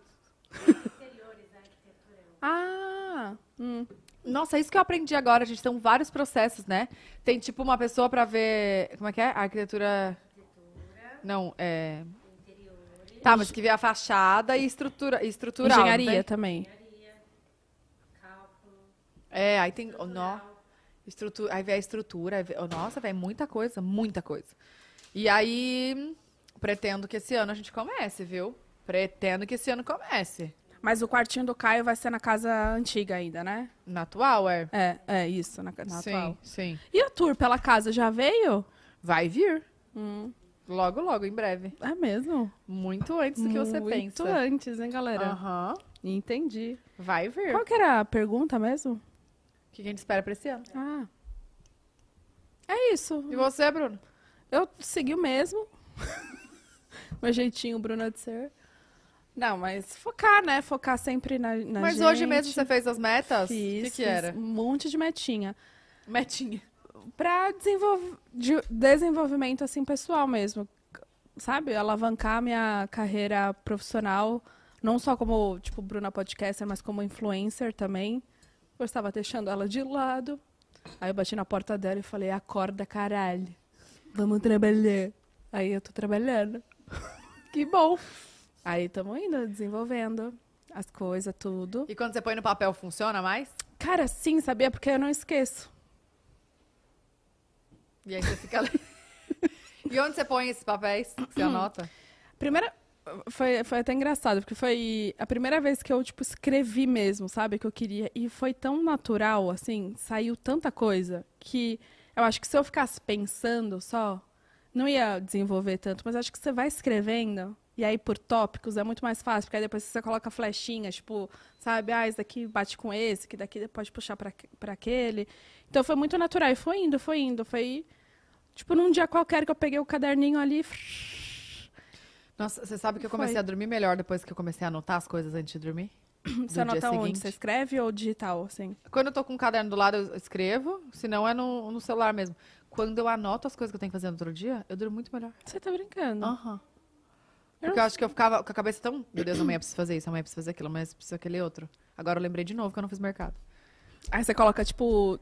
S1: Ah, hum.
S2: Nossa, é isso que eu aprendi agora. A gente tem vários processos, né? Tem tipo uma pessoa pra ver. Como é que é? A arquitetura. Não, é. Tá, mas que vê a fachada e estrutura, e estrutural. não
S1: engenharia
S2: tem?
S1: também.
S2: É, aí tem. Oh, nó. Estrutura, aí vê a estrutura. Aí vê, oh, nossa, velho, muita coisa, muita coisa. E aí, pretendo que esse ano a gente comece, viu? Pretendo que esse ano comece.
S1: Mas o quartinho do Caio vai ser na casa antiga ainda, né?
S2: Na atual, é?
S1: É, é isso, na, ca- na
S2: sim,
S1: atual.
S2: sim.
S1: E a tour pela casa já veio?
S2: Vai vir.
S1: Hum.
S2: Logo, logo, em breve.
S1: É mesmo.
S2: Muito antes do que você
S1: Muito
S2: pensa. Ah.
S1: antes, hein, galera?
S2: Aham.
S1: Entendi.
S2: Vai vir.
S1: Qual que era a pergunta mesmo?
S2: O que a gente espera pra esse ano?
S1: Ah. É isso.
S2: E você, Bruno?
S1: Eu segui o mesmo. Meu jeitinho, Bruna de ser. Não, mas focar, né? Focar sempre na, na
S2: Mas
S1: gente.
S2: hoje mesmo você fez as metas?
S1: Fiz,
S2: o que, que
S1: fiz
S2: era?
S1: um monte de metinha.
S2: Metinha.
S1: Pra desenvolv- de- desenvolvimento, assim, pessoal mesmo. Sabe? Alavancar minha carreira profissional, não só como, tipo, Bruna Podcaster, mas como influencer também. Eu estava deixando ela de lado. Aí eu bati na porta dela e falei, acorda, caralho. Vamos trabalhar. Aí eu tô trabalhando.
S2: Que bom.
S1: Aí estamos indo, desenvolvendo as coisas, tudo.
S2: E quando você põe no papel, funciona mais?
S1: Cara, sim, sabia? Porque eu não esqueço.
S2: E aí você fica. e onde você põe esses papéis que você anota?
S1: Primeira. Foi, foi até engraçado, porque foi a primeira vez que eu, tipo, escrevi mesmo, sabe? Que eu queria. E foi tão natural, assim, saiu tanta coisa que eu acho que se eu ficasse pensando só, não ia desenvolver tanto, mas acho que você vai escrevendo. E aí, por tópicos, é muito mais fácil, porque aí depois você coloca flechinhas, tipo, sabe, ah, esse daqui bate com esse, que daqui pode puxar pra pra aquele. Então foi muito natural, e foi indo, foi indo, foi. Tipo, num dia qualquer que eu peguei o caderninho ali.
S2: Nossa, você sabe que eu comecei
S1: Foi.
S2: a dormir melhor depois que eu comecei a anotar as coisas antes de dormir?
S1: Você
S2: do dia
S1: anota onde?
S2: seguinte.
S1: Você escreve ou digital, assim?
S2: Quando eu tô com o caderno do lado, eu escrevo, senão é no, no celular mesmo. Quando eu anoto as coisas que eu tenho que fazer no outro dia, eu durmo muito melhor.
S1: Você tá brincando.
S2: Aham. Porque eu acho que eu ficava com a cabeça tão. Meu Deus, amanhã eu preciso fazer isso, amanhã eu preciso fazer aquilo, amanhã eu preciso aquele outro. Agora eu lembrei de novo que eu não fiz mercado.
S1: Aí você coloca, tipo...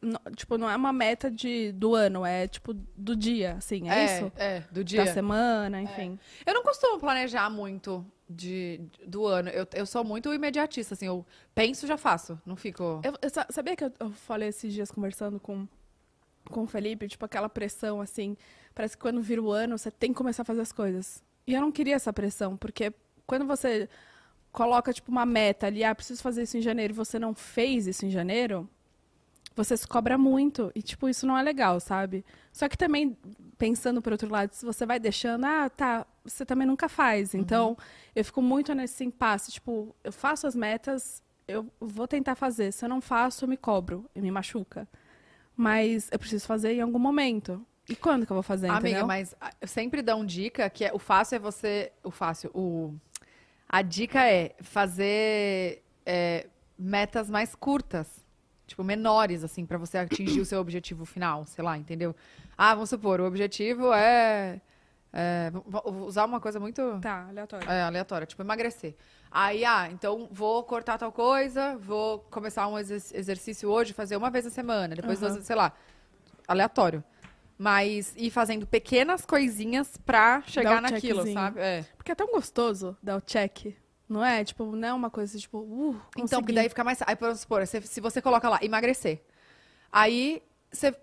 S1: no- tipo, não é uma meta de, do ano, é tipo do dia, assim, é, isso?
S2: É, do dia.
S1: Da semana, enfim.
S2: Eu não costumo planejar muito de, de- do ano. Eu, eu sou muito imediatista, assim. Eu penso, já faço. Não fico.
S1: Eu, eu sa- sabia que eu, eu falei esses dias conversando com, com o Felipe, tipo, aquela pressão, assim, parece que quando vira o ano, você tem que começar a fazer as coisas. E eu não queria essa pressão, porque quando você coloca, tipo, uma meta ali, ah, preciso fazer isso em janeiro, e você não fez isso em janeiro, você se cobra muito. E, tipo, isso não é legal, sabe? Só que também, pensando por outro lado, se você vai deixando, ah, tá, você também nunca faz.
S2: Uhum.
S1: Então, eu fico muito nesse impasse. Tipo, eu faço as metas, eu vou tentar fazer. Se eu não faço, eu me cobro e me machuca. Mas eu preciso fazer em algum momento. E quando que eu vou fazer,
S2: Amiga,
S1: entendeu?
S2: mas ah, eu sempre dou uma dica que é, o fácil é você. O fácil. O, a dica é fazer é, metas mais curtas. Tipo, menores, assim, pra você atingir o seu objetivo final, sei lá, entendeu? Ah, vamos supor, o objetivo é. é, vou- vou usar uma coisa muito.
S1: Tá, aleatório.
S2: É, aleatória, tipo emagrecer. Aí, ah, então vou cortar tal coisa, vou começar um exer- exercício hoje, fazer uma vez na semana, depois duas, sei lá. Aleatório. Mas ir fazendo pequenas coisinhas pra chegar
S1: um
S2: naquilo,
S1: checkzinho.
S2: sabe? É.
S1: Porque é tão gostoso dar o check, não é? Tipo, não é uma coisa tipo, uh,
S2: Então, porque
S1: consegui.
S2: daí fica mais. Aí, vamos supor, se, se você coloca lá, emagrecer. Aí, você.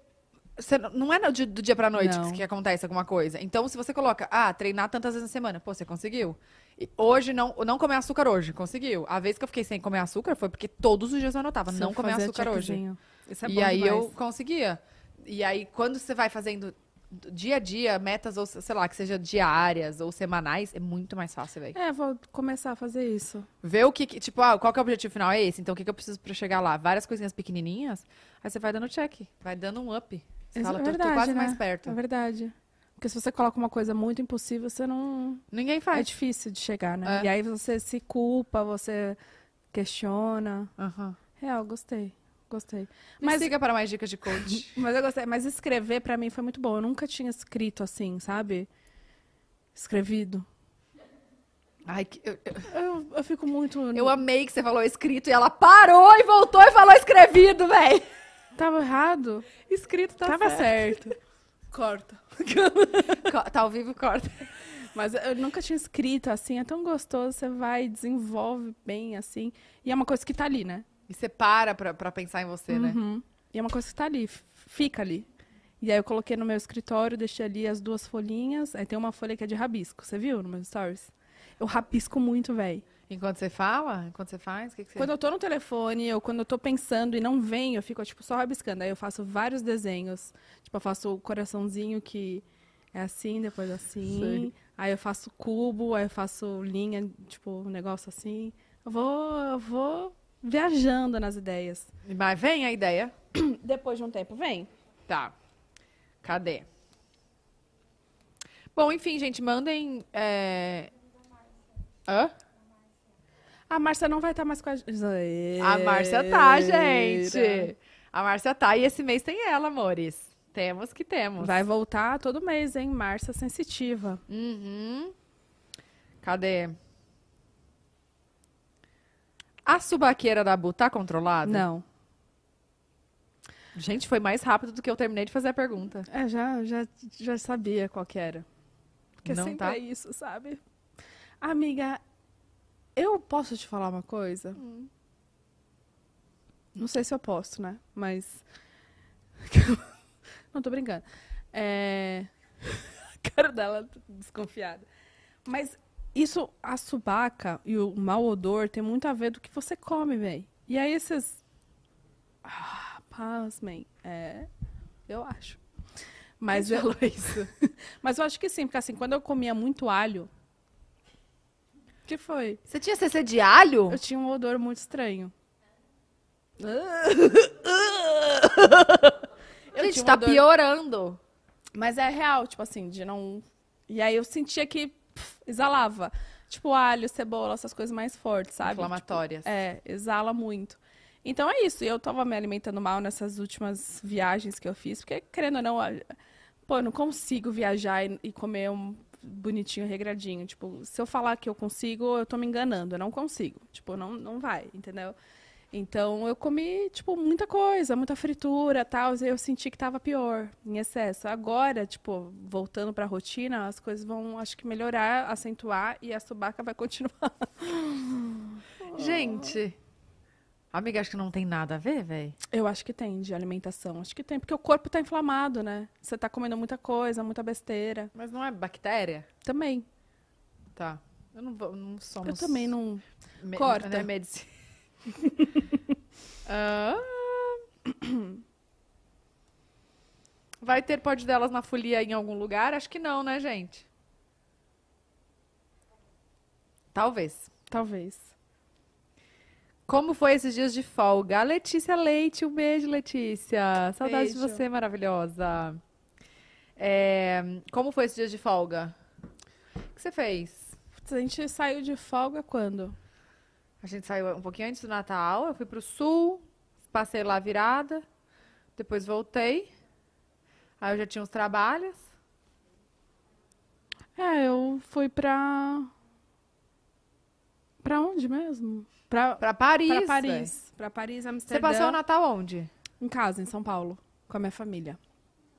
S2: você não- não é no dia- do dia pra noite
S1: Não.
S2: que, que acontece alguma coisa. Então, se você coloca, ah, treinar tantas vezes na semana, pô, você conseguiu. E hoje, não, não comer açúcar hoje, conseguiu. A vez que eu fiquei sem comer açúcar foi porque todos os dias eu anotava,
S1: Se eu
S2: não comer
S1: fazer
S2: açúcar hoje.
S1: checkzinho. Isso é
S2: e
S1: bom
S2: aí eu
S1: demais.
S2: conseguia. E aí, quando você vai fazendo do dia a dia, metas, ou sei lá, que seja diárias ou semanais, é muito mais fácil, velho.
S1: É, vou começar a fazer isso.
S2: Ver o que, que- tipo, ah, qual que é o objetivo final? É esse. Então, o que, que eu preciso pra chegar lá? Várias coisinhas pequenininhas, aí você vai dando check, vai dando um up. Você
S1: Isso
S2: fala,
S1: é
S2: tô- tô,
S1: verdade,
S2: quase
S1: né?
S2: mais
S1: É
S2: perto.
S1: verdade. Porque se você coloca uma coisa muito impossível, você não.
S2: Ninguém
S1: É
S2: faz.
S1: difícil de chegar, né?
S2: É.
S1: E aí você se culpa, você questiona.
S2: Aham.
S1: Real, gostei. Gostei.
S2: Mas
S1: Mas,
S2: siga para mais dicas de coach.
S1: mas eu gostei. Mas escrever pra mim foi muito bom. Eu nunca tinha escrito assim, sabe? Escrevido.
S2: Ai, que- eu, eu-
S1: Eu, eu fico muito.
S2: eu amei que você falou escrito e ela parou e voltou e falou escrevido, velho.
S1: Tava errado?
S2: Escrito tá
S1: Tava
S2: certo.
S1: certo. Corta.
S2: Co- Tá ao vivo, corta.
S1: Mas eu nunca tinha escrito assim. É tão gostoso. Você vai, desenvolve bem assim. E é uma coisa que tá ali, né?
S2: E você para pra, pra pensar em você, né?
S1: Uhum. E é uma coisa que tá ali, f- fica ali. E aí eu coloquei no meu escritório, deixei ali as duas folhinhas. Aí tem uma folha que é de rabisco. Você viu no meu stories? Eu rabisco muito, véi.
S2: Enquanto você fala, enquanto você faz, o que, que você...
S1: Quando eu tô no telefone, ou quando eu tô pensando e não vem, eu fico, tipo, só rabiscando. Aí eu faço vários desenhos. Tipo, eu faço o coraçãozinho que é assim, depois assim.
S2: Sei.
S1: Aí eu faço cubo, aí eu faço linha, tipo, um negócio assim. Eu vou, eu vou viajando nas ideias.
S2: Mas vem a ideia.
S1: Depois de um tempo, vem.
S2: Tá. Cadê? Bom, enfim, gente, mandem. É... Hã?
S1: A Márcia não vai estar mais com a gente.
S2: A Márcia tá, gente. A Márcia tá e esse mês tem ela, amores. Temos que temos.
S1: Vai voltar todo mês, hein? Márcia sensitiva.
S2: Uhum. Cadê? A subaqueira da Bu tá controlada?
S1: Não.
S2: Gente, foi mais rápido do que eu terminei de fazer a pergunta.
S1: É, já, já, já sabia qual que era. Porque
S2: Não
S1: sempre
S2: tá?
S1: é isso, sabe? Amiga, eu posso te falar uma coisa?
S2: Hum.
S1: Não sei se eu posso, né? Mas. Não, tô brincando. É. A cara dela desconfiada. Mas isso, a subaca e o mau odor tem muito a ver do que você come, véi. E aí esses. Ah, pasmem. É. Eu acho. Mas eu...
S2: Então,
S1: isso. Mas eu acho que sim, porque assim, quando eu comia muito alho. O que foi?
S2: Você tinha CC de alho?
S1: Eu tinha um odor muito estranho. Eu
S2: gente,
S1: tinha um
S2: tá
S1: odor-
S2: piorando.
S1: Mas é real, tipo assim, de não. E aí eu sentia que pff, exalava. Tipo, alho, cebola, essas coisas mais fortes, sabe?
S2: Inflamatórias.
S1: Tipo, é, exala muito. Então é isso. E eu tava me alimentando mal nessas últimas viagens que eu fiz, porque, querendo ou não, a- pô, eu não consigo viajar e, e comer um bonitinho, regradinho. Tipo, se eu falar que eu consigo, eu tô me enganando. Eu não consigo. Tipo, não, não vai, entendeu? Então eu comi, tipo, muita coisa, muita fritura, tal, e eu senti que tava pior, em excesso. Agora, tipo, voltando pra rotina, as coisas vão, acho que melhorar, acentuar e a subaca vai continuar.
S2: Gente. Amiga, acho que não tem nada a ver, velho.
S1: Eu acho que tem de alimentação, acho que tem, porque o corpo tá inflamado, né? Você tá comendo muita coisa, muita besteira.
S2: Mas não é bactéria?
S1: Também.
S2: Tá. Eu não vou, não somos.
S1: Eu também não. né?
S2: me-
S1: corta.
S2: Não é medicina. Ah. Vai ter pod delas na folia em algum lugar? Acho que não, né, gente? Talvez.
S1: Talvez.
S2: Como foi esses dias de folga? A Letícia Leite, um beijo, Letícia. Saudades de
S1: Beijo.
S2: você, maravilhosa. É, como foi esses dias de folga? O que você fez?
S1: Putz, A gente saiu de folga quando?
S2: A gente saiu um pouquinho antes do Natal, eu fui pro sul, passei lá a virada, depois voltei. Aí eu já tinha uns trabalhos.
S1: É, eu fui pra. Pra onde mesmo? Pra,
S2: Pra Paris.
S1: pra
S2: véi.
S1: Paris. Pra Paris,
S2: Você
S1: Amsterdã.
S2: passou o Natal onde?
S1: Em casa, em São Paulo, com a minha família.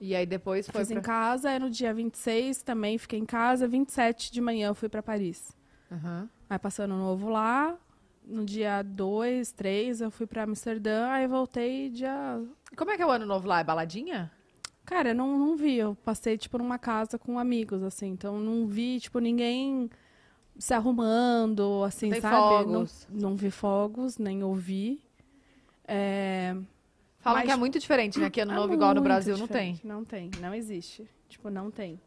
S2: E aí depois foi
S1: Fiz em
S2: pra...
S1: casa, aí no dia 26 também fiquei em casa, 27 de manhã eu fui pra Paris.
S2: Aham.
S1: Aí passando ano novo lá, no dia 2, 3 eu fui pra Amsterdã, aí voltei dia.
S2: E Como é que é o ano novo lá? É baladinha?
S1: Cara, eu não, não vi, eu passei tipo numa casa com amigos, assim, então não vi, tipo, ninguém se arrumando, assim,
S2: Tem
S1: sabe? Não-
S2: fogos.
S1: Não, vi fogos, nem ouvi. É,
S2: Falam
S1: Mas-
S2: que é muito diferente, né? Que ano
S1: É
S2: novo igual no
S1: muito
S2: Brasil não tem.
S1: diferente. Não tem, não existe. Tipo, não tem.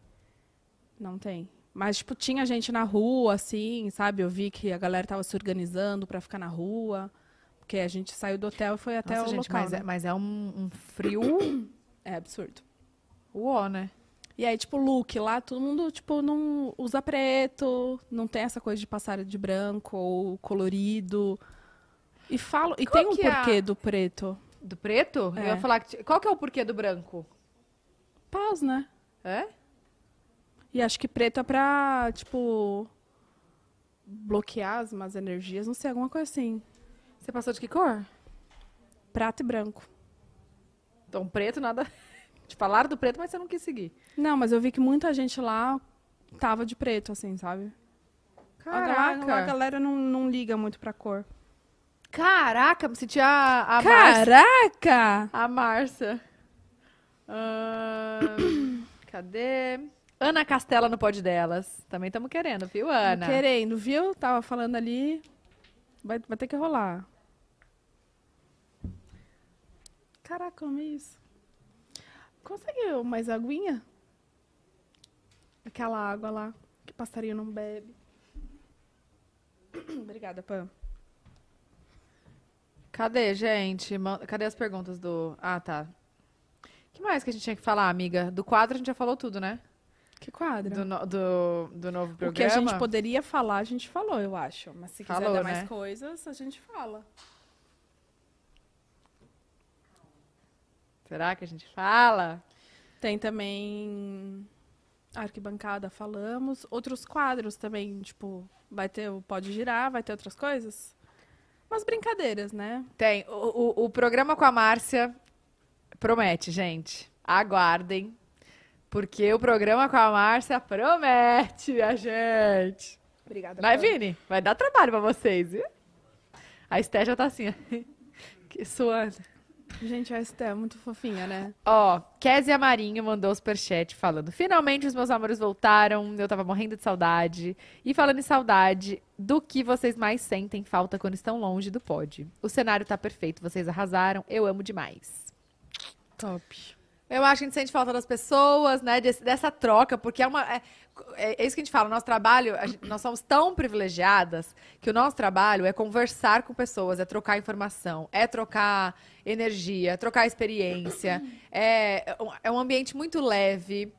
S1: Não tem. Mas, tipo, tinha gente na rua, assim, sabe? Eu vi que a galera tava se organizando pra ficar na rua. Porque a gente saiu do hotel e foi até
S2: Nossa,
S1: o
S2: gente,
S1: local.
S2: mas,
S1: né?
S2: é, mas é um, um frio
S1: é... absurdo.
S2: uó, né?
S1: E aí, tipo, look lá, todo mundo, tipo, não usa preto, não tem essa coisa de passar de branco ou colorido. E falo, e tem um
S2: que é a-
S1: porquê do preto.
S2: Do preto?
S1: É.
S2: Eu ia falar que... Qual que é o porquê do branco?
S1: Paz, né?
S2: É?
S1: E acho que preto é pra, tipo, bloquear as más energias, não sei, alguma coisa assim.
S2: Você passou de que cor?
S1: Prato e branco.
S2: Então, preto, nada... Te falaram do preto, mas você não quis seguir.
S1: Não, mas eu vi que muita gente lá tava de preto, assim, sabe? A ga- A,
S2: Caraca!
S1: galera não, não liga muito pra cor.
S2: Caraca, me senti a, a Márcia.
S1: Caraca!
S2: A Márcia. Ahn, cadê? Ana Castela no pod delas. Também estamos querendo, viu, Ana?
S1: Querendo, viu? Tava falando ali. Vai, vai ter que rolar. Caraca, como é isso? Consegue mais aguinha? Aquela água lá que passarinho não bebe. Obrigada, Pam.
S2: Cadê, gente? Ma- Cadê as perguntas do. Ah, tá. O que mais que a gente tinha que falar, amiga? Do quadro a gente já falou tudo, né?
S1: Que quadro.
S2: Do, no- do, do novo programa.
S1: O que a gente poderia falar, a gente falou, eu acho. Mas se quiser
S2: Falou,
S1: dar mais
S2: né?
S1: coisas, a gente fala.
S2: Será que a gente fala?
S1: Tem também a arquibancada, falamos. Outros quadros também, tipo, vai ter o Pode Girar, vai ter outras coisas. Umas brincadeiras, né?
S2: Tem. O, o, o programa com a Márcia promete, gente. Aguardem. Porque o programa com a Márcia promete a gente.
S1: Obrigada.
S2: Vai,
S1: Pam.
S2: Vini. Vai dar trabalho pra vocês, viu? A Esté já tá assim, que suando.
S1: Gente, a Esté é muito fofinha, né?
S2: Ó, Kézia Marinho mandou o superchat falando: Finalmente os meus amores voltaram, eu tava morrendo de saudade. E falando em saudade, do que vocês mais sentem falta quando estão longe do pod? O cenário tá perfeito, vocês arrasaram, eu amo demais.
S1: Top.
S2: Eu acho que a gente sente falta das pessoas, né? desse- dessa troca, porque é uma. É, é- é isso que a gente fala, o nosso trabalho, a gente- nós somos tão privilegiadas que o nosso trabalho é conversar com pessoas, é trocar informação, é trocar energia, é trocar experiência. É, é um- é um ambiente muito leve.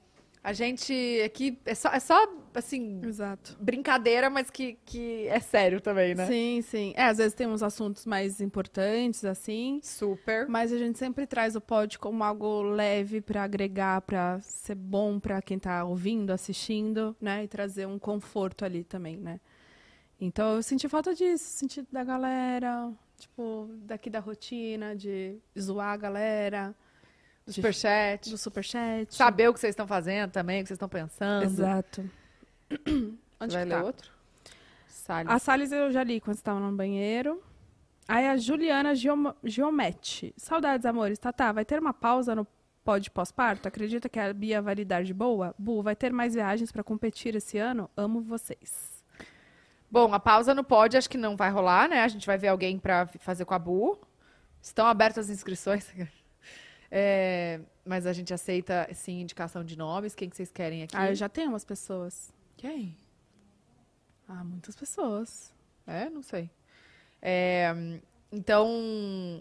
S2: A gente aqui é só, é só assim,
S1: Exato.
S2: brincadeira, mas que, que é sério também, né?
S1: Sim, sim. É, às vezes tem uns assuntos mais importantes, assim.
S2: Super.
S1: Mas a gente sempre traz o pod como algo leve pra agregar, pra ser bom pra quem tá ouvindo, assistindo, né? E trazer um conforto ali também, né? Então eu senti falta disso, senti da galera, tipo, daqui da rotina, de zoar a galera,
S2: Do
S1: de-
S2: superchat.
S1: do superchat.
S2: Saber o que vocês estão fazendo também, o que vocês estão pensando.
S1: Exato. Onde
S2: Vai
S1: que
S2: ler
S1: tá?
S2: outro? Salles.
S1: A Salles eu já li quando estava no banheiro. Aí a Juliana Giom Giometti. Saudades, amores. Tatá, vai ter uma pausa no pod pós-parto? Acredita que a Bia vai lidar de boa? Bu, vai ter mais viagens para competir esse ano? Amo vocês.
S2: Bom, a pausa no pod acho que não vai rolar, né? A gente vai ver alguém pra f- fazer com a Bu. Estão abertas as inscrições. É, mas a gente aceita, sim, indicação de nomes. Quem que vocês querem aqui?
S1: Ah, eu já tenho umas pessoas.
S2: Quem?
S1: Ah, muitas pessoas.
S2: É, não sei. É, então,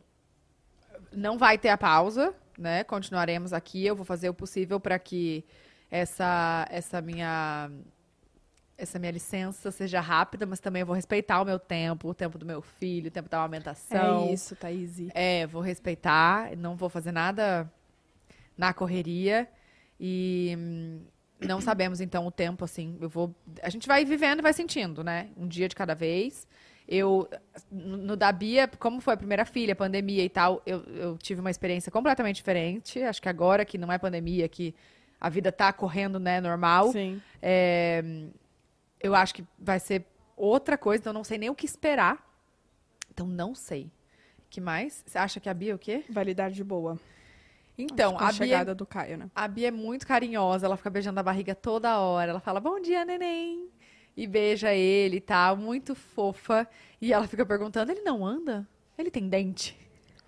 S2: não vai ter a pausa, né? Continuaremos aqui. Eu vou fazer o possível para que essa, essa minha essa minha licença seja rápida, mas também eu vou respeitar o meu tempo, o tempo do meu filho, o tempo da amamentação.
S1: é isso, Thaís.
S2: É, vou respeitar, não vou fazer nada na correria e hum, não sabemos então o tempo assim. Eu vou, a gente vai vivendo e vai sentindo, né? Um dia de cada vez. Eu no no da Bia, como foi a primeira filha, pandemia e tal, eu, eu tive uma experiência completamente diferente. Acho que agora que não é pandemia, que a vida tá correndo, né, normal,
S1: Sim.
S2: é, eu acho que vai ser outra coisa, então eu não sei nem o que esperar. Então não sei. Que mais? Você acha que a Bia é o quê?
S1: Vai lidar de boa.
S2: Então,
S1: com a,
S2: a Bia,
S1: chegada do Caio, né?
S2: a Bia é muito carinhosa, ela fica beijando a barriga toda hora. Ela fala, bom dia, neném. E beija ele e tal, muito fofa. E ela fica perguntando, ele não anda? Ele tem dente?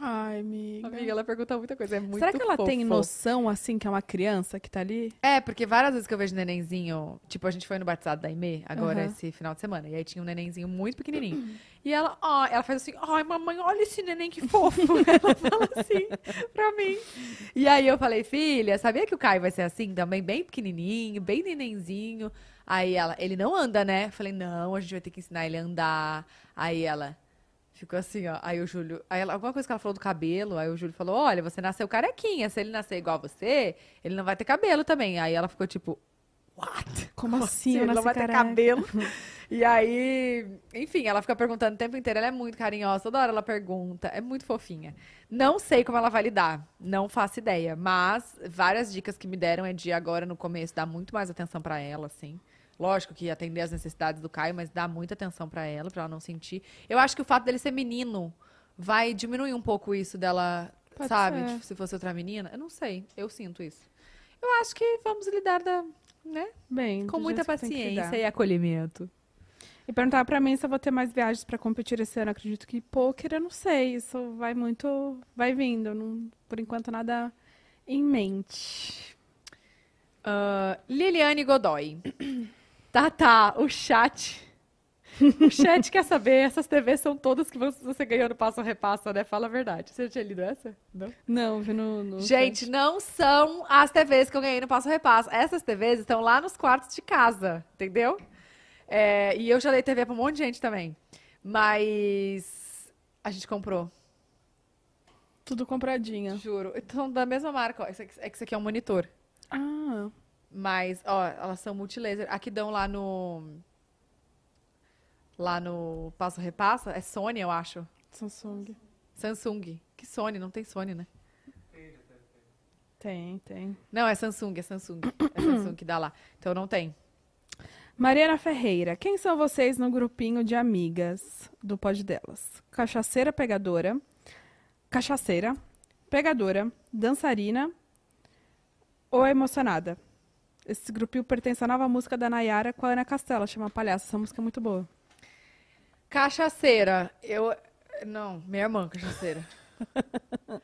S1: Ai, amiga.
S2: Amiga, ela pergunta muita coisa, é muito
S1: Será que ela tem
S2: fofa.
S1: noção, assim, que é uma criança que tá ali?
S2: É, porque várias vezes que eu vejo nenenzinho, tipo, a gente foi no batizado da Aimee agora
S1: Aham.
S2: esse final de semana, e aí tinha um nenenzinho muito pequenininho. E ela, ó, ela faz assim: "Ai, mamãe, olha esse neném que fofo". ela fala assim pra mim. E aí eu falei: "Filha, sabia que o Caio vai ser assim também, bem pequenininho, bem nenenzinho?" Aí ela, ele não anda, né? Eu falei: "Não, a gente vai ter que ensinar ele a andar". Aí ela Ficou assim, ó. Aí o Júlio. Aí ela- alguma coisa que ela falou do cabelo. Aí o Júlio falou: Olha, você nasceu carequinha. Se ele nascer igual a você, ele não vai ter cabelo também. Aí ela ficou tipo: What?
S1: Como assim? Eu
S2: ele não
S1: nasci
S2: vai
S1: careca?
S2: ter cabelo. e aí, enfim, ela fica perguntando o tempo inteiro. Ela é muito carinhosa, toda hora ela pergunta. É muito fofinha. Não sei como ela vai lidar, não faço ideia. Mas várias dicas que me deram é de agora no começo dar muito mais atenção pra ela, assim. Lógico que atender as necessidades do Caio, mas dar muita atenção pra ela, pra ela não sentir. Eu acho que o fato dele ser menino vai diminuir um pouco isso dela,
S1: Pode
S2: sabe?
S1: ser.
S2: Tipo, se fosse outra menina. Eu não sei, eu sinto isso. Eu acho que vamos lidar da, né?
S1: Bem,
S2: Com
S1: do
S2: muita
S1: jeito que tem que
S2: paciência
S1: lidar.
S2: e acolhimento.
S1: E perguntar pra mim se eu vou ter mais viagens pra competir esse ano. Acredito que pôquer, eu não sei. Isso vai muito. Vai vindo. eu Não, por enquanto, nada em mente.
S2: Ah, Liliane Godoy. tá, tá, o chat. O chat quer saber, essas TVs são todas que você- você ganhou no Passa ou Repassa, né? Fala a verdade. Você já tinha lido essa? Não.
S1: Não, vi no. no
S2: Gente, não são as TVs que eu ganhei no Passa ou Repassa. Essas TVs estão lá nos quartos de casa, entendeu? É, e eu já dei TV pra um monte de gente também. Mas a gente comprou.
S1: Tudo compradinha.
S2: Juro. São da mesma marca, ó. Esse aqui- é que isso aqui é um monitor.
S1: Ah,
S2: Mas, ó, elas são multilaser. Aqui dão lá no. Lá no Passo Repassa. É Sony, eu acho.
S1: Samsung.
S2: Samsung. Que Sony? Não tem Sony, né?
S1: Tem, tem.
S2: Não, é Samsung, é Samsung. É Samsung que dá lá. Então não tem.
S1: Mariana Ferreira, quem são vocês no grupinho de amigas do pod delas? Cachaceira pegadora, cachaceira, pegadora, dançarina ou emocionada? Esse grupinho pertence à nova música da Nayara com a Ana Castela, chama Palhaço. Essa música é muito boa.
S2: Cachaceira. Eu. Não, minha irmã, cachaceira.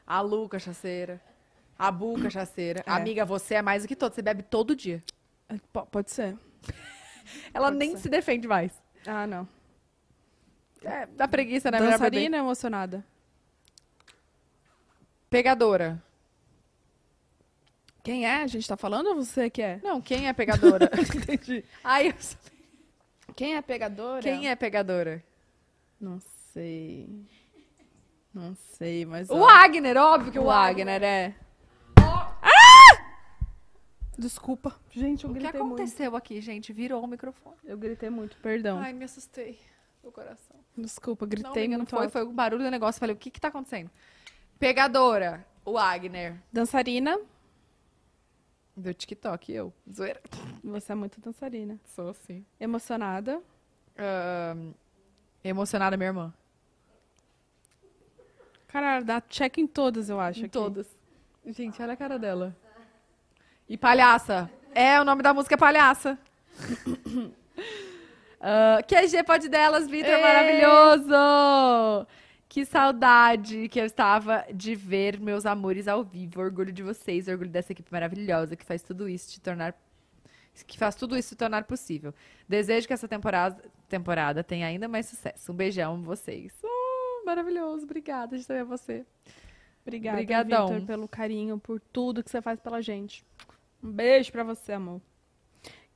S2: A Lu, cachaceira. A Bu, cachaceira.
S1: É.
S2: Amiga, você é mais do que todo. Você bebe todo dia.
S1: É, po- Pode ser?
S2: Ela
S1: Pode
S2: nem
S1: ser.
S2: se defende mais.
S1: Ah, não.
S2: É, dá preguiça, né? Melhor beber.
S1: Dançarina ou emocionada?
S2: Pegadora.
S1: Quem é? A gente tá falando ou você que é?
S2: Não, quem é pegadora?
S1: Entendi.
S2: Ai, eu sou...
S1: Quem é pegadora?
S2: Quem é pegadora?
S1: Não sei. Não sei, mas.
S2: O Wagner, óbvio que o Wagner.
S1: é. Desculpa. Ah! Gente, eu
S2: O que
S1: gritei muito.
S2: aconteceu aqui, gente? Virou o microfone.
S1: Eu gritei muito, perdão.
S2: Ai, me assustei. O coração.
S1: Desculpa,
S2: não,
S1: gritei
S2: amiga, não
S1: muito
S2: foi,
S1: alto.
S2: foi o barulho do negócio. Falei, o que que tá acontecendo? Pegadora, o Wagner.
S1: Dançarina.
S2: Do TikTok, eu. Zoeira.
S1: Você é muito dançarina.
S2: Sou assim.
S1: Emocionada.
S2: Emocionada, minha irmã.
S1: Cara, dá check em todas, eu acho.
S2: Em
S1: aqui.
S2: todas. Gente, olha a cara dela. E palhaça. É, o nome da música é palhaça. Ah, QG pode delas, Vitor,
S1: Ê!
S2: maravilhoso! Que saudade que eu estava de ver meus amores ao vivo. Orgulho de vocês, orgulho dessa equipe maravilhosa que faz tudo isso te tornar que faz tudo isso se tornar possível. Desejo que essa temporada, temporada tenha ainda mais sucesso. Um beijão a vocês. Oh, maravilhoso, obrigada de saber você.
S1: Obrigada,
S2: Brigadão.
S1: Vitor, pelo carinho, por tudo que você faz pela gente. Um beijo pra você, amor.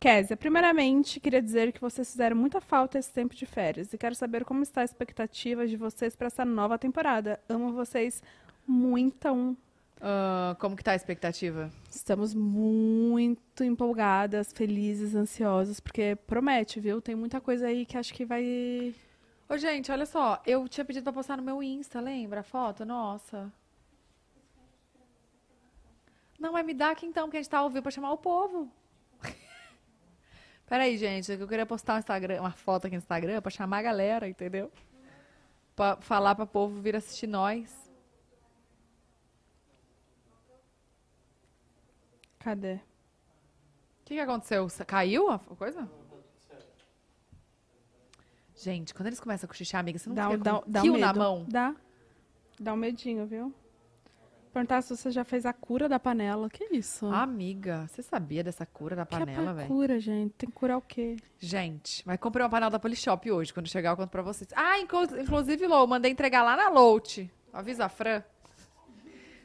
S1: Kézia, primeiramente, queria dizer que vocês fizeram muita falta esse tempo de férias e quero saber como está a expectativa de vocês para essa nova temporada. Amo vocês muito. um.
S2: Ah, como que tá a expectativa?
S1: Estamos muito empolgadas, felizes, ansiosas, porque promete, viu? Tem muita coisa aí que acho que vai.
S2: Ô, gente, olha só, eu tinha pedido pra postar no meu Insta, lembra a foto? Nossa. Não, mas me dá aqui então, que a gente tá ao vivo pra chamar o povo. Peraí, gente, eu queria postar um Instagram, uma foto aqui no Instagram pra chamar a galera, entendeu? Pra falar pra povo vir assistir nós.
S1: Cadê?
S2: O que, que aconteceu? Sa- Caiu a f- coisa? Gente, quando eles começam a cochichar, amiga, você não
S1: Dá,
S2: fica
S1: um- dá,
S2: com
S1: dá um
S2: fio na
S1: medo.
S2: mão?
S1: Dá. Dá um medinho, viu? Perguntar se você já fez a cura da panela. Que isso?
S2: Amiga, você sabia dessa cura da
S1: que
S2: panela,
S1: é
S2: velho?
S1: cura, gente? Tem que curar o quê?
S2: Gente, mas comprei uma panela da Polishop hoje. Quando chegar, eu conto pra vocês. Ah, inclu- inclusive, Lou, mandei entregar lá na Lout. Avisa a Fran.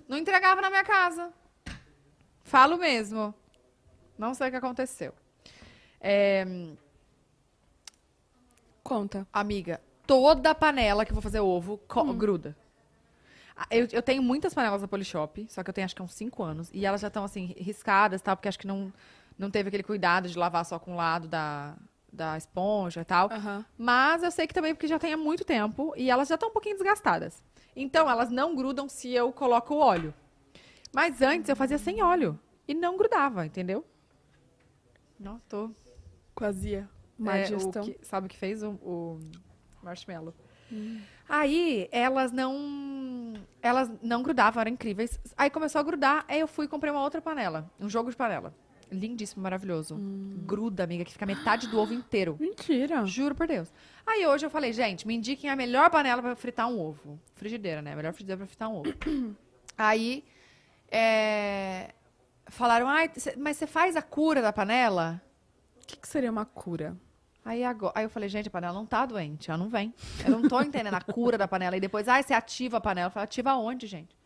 S2: Não entregava na minha casa. Falo mesmo. Não sei o que aconteceu. É,
S1: Conta.
S2: amiga, toda panela que eu vou fazer ovo co- gruda. Ah, Eu, eu tenho muitas panelas da Polishop, só que eu tenho acho que há uns 5 anos. E elas já estão assim, riscadas e tal, porque acho que não, não teve aquele cuidado de lavar só com o lado da, da esponja e tal.
S1: Aham.
S2: Mas eu sei que também porque já tem há muito tempo e elas já estão um pouquinho desgastadas. Então, elas não grudam se eu coloco o óleo. Mas antes eu fazia sem óleo e não grudava, entendeu? Não, tô.
S1: Quase. Má
S2: É, o
S1: digestão.
S2: que- sabe o que fez o, o marshmallow? Hum. Aí elas não. Elas não grudavam, eram incríveis. Aí começou a grudar, aí eu fui e comprei uma outra panela. Um jogo de panela. Lindíssimo, maravilhoso. Gruda, amiga, que fica metade do ovo inteiro.
S1: Mentira.
S2: Juro por Deus. Aí hoje eu falei, gente, me indiquem a melhor panela pra fritar um ovo. Frigideira, né? A melhor frigideira pra fritar um ovo. Aí é, falaram, ai, cê- mas você faz a cura da panela?
S1: O que, que seria uma cura?
S2: Aí, agora, aí eu falei, gente, a panela não tá doente, ela não vem. Eu não tô entendendo a cura da panela. E depois, ai, você ativa a panela. Eu falei, ativa onde, gente?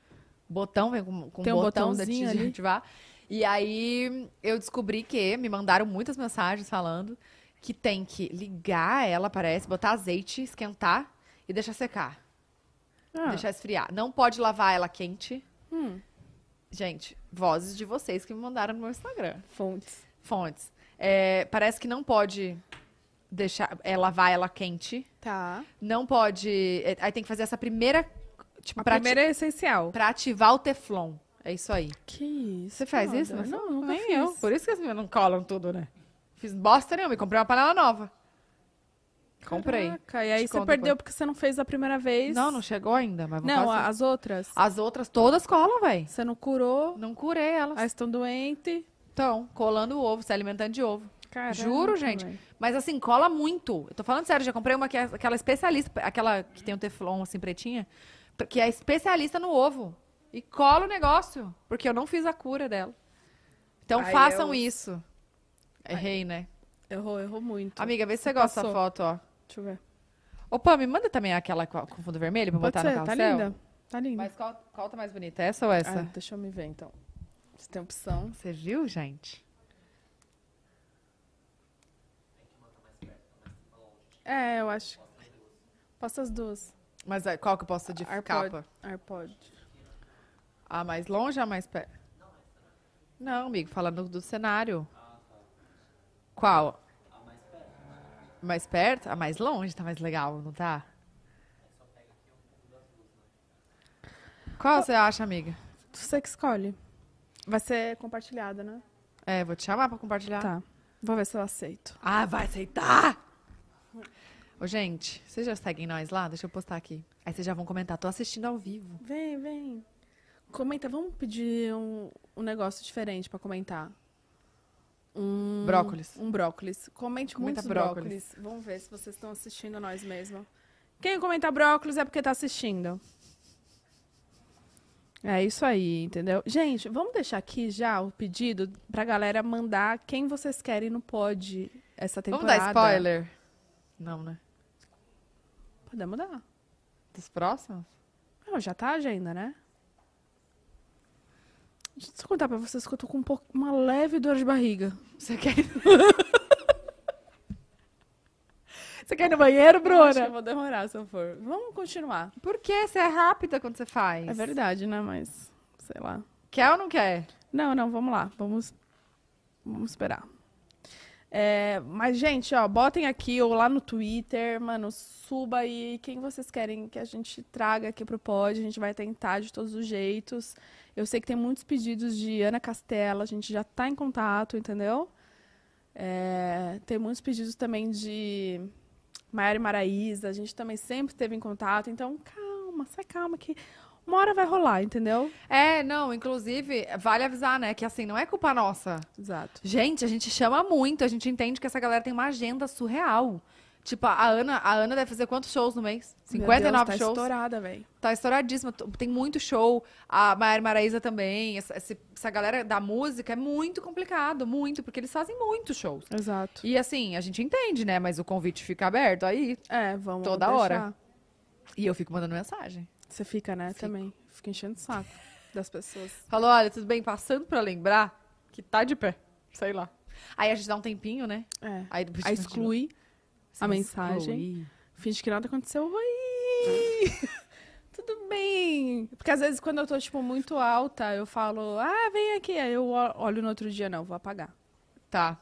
S2: Botão, vem com, com
S1: Tem um
S2: botão da
S1: botãozinho
S2: de
S1: ali?
S2: ativar. E aí eu descobri que me mandaram muitas mensagens falando que tem que ligar ela, parece, botar azeite, esquentar e deixar secar.
S1: Ah,
S2: Deixar esfriar. Não pode lavar ela quente.
S1: Hum.
S2: Gente, vozes de vocês que me mandaram no meu Instagram
S1: fontes.
S2: fontes. É, parece que não pode deixar, é, lavar ela quente.
S1: Tá.
S2: Não pode. é, aí tem que fazer essa primeira. Tipo,
S1: A
S2: pra,
S1: primeira é essencial.
S2: ati- pra ativar o Teflon. É isso aí.
S1: Que isso?
S2: Você faz
S1: brother?
S2: isso? Mas
S1: Não, nunca
S2: nem
S1: fiz.
S2: eu. Por isso que as meninas não colam tudo, né? Fiz bosta nenhuma e comprei uma panela nova. Comprei.
S1: Caraca, e aí
S2: Te
S1: você
S2: conto
S1: perdeu porque você não fez a primeira vez.
S2: Não, não chegou ainda, mas vou
S1: Não,
S2: fazer.
S1: as outras.
S2: As outras todas colam, véi.
S1: Você não curou,
S2: Não curei elas.
S1: aí estão doentes.
S2: Estão colando o ovo, se alimentando de ovo.
S1: Cara.
S2: Juro, gente. Mas assim, cola muito. Eu tô falando sério, já comprei uma que é aquela especialista, aquela que tem o Teflon assim pretinha, que é especialista no ovo. E cola o negócio, porque eu não fiz a cura dela. Então
S1: Ai,
S2: façam
S1: eu-
S2: isso. Errei, né?
S1: Errou, errou muito.
S2: Amiga, vê se você gosta dessa
S1: Passou.
S2: foto, ó.
S1: Deixa eu ver.
S2: Ô, Pam, me manda também aquela com com fundo vermelho pra
S1: Pode
S2: botar
S1: ser,
S2: no
S1: tá
S2: carrossel.
S1: linda. Tá linda.
S2: Mas qual, qual tá mais bonita, essa ou
S1: Ah,
S2: essa?
S1: deixa eu me ver então. Se tem opção.
S2: Você viu, gente?
S1: É, eu acho. Passa as duas.
S2: Mas ah, qual que eu posso de
S1: AirPod.
S2: capa?
S1: AirPod.
S2: A Ah, mais longe ou a mais perto? Não, amigo, falando do cenário. Qual? A mais perto. A mais longe tá mais legal, não tá? Qual você acha, amiga?
S1: Você que escolhe. Vai ser compartilhada, né?
S2: É, vou te chamar pra compartilhar.
S1: Tá. Vou ver se eu aceito.
S2: Ah, vai aceitar! Ô, gente, vocês já seguem nós lá? Deixa eu postar aqui. Aí vocês já vão comentar. Tô assistindo ao vivo.
S1: Vem, vem. Comenta, vamos pedir um, um negócio diferente pra comentar. Um,
S2: Brócolis.
S1: Um brócolis. Comente
S2: Comenta
S1: muitos
S2: brócolis.
S1: brócolis. Vamos ver se vocês estão assistindo nós mesmo. Quem comenta brócolis é porque tá assistindo. É isso aí, entendeu? Gente, vamos deixar aqui já o pedido pra galera mandar quem vocês querem no pod essa
S2: Vamos
S1: temporada.
S2: dar spoiler? Não, né?
S1: Podemos dar.
S2: Dos próximos?
S1: Não, já tá a agenda, né? Deixa eu contar pra vocês que eu tô com um pouco, uma leve dor de barriga.
S2: Você quer. Você quer ir no banheiro,
S1: Eu acho que eu
S2: Bruna?
S1: vou demorar se eu for. Vamos continuar.
S2: Por que você é rápida quando você faz?
S1: É verdade, né? Mas, sei lá.
S2: Quer ou não quer?
S1: Não, não, vamos lá. Vamos, vamos esperar. É, mas, gente, ó, botem aqui ou lá no Twitter, mano, suba aí quem vocês querem que a gente traga aqui pro pod. A gente vai tentar de todos os jeitos. Eu sei que tem muitos pedidos de Ana Castela, a gente já tá em contato, entendeu? É, tem muitos pedidos também de Maiara e Maraísa, a gente também sempre esteve em contato. Então, calma, sai calma que uma hora vai rolar, entendeu?
S2: É, não, inclusive, vale avisar, né? Que assim, não é culpa nossa.
S1: Exato.
S2: Gente, a gente chama muito, a gente entende que essa galera tem uma agenda surreal. Tipo, a Ana, a Ana deve fazer quantos shows no mês?
S1: Meu
S2: 59
S1: Deus, tá
S2: shows.
S1: estourada, velho.
S2: Tá estouradíssima. t- Tem muito show. A Maiara Maraíza também. Essa, esse- essa galera da música é muito complicado, muito, porque eles fazem muitos shows.
S1: Exato.
S2: E assim, a gente entende, né? Mas o convite fica aberto aí.
S1: É, vamos
S2: Toda
S1: deixar.
S2: hora. E eu fico mandando mensagem.
S1: Você fica, né, também. Fica enchendo o saco das pessoas.
S2: Falou, olha, tudo bem, passando pra lembrar que tá de pé. Sei lá. Aí a gente dá um tempinho, né?
S1: É.
S2: Aí depois
S1: Aí
S2: a gente continua.
S1: exclui, a mensagem.
S2: Exclui.
S1: finge que nada aconteceu. Oi! Tudo bem? Porque às vezes quando eu tô, tipo, muito alta, eu falo, ah, vem aqui. Aí eu o- olho no outro dia, não, vou apagar.
S2: Tá.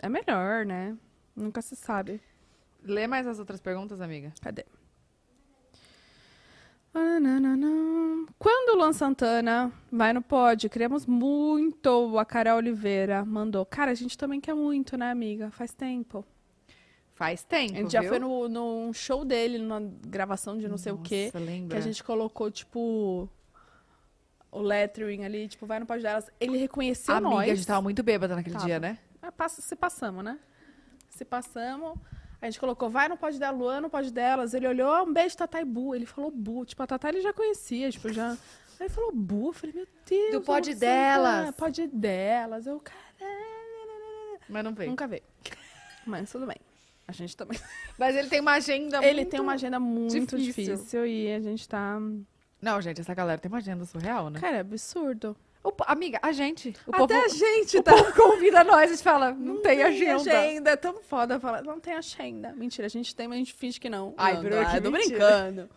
S1: É melhor, né? Nunca se sabe.
S2: Lê mais as outras perguntas, amiga.
S1: Cadê? Ah, Ananana. Quando o Luan Santana vai no pod, queremos muito. A Carol Oliveira mandou. Cara, a gente também quer muito, né, amiga? Faz tempo.
S2: Faz tempo,
S1: A gente já
S2: viu?
S1: foi no, num show dele, numa gravação de não sei o quê.
S2: Nossa, né? lembra?
S1: Que a gente colocou, tipo, o lettering ali, tipo, vai no pod delas. Ele reconheceu
S2: Amiga,
S1: nós.
S2: a gente tava muito bêbada naquele
S1: Tava.
S2: dia, né?
S1: Ah, passa- se passamos, né? Se passamos. A gente colocou, vai no pod dela, Luan no pod delas. Ele olhou, um beijo, Tatá e Bu. Ele falou Bu. Tipo, a Tatá ele já conhecia, tipo, já. Aí ele falou Bu. Eu falei, meu Deus.
S2: Do
S1: eu
S2: pod
S1: vou sentar,
S2: delas.
S1: Pod é." delas. Eu, caralho.
S2: Mas não veio.
S1: Nunca veio. Mas tudo bem. A gente também. tá
S2: Mas ele tem uma agenda
S1: Ele
S2: muito-
S1: tem uma agenda muito
S2: difícil.
S1: difícil. e a gente tá.
S2: Não, gente, essa galera tem uma agenda surreal, né?
S1: Cara, é absurdo.
S2: O po- amiga, a gente. O
S1: Até
S2: povo,
S1: a gente
S2: o
S1: tá.
S2: povo convida nós, a gente fala, não, tem, agenda.
S1: agenda. É tão foda falar. Não tem agenda. Mentira, a gente tem, mas a gente finge que não.
S2: Ai,
S1: não,
S2: Bruno,
S1: ah,
S2: que
S1: eu tô
S2: mentira.
S1: brincando.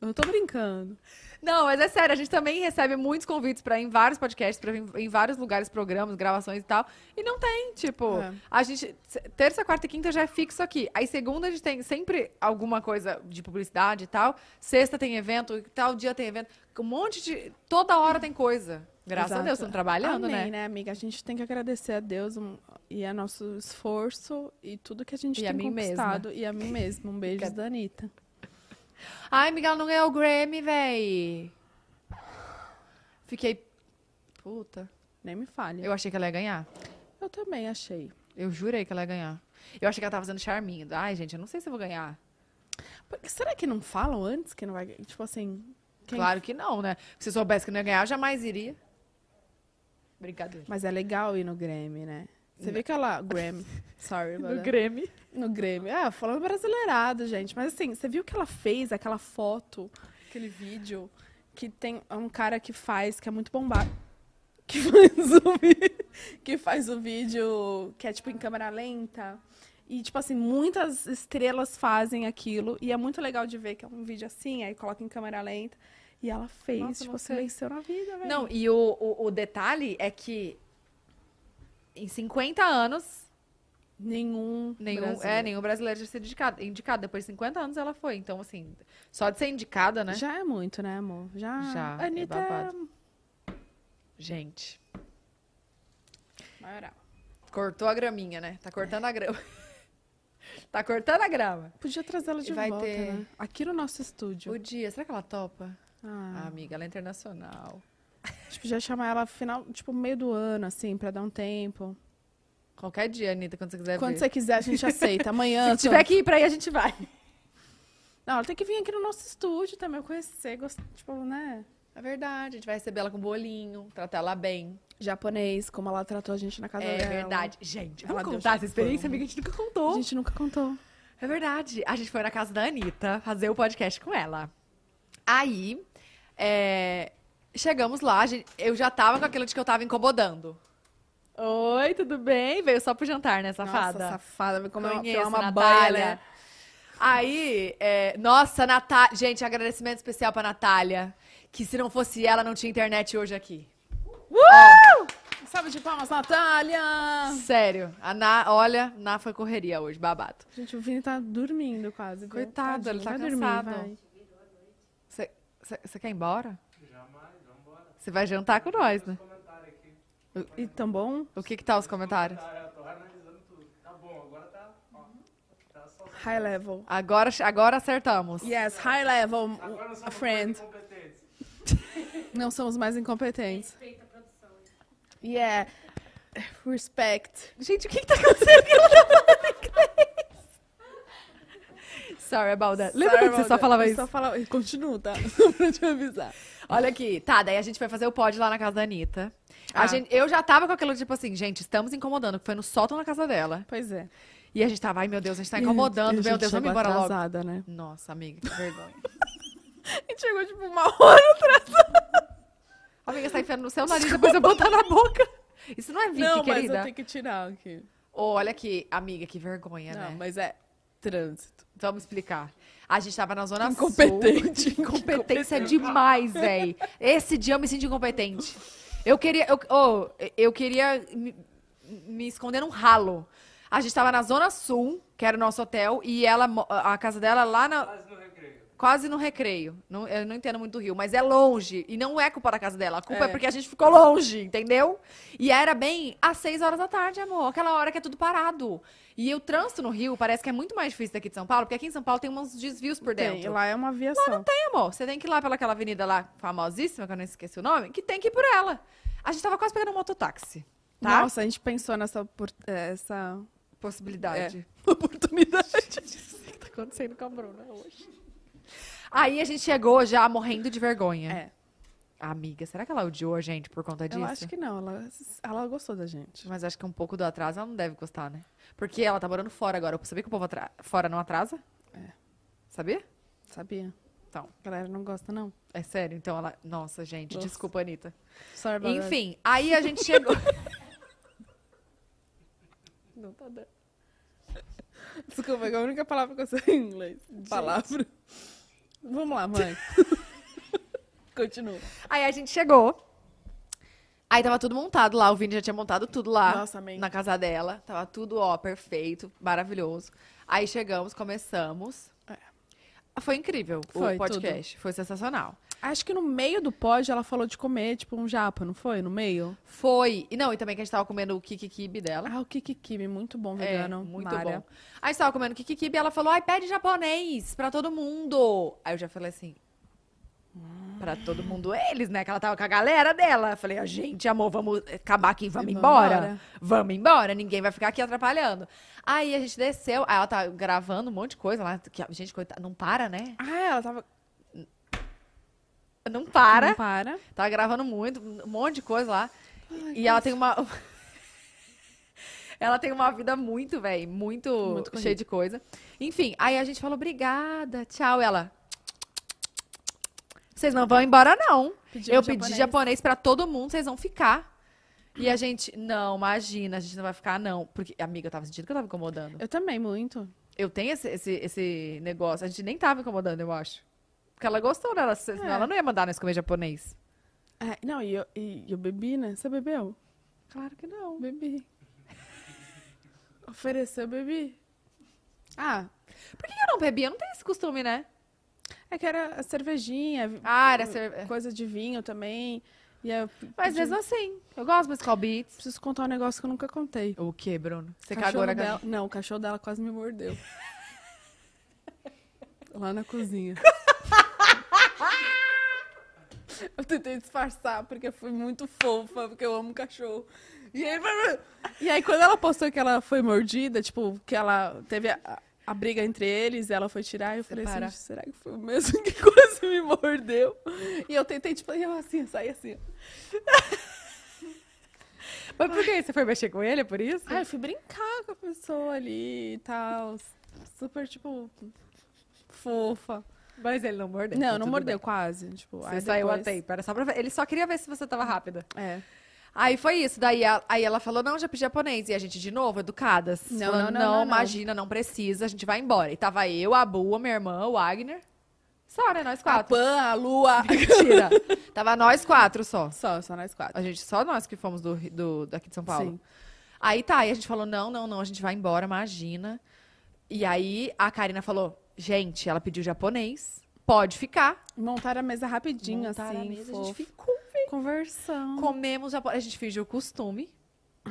S1: Eu tô brincando.
S2: Não, mas é sério, a gente também recebe muitos convites pra ir em vários podcasts, pra ir em- em vários lugares, programas, gravações e tal. E não tem, tipo,
S1: É.
S2: a gente. se- Terça, quarta e quinta já é fixo aqui. Aí segunda a gente tem sempre alguma coisa de publicidade e tal. Sexta tem evento, e tal dia tem evento. Um monte de. Toda hora tem coisa. Graças a
S1: Exato.
S2: Deus, estamos trabalhando,
S1: Amém,
S2: né?
S1: amiga? A gente tem que agradecer a Deus um- e a nosso esforço e tudo que a gente
S2: E a
S1: tem
S2: mim mesma.
S1: conquistado. E a mim mesma. Um beijo da Anitta.
S2: Ai, Miguel não ganhou o Grammy, véi. Fiquei. Puta.
S1: Nem me fale. Eu,
S2: Eu achei que ela ia ganhar.
S1: também achei.
S2: Eu jurei que ela ia ganhar. Eu achei que ela tava fazendo charminho. Ai, gente, eu não sei se eu vou ganhar.
S1: Porque será que não falam antes que não vai. Tipo assim. quem-
S2: Claro que não, né? Se soubesse que não ia ganhar, eu jamais iria. Brincadeira.
S1: Mas é legal ir no Grammy, né? Você vê que ela. Grammy. Sorry, about that.
S2: Grêmio.
S1: No Grêmio. Ah, falando brasileirado, gente. Mas assim, você viu que ela fez aquela foto, aquele vídeo, que tem é um cara que faz, que é muito bombado. Que faz o vídeo. Que faz o vídeo que é tipo em câmera lenta. E, tipo assim, muitas estrelas fazem aquilo. E é muito legal de ver que é um vídeo assim, aí coloca em câmera lenta. E ela fez,
S2: Nossa,
S1: tipo,
S2: não
S1: você
S2: sei.
S1: venceu na vida, velho.
S2: Não, e o, o, o detalhe é que em 50 anos,
S1: Nenhum.
S2: nenhum, é,
S1: brasileiro.
S2: nenhum brasileiro já ser indicado, indicado. Depois de 50 anos ela foi. Então, assim, só de ser indicada, né?
S1: Já é muito, né, amor? Já.
S2: Já, é
S1: Anitta
S2: babado. Gente,
S1: maioral.
S2: cortou a graminha, né? Tá cortando a grama. tá cortando a grama.
S1: Podia trazê-la de
S2: Vai
S1: volta,
S2: ter-
S1: né? Aqui no nosso estúdio.
S2: O dia, será que ela topa? Ah,
S1: Ah,
S2: amiga, ela é internacional. Ah.
S1: a gente podia chamar ela final, tipo, meio do ano, assim, pra dar um tempo.
S2: Qualquer dia, Anitta, quando você quiser
S1: Quando
S2: vir.
S1: você quiser, a gente aceita. Amanhã.
S2: Se tiver que ir pra aí, a gente vai.
S1: Não, ela tem que vir aqui no nosso estúdio também, eu conhecer, gost- tipo, né?
S2: É verdade, a gente vai receber ela com bolinho, tratar ela bem.
S1: Japonês, como ela tratou a gente na casa
S2: é
S1: dela.
S2: verdade. Gente, vamos
S1: Ela deu
S2: contar essa
S1: chapão.
S2: experiência, amiga, a gente nunca
S1: A
S2: contou.
S1: gente nunca contou.
S2: É verdade. A gente foi na casa da Anitta fazer o podcast com ela. Aí, é, chegamos lá, a gente- eu já tava com aquilo de que eu tava incomodando. Oi, tudo bem? Veio só pro jantar, né, safada?
S1: Nossa, safada, como ela
S2: Conheço,
S1: ela é uma
S2: Natália.
S1: baia, né?
S2: Aí, é, nossa, Natália. Gente, agradecimento especial pra Natália. Que se não fosse ela, não tinha internet hoje aqui.
S1: Salve de palmas, Natália!
S2: Sério. A Ná, olha, Ná foi correria hoje, babado.
S1: Gente, o Vini tá dormindo quase. viu?
S2: Coitado, ele tá
S1: vai dormir,
S2: cansado.
S1: vai.
S2: Você quer ir embora? Você vai jantar com nós, né?
S1: E tão bom?
S2: O que que tá os comentários?
S8: Tá
S1: High level.
S2: Agora, agora acertamos.
S1: Yes, high level, a friend. Não somos mais incompetentes.
S5: Respeita a produção.
S1: Yeah. Respect.
S2: Gente, o que que tá acontecendo? Ela tá falando inglês. Sorry about that.
S1: Sorry
S2: Lembra quando você
S1: about
S2: só
S1: that.
S2: falava
S1: Eu
S2: isso?
S1: Só falava... e Continua, tá? Só pra te avisar.
S2: Olha aqui, tá, daí a gente foi fazer o pod lá na casa da Anitta. A
S1: Ah.
S2: gente, eu já tava com aquilo tipo assim, gente, estamos incomodando, que foi no sótão na casa dela.
S1: Pois é.
S2: E a gente tava, ai meu Deus, a gente tá
S1: E- e
S2: incomodando,
S1: a
S2: meu
S1: gente
S2: Deus, vamos
S1: chegou
S2: embora logo.
S1: atrasada, né?
S2: Nossa, amiga, que vergonha.
S1: A gente chegou, tipo, uma hora atrasada.
S2: amiga, você tá enfiando no seu nariz, depois eu botar na boca. Isso não é Vicky,
S1: não, mas
S2: querida.
S1: eu tenho que tirar aqui.
S2: Ô, olha aqui, amiga, que vergonha,
S1: não,
S2: né?
S1: mas é trânsito.
S2: Vamos explicar. A gente tava na Zona Sul.
S1: Incompetente.
S2: Tá Incompetência demais, véi. Esse dia eu me senti incompetente. Eu queria. Eu, ô, eu queria me, me esconder num ralo. A gente tava na Zona Sul, que era o nosso hotel, e ela, mo- a casa dela lá na.
S8: Quase no recreio.
S2: Quase no recreio. Não- eu não entendo muito do Rio, mas é longe. E não é culpa da casa dela. A culpa é,
S1: É.
S2: porque a gente ficou longe, entendeu? E era bem às seis horas da tarde, amor. Aquela hora que é tudo parado. E o trânsito no Rio parece que é muito mais difícil daqui de São Paulo, porque aqui em São Paulo tem uns desvios por dentro.
S1: Tem, lá é uma aviação.
S2: Tem, amor. Tá Você tem que ir lá pelaquela avenida lá, famosíssima, que eu não esqueci o nome, que tem que ir por ela. A gente tava quase pegando um mototáxi. Tá?
S1: Nossa, a gente pensou nessa, opor- eh, essa
S2: Possibilidade.
S1: oportunidade.
S2: O que tá acontecendo com a Bruna hoje? Aí a gente chegou já morrendo de vergonha.
S1: É.
S2: Amiga, será que ela odiou a gente por conta disso?
S1: Eu acho que não, ela, ela gostou da gente.
S2: Mas acho que um pouco do atraso ela não deve gostar, né? Porque ela tá morando fora agora. Eu sabia que o povo atra- fora não atrasa? É. Sabia?
S1: Sabia?
S2: Então.
S1: A galera não gosta, não.
S2: É sério, então ela. Nossa, gente,
S1: Nossa.
S2: desculpa, Anitta.
S1: Sorry about that.
S2: Enfim, aí a gente chegou.
S1: Não tá dando. Desculpa, é a única palavra que eu sei em inglês. Palavra. Vamos lá, mãe. Continua.
S2: aí a gente chegou. Aí tava tudo montado lá, o Vini já tinha montado tudo lá.
S1: Nossa, amém.
S2: Na casa dela. Tava tudo, ó, perfeito, maravilhoso. Aí chegamos, começamos. Foi incrível
S1: É. Foi,
S2: o podcast. Foi sensacional.
S1: Acho que no meio do pod ela falou de comer, tipo, um japa, não foi? No meio?
S2: Foi. E não, e também que a gente tava comendo o Kikikibe dela.
S1: Ah, o Kikikimi, muito bom
S2: É,
S1: vegano.
S2: muito
S1: Mara.
S2: bom. Aí estava comendo kikikibe e ela falou, ai, pede japonês pra todo mundo. Aí eu já falei assim, "Hum, pra todo mundo eles, né? Que ela tava com a galera dela. Eu falei, ó, gente, amor, vamos acabar aqui, vamos
S1: Vamos
S2: embora.
S1: embora.
S2: Vamos embora, ninguém vai ficar aqui atrapalhando. Aí a gente desceu, aí ela tá gravando um monte de coisa lá. Que, gente, coitada, não para, né?
S1: Ah, ela tava.
S2: Não para.
S1: Não para.
S2: Tá gravando muito, um monte de coisa lá. e ela tem uma. ela tem uma vida muito, velho, muito,
S1: Muito corrida.
S2: cheia de coisa. Enfim, aí a gente falou, obrigada, tchau. Ela. Vocês não vão embora, não.
S1: Pediu
S2: Eu
S1: um
S2: pedi
S1: japonês."
S2: japonês pra todo mundo, vocês vão ficar. E a gente, não, imagina, a gente não vai ficar, não. Porque, amiga, eu tava sentindo que eu tava incomodando.
S1: Eu também, muito.
S2: Eu tenho esse, esse, esse negócio. A gente nem tava incomodando, eu acho. Porque ela gostou, né? Ela, senão
S1: É.
S2: ela não ia mandar nós comer japonês.
S1: É, não, e eu, e eu bebi, né? Você bebeu?
S2: Claro que não.
S1: Bebi. Ofereceu, bebi. Ah,
S2: Por que que eu não bebi? Eu não tenho esse costume, né?
S1: é que era a cervejinha, vi-
S2: Ah, era cerveja.
S1: coisa de vinho também. E aí eu p-
S2: Mas
S1: pedi-
S2: mesmo assim, eu gosto do Skull Beats.
S1: preciso contar um negócio que eu nunca contei.
S2: O que, Bruno? Você
S1: Cachorro
S2: cagou na
S1: dela...
S2: cara.
S1: Não, o cachorro dela quase me mordeu. Lá na cozinha. Eu tentei disfarçar, porque eu fui muito fofa, porque eu amo cachorro. E aí, e aí quando ela postou que ela foi mordida, tipo, que ela teve a, a briga entre eles, ela foi tirar, eu falei
S2: Separa.
S1: assim, será que foi o mesmo que quase me mordeu? E eu tentei, tipo, e eu assim, eu saí assim.
S2: Mas por que? Você foi mexer com ele, é por isso?
S1: Ah, eu fui brincar com a pessoa ali e tal. Super, tipo, fofa.
S2: Mas ele não mordeu.
S1: não,
S2: tá
S1: não
S2: tudo
S1: mordeu
S2: bem.
S1: quase. Tipo,
S2: Você
S1: aí
S2: saiu
S1: depois-
S2: a tempo. Era só pra ver. Ele só queria ver se você tava rápida.
S1: É.
S2: Aí foi isso. Daí a- aí ela falou: não, já pedi japonês. E a gente, de novo, educadas.
S1: Não,
S2: falando,
S1: não, não, não, não.
S2: imagina, não precisa, a gente vai embora. E tava eu, a Bua, minha irmã, o Agner. Só, né? Nós
S1: A
S2: quatro.
S1: Pan, a Lua.
S2: Mentira. tava nós quatro só.
S1: Só, só nós quatro.
S2: A gente, só nós que fomos do, Ri- do- daqui de São Paulo.
S1: Sim.
S2: Aí tá, e a gente falou, não, não, não, a gente vai embora, imagina. E aí a Karina falou, gente, ela pediu japonês, pode ficar.
S1: Montaram a mesa rapidinho,
S2: Montaram
S1: assim.
S2: a mesa, a
S1: fofo.
S2: gente ficou.
S1: Conversão.
S2: Comemos japonês, a gente fingiu o costume.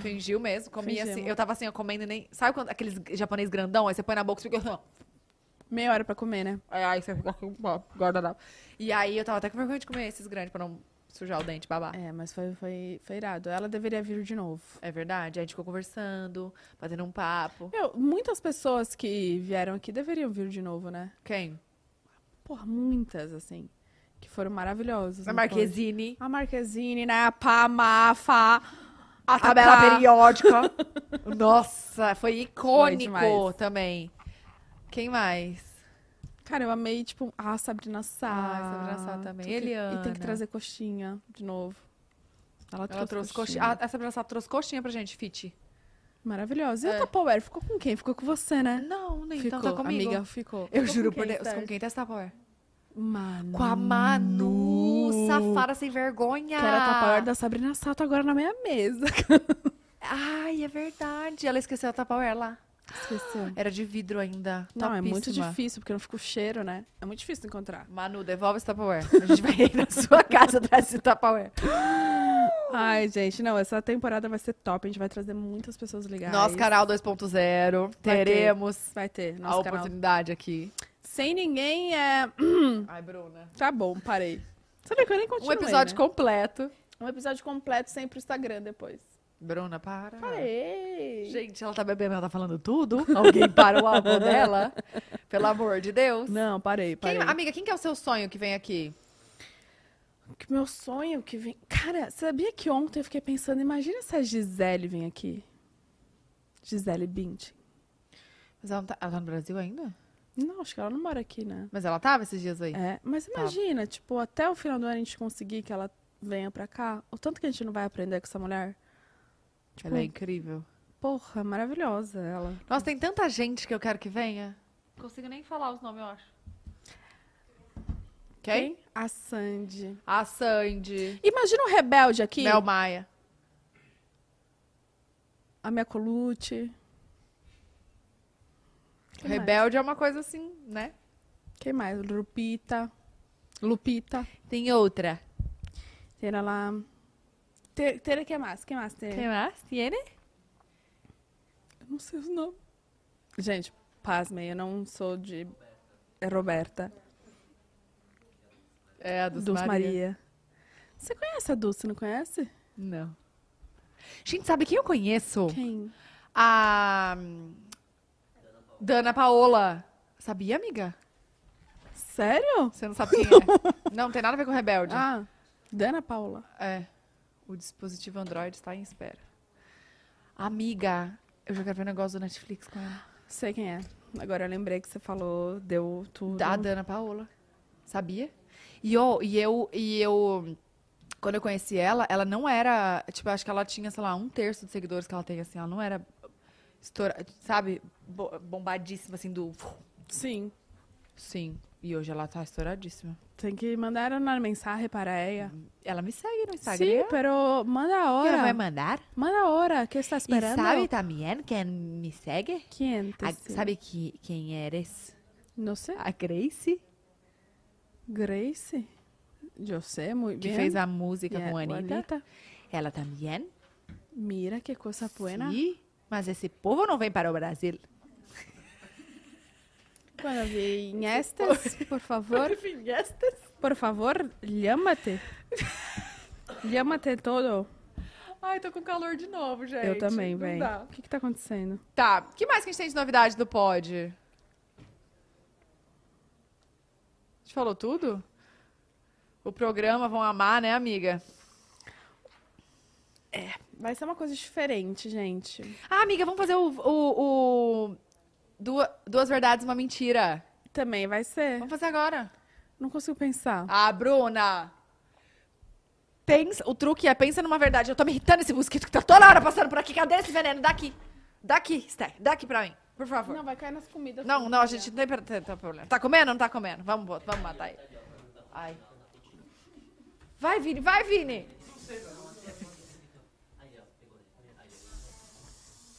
S2: Fingiu mesmo, comia assim.
S1: Fingimos.
S2: Eu tava assim, eu comendo e nem... Sabe quando, aqueles japonês grandão? Aí você põe na boca e fica...
S1: Meia hora pra comer, né?
S2: Aí você fica com guardanapo. E aí eu tava até com vergonha de comer esses grandes pra não Sujar o dente, babar.
S1: É, mas foi, foi, foi irado. Ela deveria vir de novo.
S2: É verdade. Aí a gente ficou conversando, batendo um papo.
S1: Meu, muitas pessoas que vieram aqui deveriam vir de novo, né?
S2: Quem?
S1: Porra, muitas, assim. Que foram maravilhosas. né?
S2: A
S1: não foi?
S2: Marquezine.
S1: A Marquezine, né? A Pá, Mafa.
S2: A tabela
S1: tá.
S2: periódica. Nossa, foi icônico
S1: demais.
S2: também. Quem mais?
S1: Cara, eu amei, tipo, a Sabrina Sá.
S2: Ah, Sabrina Sá também.
S1: Tem que- E tem
S2: Eliana.
S1: que trazer coxinha de novo. Ela
S2: Ela trouxe coxinha. Ah, essa abraçada trouxe coxinha pra gente, Fit.
S1: Maravilhosa. E
S2: É.
S1: o Tupperware? Ficou com quem? Ficou com você, né?
S2: Ah, Não, nem
S1: ficou,
S2: então tá comigo.
S1: amiga, ficou.
S2: Eu
S1: Ficou
S2: juro
S1: com
S2: por
S1: quem,
S2: Deus.
S1: Sérgio?
S2: Com quem tá testa Power?
S1: Manu.
S2: Com a Manu, safada sem vergonha.
S1: Que era a Tupperware da Sabrina Sá, tá agora na minha mesa.
S2: Ai, é verdade. Ela esqueceu a Tupperware lá.
S1: Esqueceu.
S2: Era de vidro ainda.
S1: Não, é muito
S2: Topíssima.
S1: difícil, porque não fica o cheiro, né? É muito difícil de encontrar.
S2: Manu, devolve esse Tupperware. A gente vai ir na sua casa atrás desse Tupperware.
S1: Ai, gente, não, essa temporada vai ser top. A gente vai trazer muitas pessoas legais.
S2: Nosso canal 2.0.
S1: Vai ter.
S2: Teremos
S1: Vai ter,
S2: a
S1: nosso canal.
S2: oportunidade aqui.
S1: Sem ninguém é.
S2: Ai, Bruna.
S1: Tá bom, parei. Sabe que eu nem
S2: Um
S1: continuei,
S2: episódio
S1: né?
S2: completo.
S1: Um episódio completo sem ir pro Instagram depois.
S2: Bruna,
S1: Ah.
S2: para.
S1: Parei!
S2: Gente, ela tá bebendo, ela tá falando tudo. Alguém para o álbum dela. Pelo amor de Deus.
S1: Não, parei,
S2: Quem-
S1: parei.
S2: amiga, quem que é o seu sonho que vem aqui?
S1: Que meu sonho que vem. Cara, sabia que ontem eu fiquei pensando, imagina se a Gisele vem aqui. Gisele Bint.
S2: Mas ela, não tá, ela tá no Brasil ainda?
S1: Não, acho que ela não mora aqui, né?
S2: Mas ela tava esses dias aí?
S1: É, mas imagina, tipo, até o final do ano a gente conseguir que ela venha pra cá, o tanto que a gente não vai aprender com essa mulher.
S2: ela é incrível.
S1: Porra, maravilhosa ela.
S2: Nossa, tem tanta gente que eu quero que venha.
S5: Não consigo nem falar os nomes, eu acho.
S2: Quem?
S1: A Sandy.
S2: A Sandy.
S1: Imagina um rebelde aqui.
S2: Mel Maia.
S1: A minha Colute. Quem mais?
S2: Rebelde é uma coisa assim, né?
S1: Quem mais? Lupita. Lupita.
S2: Tem outra.
S1: Tera lá. Te- Tera, que mais? Que mais?
S2: É.
S1: Tera?
S2: mais? Tiene?
S1: Eu Não sei os nomes. Gente, pasmem, eu não sou de. É Roberta.
S2: É, a dos,
S1: Dulce, Maria. Você conhece a Dulce, não conhece?
S2: Não. Gente, sabe quem eu conheço?
S1: Quem?
S2: A. hum, Dana Paola. Sabia, amiga?
S1: Sério?
S2: Você não sabe quem é? Não, tem nada a ver com Rebelde.
S1: Ah, Dana Paula.
S2: É. O dispositivo Android está em espera. Amiga, eu já gravei um negócio do Netflix com ela.
S1: Sei quem é. Agora eu lembrei que você falou, deu tudo.
S2: Da Dana Paola. Sabia? E, ó, e eu, e eu, quando eu conheci ela, ela não era, tipo, eu acho que ela tinha, sei lá, um terço de seguidores que ela tem, assim, ela não era, estoura, sabe, bo- bombadíssima, assim, do...
S1: Sim.
S2: Sim, e hoje ela tá estouradíssima.
S1: Tem que mandar uma mensagem para ela.
S2: Ela me segue no
S1: Sim,
S2: Instagram.
S1: pero manda
S2: Ela vai
S1: ahora.
S2: mandar.
S1: Manda ahora. que está
S2: E
S1: esperando?
S2: sabe também quem me segue? A-
S1: 500.
S2: sabe que, quem eres?
S1: Não sei.
S2: A Grace,
S1: Grace? Eu sei muito
S2: que
S1: bem.
S2: fez a música
S1: Yeah,
S2: com a
S1: com a
S2: Anitta.
S1: Anitta.
S2: Ela também.
S1: Mira que coisa buena.
S2: Sim, mas esse povo não vem para o Brasil.
S1: Quando vem estas, por favor. Por favor, llámate. Llámate todo.
S2: Ai, tô com calor de novo, gente.
S1: Eu também,
S2: Não
S1: véi.
S2: dá.
S1: O que que tá acontecendo?
S2: Tá, o que mais que a gente tem de novidade do pod? A gente falou tudo? O programa vão amar, né, amiga?
S1: Vai ser uma coisa diferente, gente.
S2: Ah, amiga, vamos fazer o... o, o- Duas, duas verdades, uma mentira.
S1: Também vai ser.
S2: Vamos fazer agora.
S1: Não consigo pensar.
S2: Ah, Bruna! Pensa, o truque é pensa numa verdade. Eu tô me irritando esse mosquito que tá toda hora passando por aqui. Cadê esse veneno? Daqui. Daqui, Sté. Daqui pra mim. Por favor.
S1: Não, vai cair nas comidas. né?
S2: Não, não, a gente não tem per- tem- tem problema. Tá comendo ou não tá comendo? Vamos, bota- vamos matar ele. Ai. Vai, Vini, vai, Vini!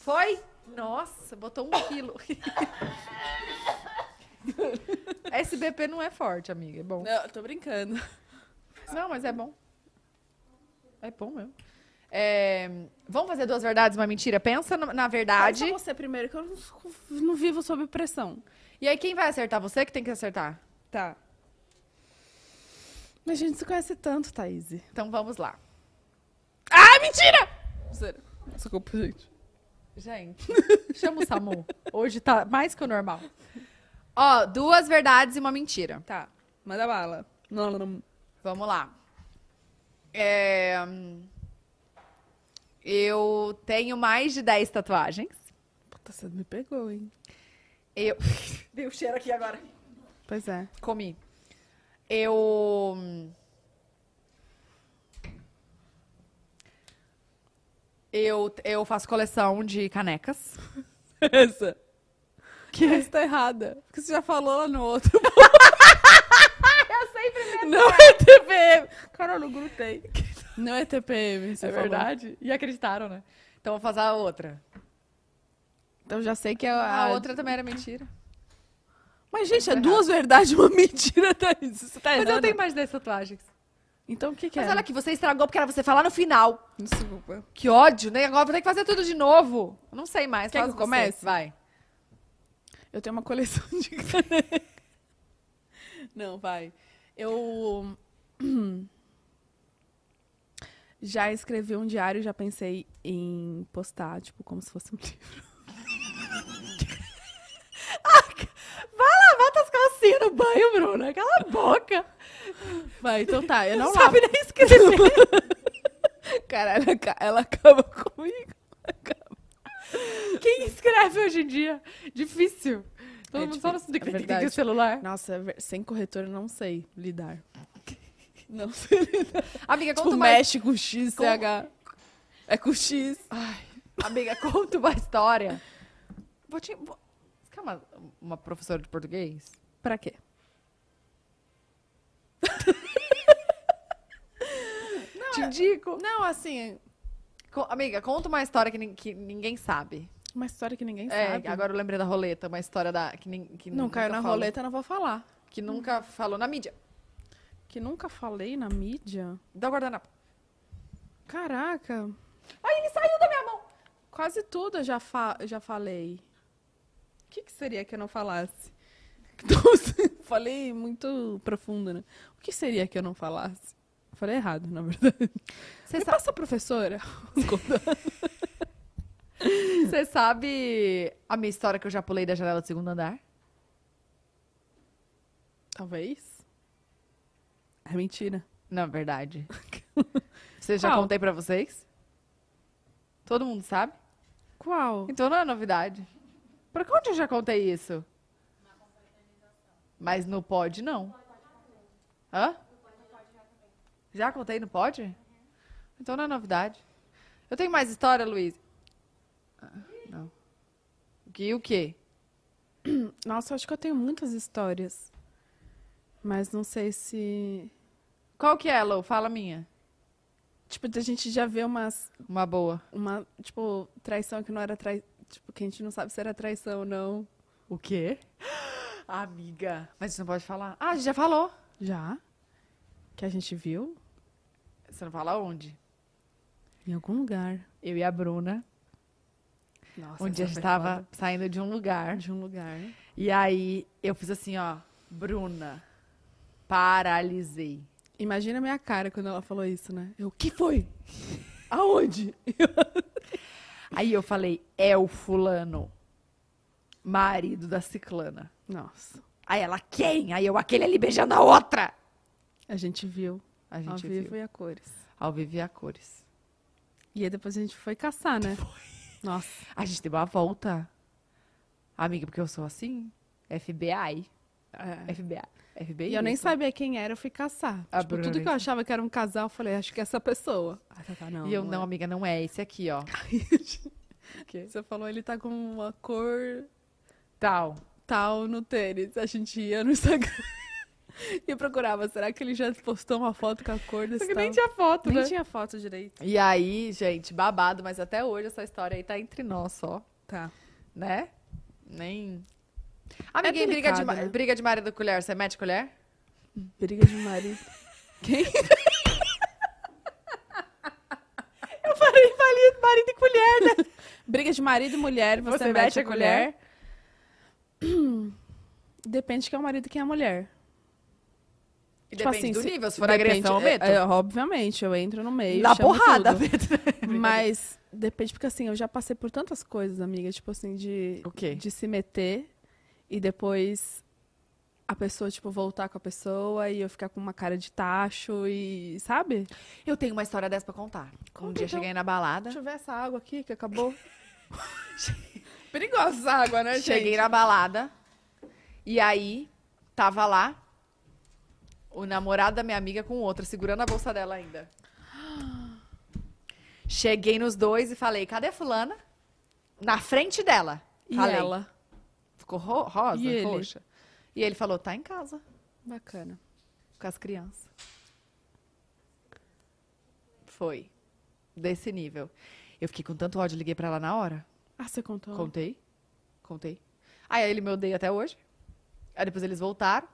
S2: Foi? Nossa, botou um quilo. SBP não é forte, amiga. É bom.
S1: Não, tô brincando.
S2: Não, mas é bom. É bom mesmo. É, vamos fazer duas verdades e uma mentira? Pensa na- na verdade.
S1: Pode você primeiro, que eu não, não vivo sob pressão.
S2: E aí, quem vai acertar? Você que tem que acertar.
S1: Tá. Mas a gente se conhece tanto, Thaís.
S2: Então vamos lá.
S1: Zero. Desculpa, gente.
S2: Gente, chama o Samu. Hoje tá mais que o normal. Ó, duas verdades e uma mentira.
S1: Tá, manda bala. Não, não, não.
S2: Vamos lá. É, Eu tenho mais de 10 tatuagens.
S1: Puta, você me pegou, hein?
S2: Eu. Dei o cheiro aqui agora.
S1: Pois é.
S2: Comi. Eu. Eu, eu faço coleção de canecas.
S1: Essa. Que essa tá errada. Porque você já falou lá no outro. Eu sempre meto. Não é TPM. Carol, eu grutei. Não é TPM, você
S2: é
S1: falou.
S2: verdade? E acreditaram, né? Então vou fazer a outra.
S1: Então já sei que é
S2: A
S1: a,
S2: outra também era mentira.
S1: Mas, gente, é duas verdades e uma mentira, Thaís. Você tá
S2: Mas
S1: errando.
S2: eu tenho mais 10 tatuagens.
S1: Então o que que
S2: Mas
S1: é?
S2: olha aqui, você estragou porque era você falar no final.
S1: Desculpa.
S2: Que ódio, né? Agora vou ter que fazer tudo de novo. Eu Não sei mais.
S1: Quer
S2: faz
S1: que eu
S2: você.
S1: comece?
S2: Vai.
S1: Eu tenho uma coleção de caneca. Não, vai. Eu já escrevi um diário, já pensei em postar, tipo, como se fosse um livro.
S2: Vai lavar tuas calcinhas no banho, Bruna. Cala a boca.
S1: Vai, então tá, eu não
S2: Não
S1: lavo.
S2: sabe nem escrever.
S1: Caralho, ela ca- ela acaba comigo.
S2: Quem escreve hoje em dia? Difícil. Todo
S1: É
S2: mundo só no
S1: difícil, é
S2: tic-tic-tic
S1: verdade.
S2: do celular.
S1: Nossa, ver- sem corretor eu não sei lidar. Não sei lidar.
S2: Amiga,
S1: Tipo,
S2: conta mais.
S1: mexe com X,
S2: Como-
S1: CH. É com X.
S2: Amiga, conta uma história. Vou te... vou- Você quer uma, uma professora de português?
S1: Pra quê?
S2: te indico.
S1: Não, assim,
S2: Co- amiga, conta uma história que, nin- que ninguém sabe.
S1: uma história que ninguém
S2: É,
S1: sabe.
S2: agora eu lembrei da roleta, uma história da, que, nin- que
S1: Não
S2: nunca
S1: caiu na
S2: falou-
S1: roleta, não vou falar.
S2: Que nunca falou na mídia.
S1: Que nunca falei na mídia.
S2: Dá o guardanapo.
S1: Caraca,
S2: Ai, ele saiu da minha mão.
S1: quase tudo eu já, fa já falei. O que, que seria que eu não falasse? Então, falei muito profundo, né? O que seria que eu não falasse? Falei errado, na verdade.
S2: Você
S1: Me
S2: sa-
S1: passa a professora.
S2: Você sabe a minha história que eu já pulei da janela do segundo andar?
S1: Talvez. É mentira.
S2: Na verdade. Você já
S1: Qual?
S2: contei pra vocês? Todo mundo sabe?
S1: Qual?
S2: Então não é novidade. Pra onde eu já contei isso? Mas no pod, não. Hã? Já contei no pod? Então não é novidade. Eu tenho mais história, Luiz? Ah, Não. E o quê?
S1: Nossa, eu acho que eu tenho muitas histórias. Mas não sei se.
S2: Qual que é, Lou? Fala a minha.
S1: Tipo, a gente já vê umas
S2: Uma boa.
S1: uma, tipo, traição que não era traição. Tipo, que a gente não sabe se era traição ou não.
S2: O quê? Amiga. Mas você não pode falar. Ah, a gente já falou.
S1: Já? Que a gente viu
S2: Você não fala onde?
S1: em algum lugar.
S2: Eu e a Bruna,
S1: Nossa,
S2: onde a gente tava saindo de um lugar.
S1: tá De um lugar.
S2: E aí eu fiz assim, ó, Bruna, paralisei.
S1: Imagina a minha cara quando ela falou isso, né? Eu, o que foi? Aonde?
S2: Aí eu falei, é o fulano, marido da ciclana.
S1: Nossa,
S2: Aí ela, quem? Aí eu, aquele ali beijando a outra.
S1: a gente viu
S2: A
S1: ao
S2: gente viu.
S1: vivo e a cores.
S2: Ao vivo e a cores.
S1: E aí depois a gente foi caçar, né? Nossa,
S2: A gente deu uma volta. Amiga, porque eu sou assim, FBI,
S1: é.
S2: FBI, FBI.
S1: E eu nem
S2: isso.
S1: sabia quem era, eu fui caçar.
S2: A
S1: tipo,
S2: Bruna
S1: tudo
S2: nem
S1: que eu
S2: sabe.
S1: achava que era um casal, eu falei, acho que é essa pessoa. Ah, tá, tá, não.
S2: E eu,
S1: é.
S2: não, amiga, não é esse aqui, ó.
S1: Você falou, ele tá com uma cor
S2: Tal.
S1: tal no tênis. A gente ia no Instagram e procurava. Será que ele já postou uma foto com a cor desse tal?
S2: tinha foto,
S1: Nem tinha foto né? direito.
S2: E aí, gente, babado, mas até hoje essa história aí tá entre nós só,
S1: Tá.
S2: né? Nem. Amiguinha, briga,
S1: delicado,
S2: de, ma-
S1: né?
S2: briga de marido e colher, você mete colher?
S1: Briga de marido. Quem?
S2: Eu falei marido, marido e colher, né?
S1: Briga de marido e mulher, você, mete, a colher. Depende quem é o marido e quem é a mulher.
S2: E
S1: Tipo
S2: depende
S1: assim,
S2: do
S1: se-
S2: nível, se for
S1: depende-
S2: agressão, eu
S1: é-
S2: meto.
S1: é, obviamente, eu entro no meio.
S2: Na
S1: chamo
S2: porrada,
S1: tudo.
S2: meto.
S1: Mas depende, porque assim, eu já passei por tantas coisas, amiga, tipo assim, de,
S2: O quê?
S1: de se meter e depois a pessoa, tipo, voltar com a pessoa e eu ficar com uma cara de tacho e, sabe?
S2: Eu tenho uma história dessa pra contar. um
S1: Conta,
S2: dia
S1: então.
S2: cheguei na balada.
S1: Deixa eu ver essa água aqui que acabou.
S2: Perigosa essa água, né, Cheguei na balada. E aí, tava lá o namorado da minha amiga com outra, segurando a bolsa dela ainda. Cheguei nos dois e falei, cadê fulana? Na frente dela.
S1: E
S2: falei.
S1: ela.
S2: Ficou ro- rosa,
S1: E ele?
S2: roxa. E ele falou, tá em casa,
S1: Bacana.
S2: com as crianças. Foi. Desse nível. Eu fiquei com tanto ódio, liguei pra ela na hora.
S1: Ah, você contou?
S2: Contei. Contei. Aí ele me odeia até hoje. Aí depois eles voltaram.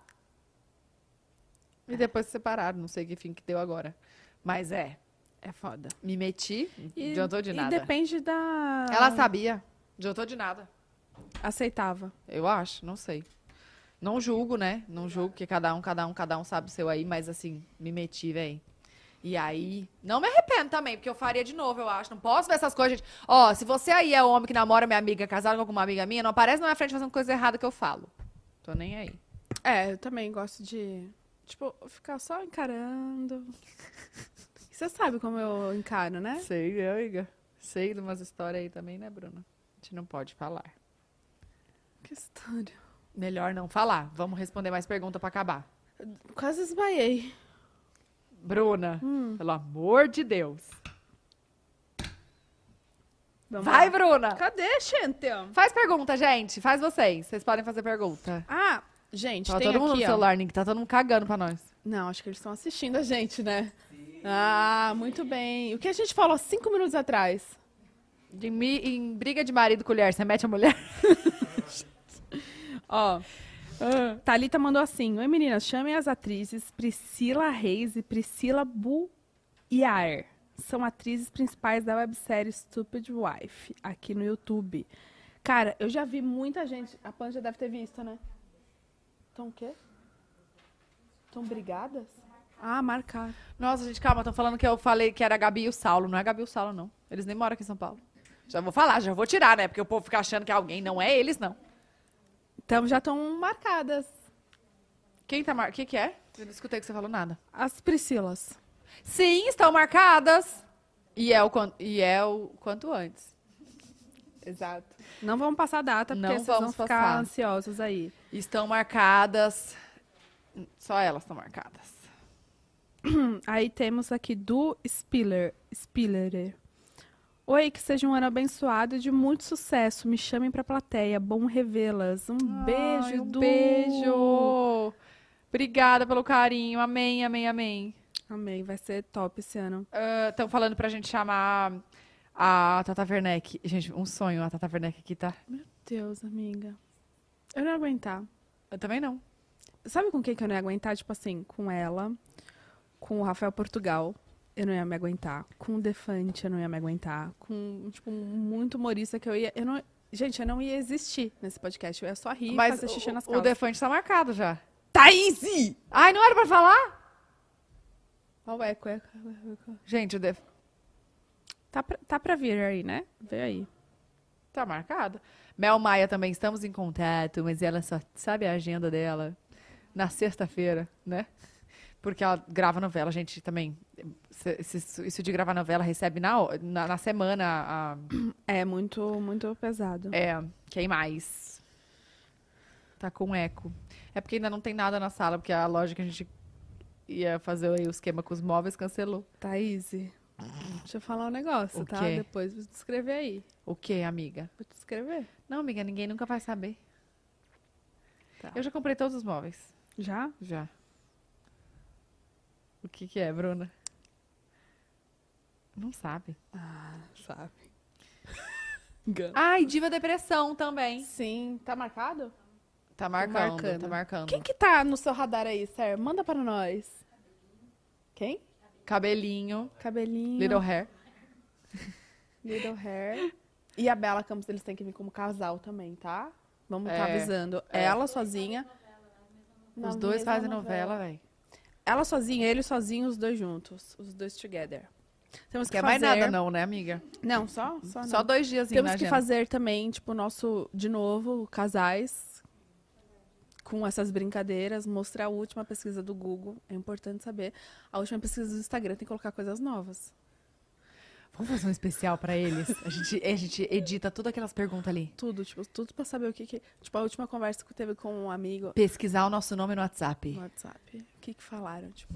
S1: É.
S2: E depois se separaram. Não sei que fim que deu agora. Mas é,
S1: É foda.
S2: me meti,
S1: E-
S2: não adiantou de nada.
S1: E Ah. depende da.
S2: Ela sabia, adiantou de nada.
S1: Aceitava.
S2: Eu acho, não sei. Não julgo, né? Não julgo, que cada um, cada um, cada um sabe o seu aí, mas assim, me meti, véi. E aí, não me arrependo também, porque eu faria de novo, eu acho. Não posso ver essas coisas, gente. Ó, se você aí é homem que namora minha amiga, casado com alguma amiga minha, não aparece na minha frente fazendo coisa errada que eu falo. Tô nem aí.
S1: É, eu também gosto de. Tipo, ficar só encarando. Você sabe como eu encaro, né?
S2: É. Sei, amiga. Sei de umas histórias aí também, né, Bruna? A gente não pode falar.
S1: Que história.
S2: Melhor não falar. Vamos responder mais pergunta pra acabar.
S1: Quase esbaiei.
S2: Bruna, pelo amor de Deus.
S1: Vamos
S2: Vai,
S1: lá.
S2: Bruna!
S1: Cadê, gente?
S2: Faz pergunta, gente. Faz vocês. Vocês podem fazer pergunta.
S1: Ah, gente,
S2: Tá
S1: tem
S2: todo mundo
S1: aqui,
S2: no
S1: ó.
S2: celular, Nick. Tá todo mundo cagando pra nós.
S1: Não, acho que eles estão assistindo a gente, né? Ah, muito bem. O que a gente falou há cinco minutos atrás?
S2: De mi- em briga de marido e colher, você mete a mulher?
S1: Ó.
S2: Ah.
S1: Thalita mandou assim: Oi meninas, chamem as atrizes Priscila Reis e Priscila Buiar. São atrizes principais da websérie Stupid Wife, aqui no YouTube. Cara, eu já vi muita gente. A Pan já deve ter visto, né? Estão o quê? Estão brigadas? Ah, marcar.
S2: Nossa, gente, calma. Estão falando que eu falei que era a Gabi e o Saulo. Não é a Gabi e o Saulo, não. Eles nem moram aqui em São Paulo. Já vou falar, já vou tirar, né? Porque o povo fica achando que é alguém. Não é eles, não.
S1: Então já estão marcadas.
S2: Quem tá mar... O que que é? Eu não escutei que você falou nada.
S1: As Priscilas.
S2: Sim, estão marcadas. E é o, quan- e é o quanto antes. Exato.
S1: Não vamos passar a data, porque
S2: Não
S1: vocês vão
S2: vamos
S1: ficar
S2: passar.
S1: ansiosos aí.
S2: Estão marcadas. Só elas estão marcadas.
S1: Aí temos aqui do Spiller. Spiller. Oi, que seja um ano abençoado e de muito sucesso. Me chamem pra plateia. Bom revê-las. Um beijo,
S2: Ai, um
S1: Du.
S2: beijo. Obrigada pelo carinho. Amém, amém, amém.
S1: Amei, vai ser top esse ano.
S2: Estão falando pra gente chamar a Tata Werneck. Gente, um sonho a Tata Werneck aqui, tá?
S1: Deus, amiga. Eu não ia aguentar.
S2: Eu também não.
S1: Sabe com quem que eu não ia aguentar? Tipo assim, com ela, com o Rafael Portugal, eu não ia me aguentar. Com o Defante, eu não ia me aguentar. Com, tipo, muito humorista que eu ia. Eu não... Gente, eu não ia existir nesse podcast. Eu ia só rir e
S2: Mas
S1: fazer xixi nas
S2: o, o
S1: calças.
S2: Defante tá marcado já.
S1: Thaís!
S2: Ai, não era pra falar?
S1: Ó, o eco, eco, eco, eco.
S2: Gente, o Def...
S1: Tá pra, tá pra vir aí, né? Vê aí.
S2: Tá marcado. Mel Maia também estamos em contato, mas ela só sabe a agenda dela na sexta-feira, né? Porque ela grava novela, a gente também. se- se Isso isso de gravar novela recebe na, ho- na, na semana. a-
S1: É muito, muito pesado.
S2: é, quem mais? Tá com eco. É porque ainda não tem nada na sala, porque a loja que a gente ia fazer aí o esquema com os móveis cancelou.
S1: Thaís, deixa eu falar um negócio,
S2: O
S1: tá?
S2: quê?
S1: Depois vou te escrever aí.
S2: O que, amiga?
S1: Vou te escrever.
S2: Não, amiga, ninguém nunca vai saber.
S1: Tá.
S2: Eu já comprei todos os móveis.
S1: Já?
S2: Já. O que que é, Bruna? Não sabe.
S1: Sabe.
S2: Ai, Diva Depressão também.
S1: Sim, tá marcado?
S2: Tá marcando,
S1: marcando.
S2: tá marcando.
S1: Quem que tá no seu radar aí, Ser? Manda para nós. Quem?
S2: Cabelinho,
S1: Cabelinho,
S2: Little Hair.
S1: Little Hair. E a Bela Campos, eles têm que vir como casal também, tá? Vamos estar
S2: É,
S1: avisando. Ela sozinha. Na
S2: Os dois
S1: mesma
S2: fazem novela, velho.
S1: Ela sozinha, ele sozinho, os dois juntos. Os dois together. Temos que
S2: Quer
S1: fazer...
S2: mais nada, não, né, amiga?
S1: Não, só? Só,
S2: Só
S1: não.
S2: dois dias
S1: Temos que fazer também, tipo, o nosso, de novo, casais com essas brincadeiras, mostrar a última pesquisa do Google. É importante saber. A última pesquisa do Instagram tem que colocar coisas novas.
S2: Vamos fazer um especial pra eles. A gente, a gente edita todas aquelas perguntas ali.
S1: Tudo, tipo, tudo pra saber o que que... Tipo, a última conversa que teve com um amigo
S2: Pesquisar o nosso nome no
S1: no
S2: WhatsApp.
S1: WhatsApp. O que que falaram, tipo...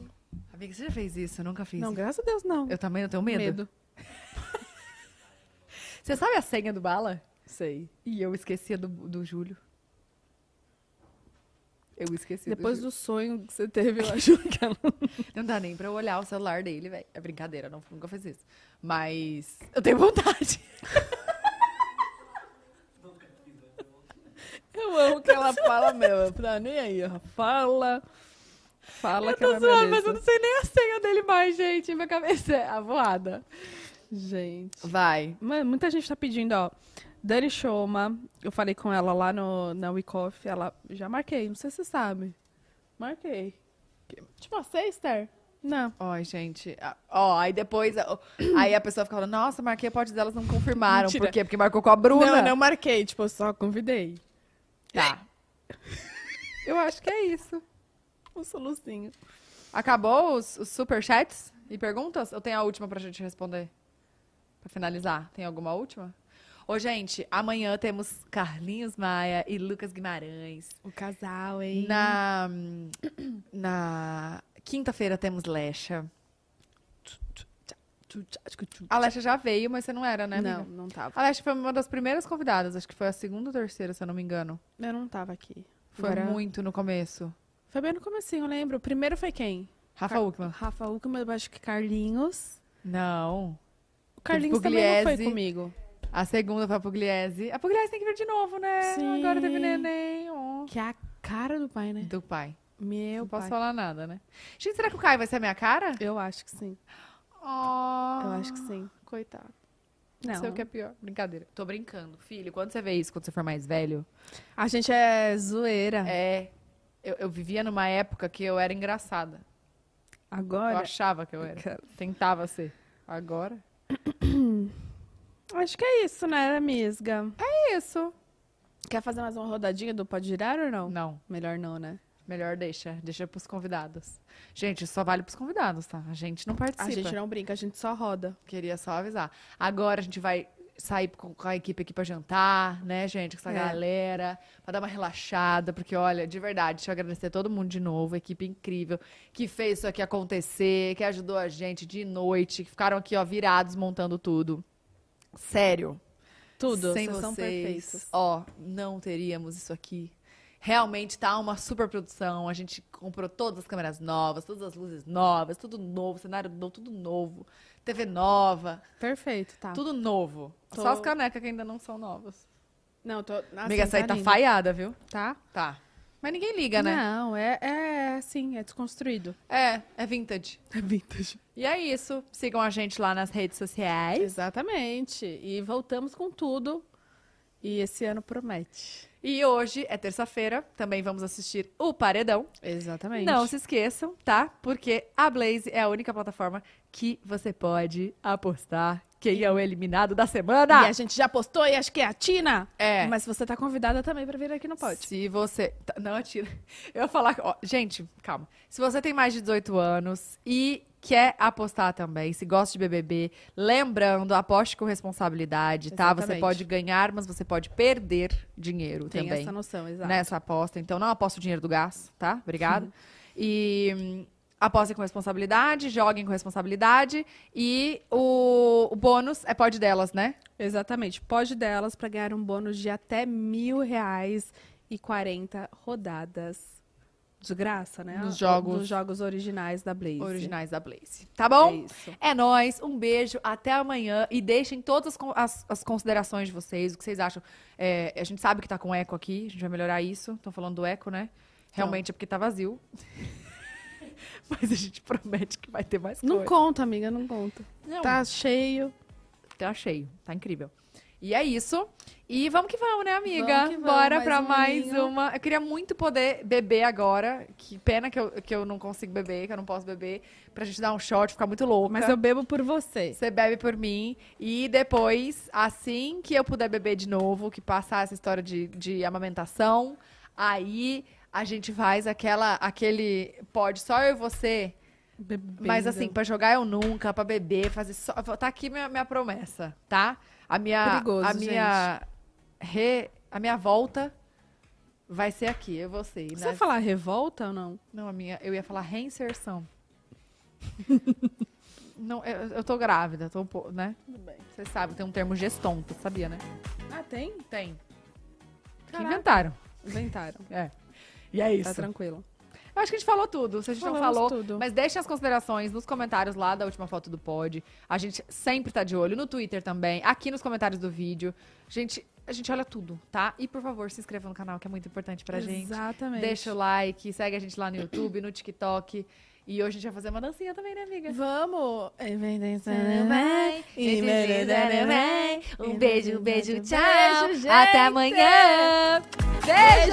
S2: Amiga, você já fez isso? Eu nunca fiz.
S1: Não, graças a Deus, não.
S2: Eu também não tenho medo. Você sabe a senha do Bala?
S1: Sei.
S2: E eu esquecia do, do Júlio. Eu esqueci
S1: Depois
S2: do,
S1: do sonho que você teve, eu acho que ela...
S2: Júlio. Não dá nem pra eu olhar o celular dele, velho. É brincadeira, não, nunca fiz isso. Mas eu tenho vontade.
S1: Eu amo que ela fala mesmo. Tá nem aí, ó. Fala. Fala que é ela merece.
S2: sei nem a senha dele mais, gente. Minha cabeça é avoada.
S1: Gente.
S2: Vai.
S1: Mano, muita gente tá pedindo, ó. Dani Shoma, eu falei com ela lá no, na WeCoff, ela já marquei, não sei se você sabe. Marquei. Tipo, você, Esther? Não.
S2: Ó, gente. ah, Ó, aí depois. ó, aí a pessoa fica falando, nossa, marquei potes delas não confirmaram.
S1: Mentira.
S2: Por quê? Porque marcou com a Bruna.
S1: Não, não marquei, tipo, eu só convidei.
S2: Tá. eu acho que é isso.
S1: Um solucinho.
S2: Acabou os, os superchats e perguntas? Eu tenho a última pra gente responder. Pra finalizar. Tem alguma última? Ô, gente, amanhã temos Carlinhos Maia e Lucas Guimarães.
S1: O casal, hein?
S2: Na, na quinta-feira temos Lecha. A Lecha já veio, mas você não era, né, amiga?
S1: Não, não tava.
S2: A Lecha foi uma das primeiras convidadas. Acho que foi a segunda ou terceira, se eu não me engano.
S1: Eu não tava aqui.
S2: Foi
S1: Agora-
S2: muito no começo.
S1: Foi bem no comecinho, assim? eu lembro. O primeiro foi quem?
S2: Rafa
S1: Car-
S2: Uckmann.
S1: Rafa Uckmann, eu acho que Carlinhos.
S2: Não.
S1: O Carlinhos também não foi
S2: Pugliese.
S1: comigo.
S2: A segunda foi a Pugliese. A Pugliese tem que vir de novo, né?
S1: Sim.
S2: Agora teve neném. ó.
S1: Que é a cara do pai, né?
S2: Do pai.
S1: Meu
S2: não posso
S1: pai.
S2: falar nada, né? Gente, será que o Caio vai ser a minha cara?
S1: Eu acho que sim.
S2: Oh.
S1: Eu acho que sim.
S2: Coitado.
S1: Não.
S2: Não sei o que é pior. Brincadeira. Tô brincando. Filho, quando você vê isso, quando você for mais velho...
S1: A gente é zoeira.
S2: É... Eu, eu vivia numa época que eu era engraçada. Eu
S1: Agora,
S2: achava que eu era. Tentava ser. Agora...
S1: acho que é isso, né, amiga?
S2: É isso.
S1: Quer fazer mais uma rodadinha do Pode Girar ou não?
S2: Não.
S1: Melhor não, né?
S2: Melhor deixa. Deixa pros convidados. Gente, isso só vale pros convidados, tá? A gente não participa.
S1: A gente não brinca, a gente só roda.
S2: Queria só avisar. Agora a gente vai sair com com a equipe aqui pra jantar, né, gente? Com essa
S1: É.
S2: galera, pra dar uma relaxada, porque olha, de verdade, deixa eu agradecer todo mundo de novo, a equipe incrível que fez isso aqui acontecer, que ajudou a gente de noite, que ficaram aqui, ó, virados montando tudo. Sério.
S1: Tudo.
S2: Sem
S1: vocês,
S2: vocês,
S1: são perfeitos.
S2: ó, não teríamos isso aqui. Realmente tá uma super produção. A gente comprou todas as câmeras novas, todas as luzes novas, tudo novo, cenário novo, tudo novo, TV nova.
S1: Perfeito, tá.
S2: Tudo novo.
S1: Tô-
S2: Só as canecas que ainda não são novas.
S1: Não, tô. assim,
S2: Amiga, essa aí tá
S1: lindo,
S2: falhada, viu?
S1: Tá?
S2: Tá. Mas ninguém liga, né?
S1: Não, é, é assim, é desconstruído.
S2: É, é vintage.
S1: É vintage.
S2: E é isso. Sigam a gente lá nas redes
S1: É
S2: sociais.
S1: Exatamente. E voltamos com tudo. E esse ano promete.
S2: E hoje é terça-feira, também vamos assistir o Paredão.
S1: Exatamente.
S2: Não se esqueçam, tá? Porque a Blaze é a única plataforma que você pode apostar quem é o eliminado da semana.
S1: E a gente já postou e acho que é a Tina.
S2: É.
S1: Mas você tá convidada também pra vir aqui no Pode.
S2: Se você. tá, Não atira. Eu ia falar. ó, gente, calma. Se você tem mais de 18 anos e quer apostar também, se gosta de BBB, lembrando, aposte com responsabilidade, tá? Você
S1: Exatamente.
S2: pode ganhar, mas você pode perder dinheiro
S1: Tem
S2: também
S1: essa noção, Uhum. exato.
S2: nessa aposta. Então, não aposta o dinheiro do gás, tá? Obrigada. E hum, apostem com responsabilidade, joguem com responsabilidade. E o, o bônus é pode delas, né?
S1: Exatamente. Pode delas pra ganhar um bônus de até mil reais e 40 rodadas. De graça, né?
S2: Dos jogos.
S1: Dos jogos originais da Blaze.
S2: Originais da Blaze. Tá
S1: É
S2: bom?
S1: isso.
S2: É nóis, um beijo, até amanhã e deixem todas as con- as, as considerações de vocês, o que vocês acham. É, a gente sabe que tá com eco aqui, a gente vai melhorar isso. Estão falando do eco, né? Realmente é porque tá vazio. Mas a gente promete que vai ter mais
S1: Não
S2: coisa.
S1: conta, amiga, não conta.
S2: Não.
S1: Tá cheio.
S2: Tá cheio, tá incrível. E é isso. E vamos que vamos, né, amiga?
S1: Vamos que vamos,
S2: Bora
S1: mais
S2: pra
S1: um
S2: mais
S1: vinho.
S2: uma. Eu queria muito poder beber agora. Que pena que eu, que eu não consigo beber, que eu não posso beber. Pra gente dar um shot, ficar muito louca.
S1: Mas eu bebo por você.
S2: Você bebe por mim. E depois, assim que eu puder beber de novo, que passar essa história de, de amamentação, aí a gente faz aquela, aquele. Pode só eu e você.
S1: Bebendo.
S2: Mas assim, pra jogar eu nunca, pra beber, fazer só. Tá aqui minha, minha promessa, tá? A minha.
S1: Perigoso,
S2: a minha. Re, a minha volta vai ser aqui, eu e você. E
S1: Você
S2: na-
S1: vai falar revolta ou não?
S2: Não, a minha. Eu ia falar reinserção. Não, eu, eu tô grávida, tô um pouco, né?
S1: Tudo bem.
S2: Você sabe, tem um termo gestonto, sabia, né?
S1: Ah, tem?
S2: Tem. Que
S1: Caraca.
S2: inventaram.
S1: Inventaram.
S2: E é
S1: Tá tranquilo.
S2: Eu acho que a gente falou tudo. Se a gente não
S1: Falamos
S2: falou,
S1: tudo.
S2: mas deixem as considerações nos comentários lá da última foto do pod. A gente sempre tá de olho no Twitter também, aqui nos comentários do vídeo. Gente, a gente olha tudo, tá? E por favor, se inscreva no canal, que é muito importante pra gente.
S1: Exatamente.
S2: Deixa o like, segue a gente lá no YouTube, no TikTok. E hoje a gente vai fazer uma dancinha também, né, amiga?
S1: Vamos!
S4: Um beijo, beijo, tchau.
S2: Beijo, gente.
S4: Até amanhã.
S2: Beijo!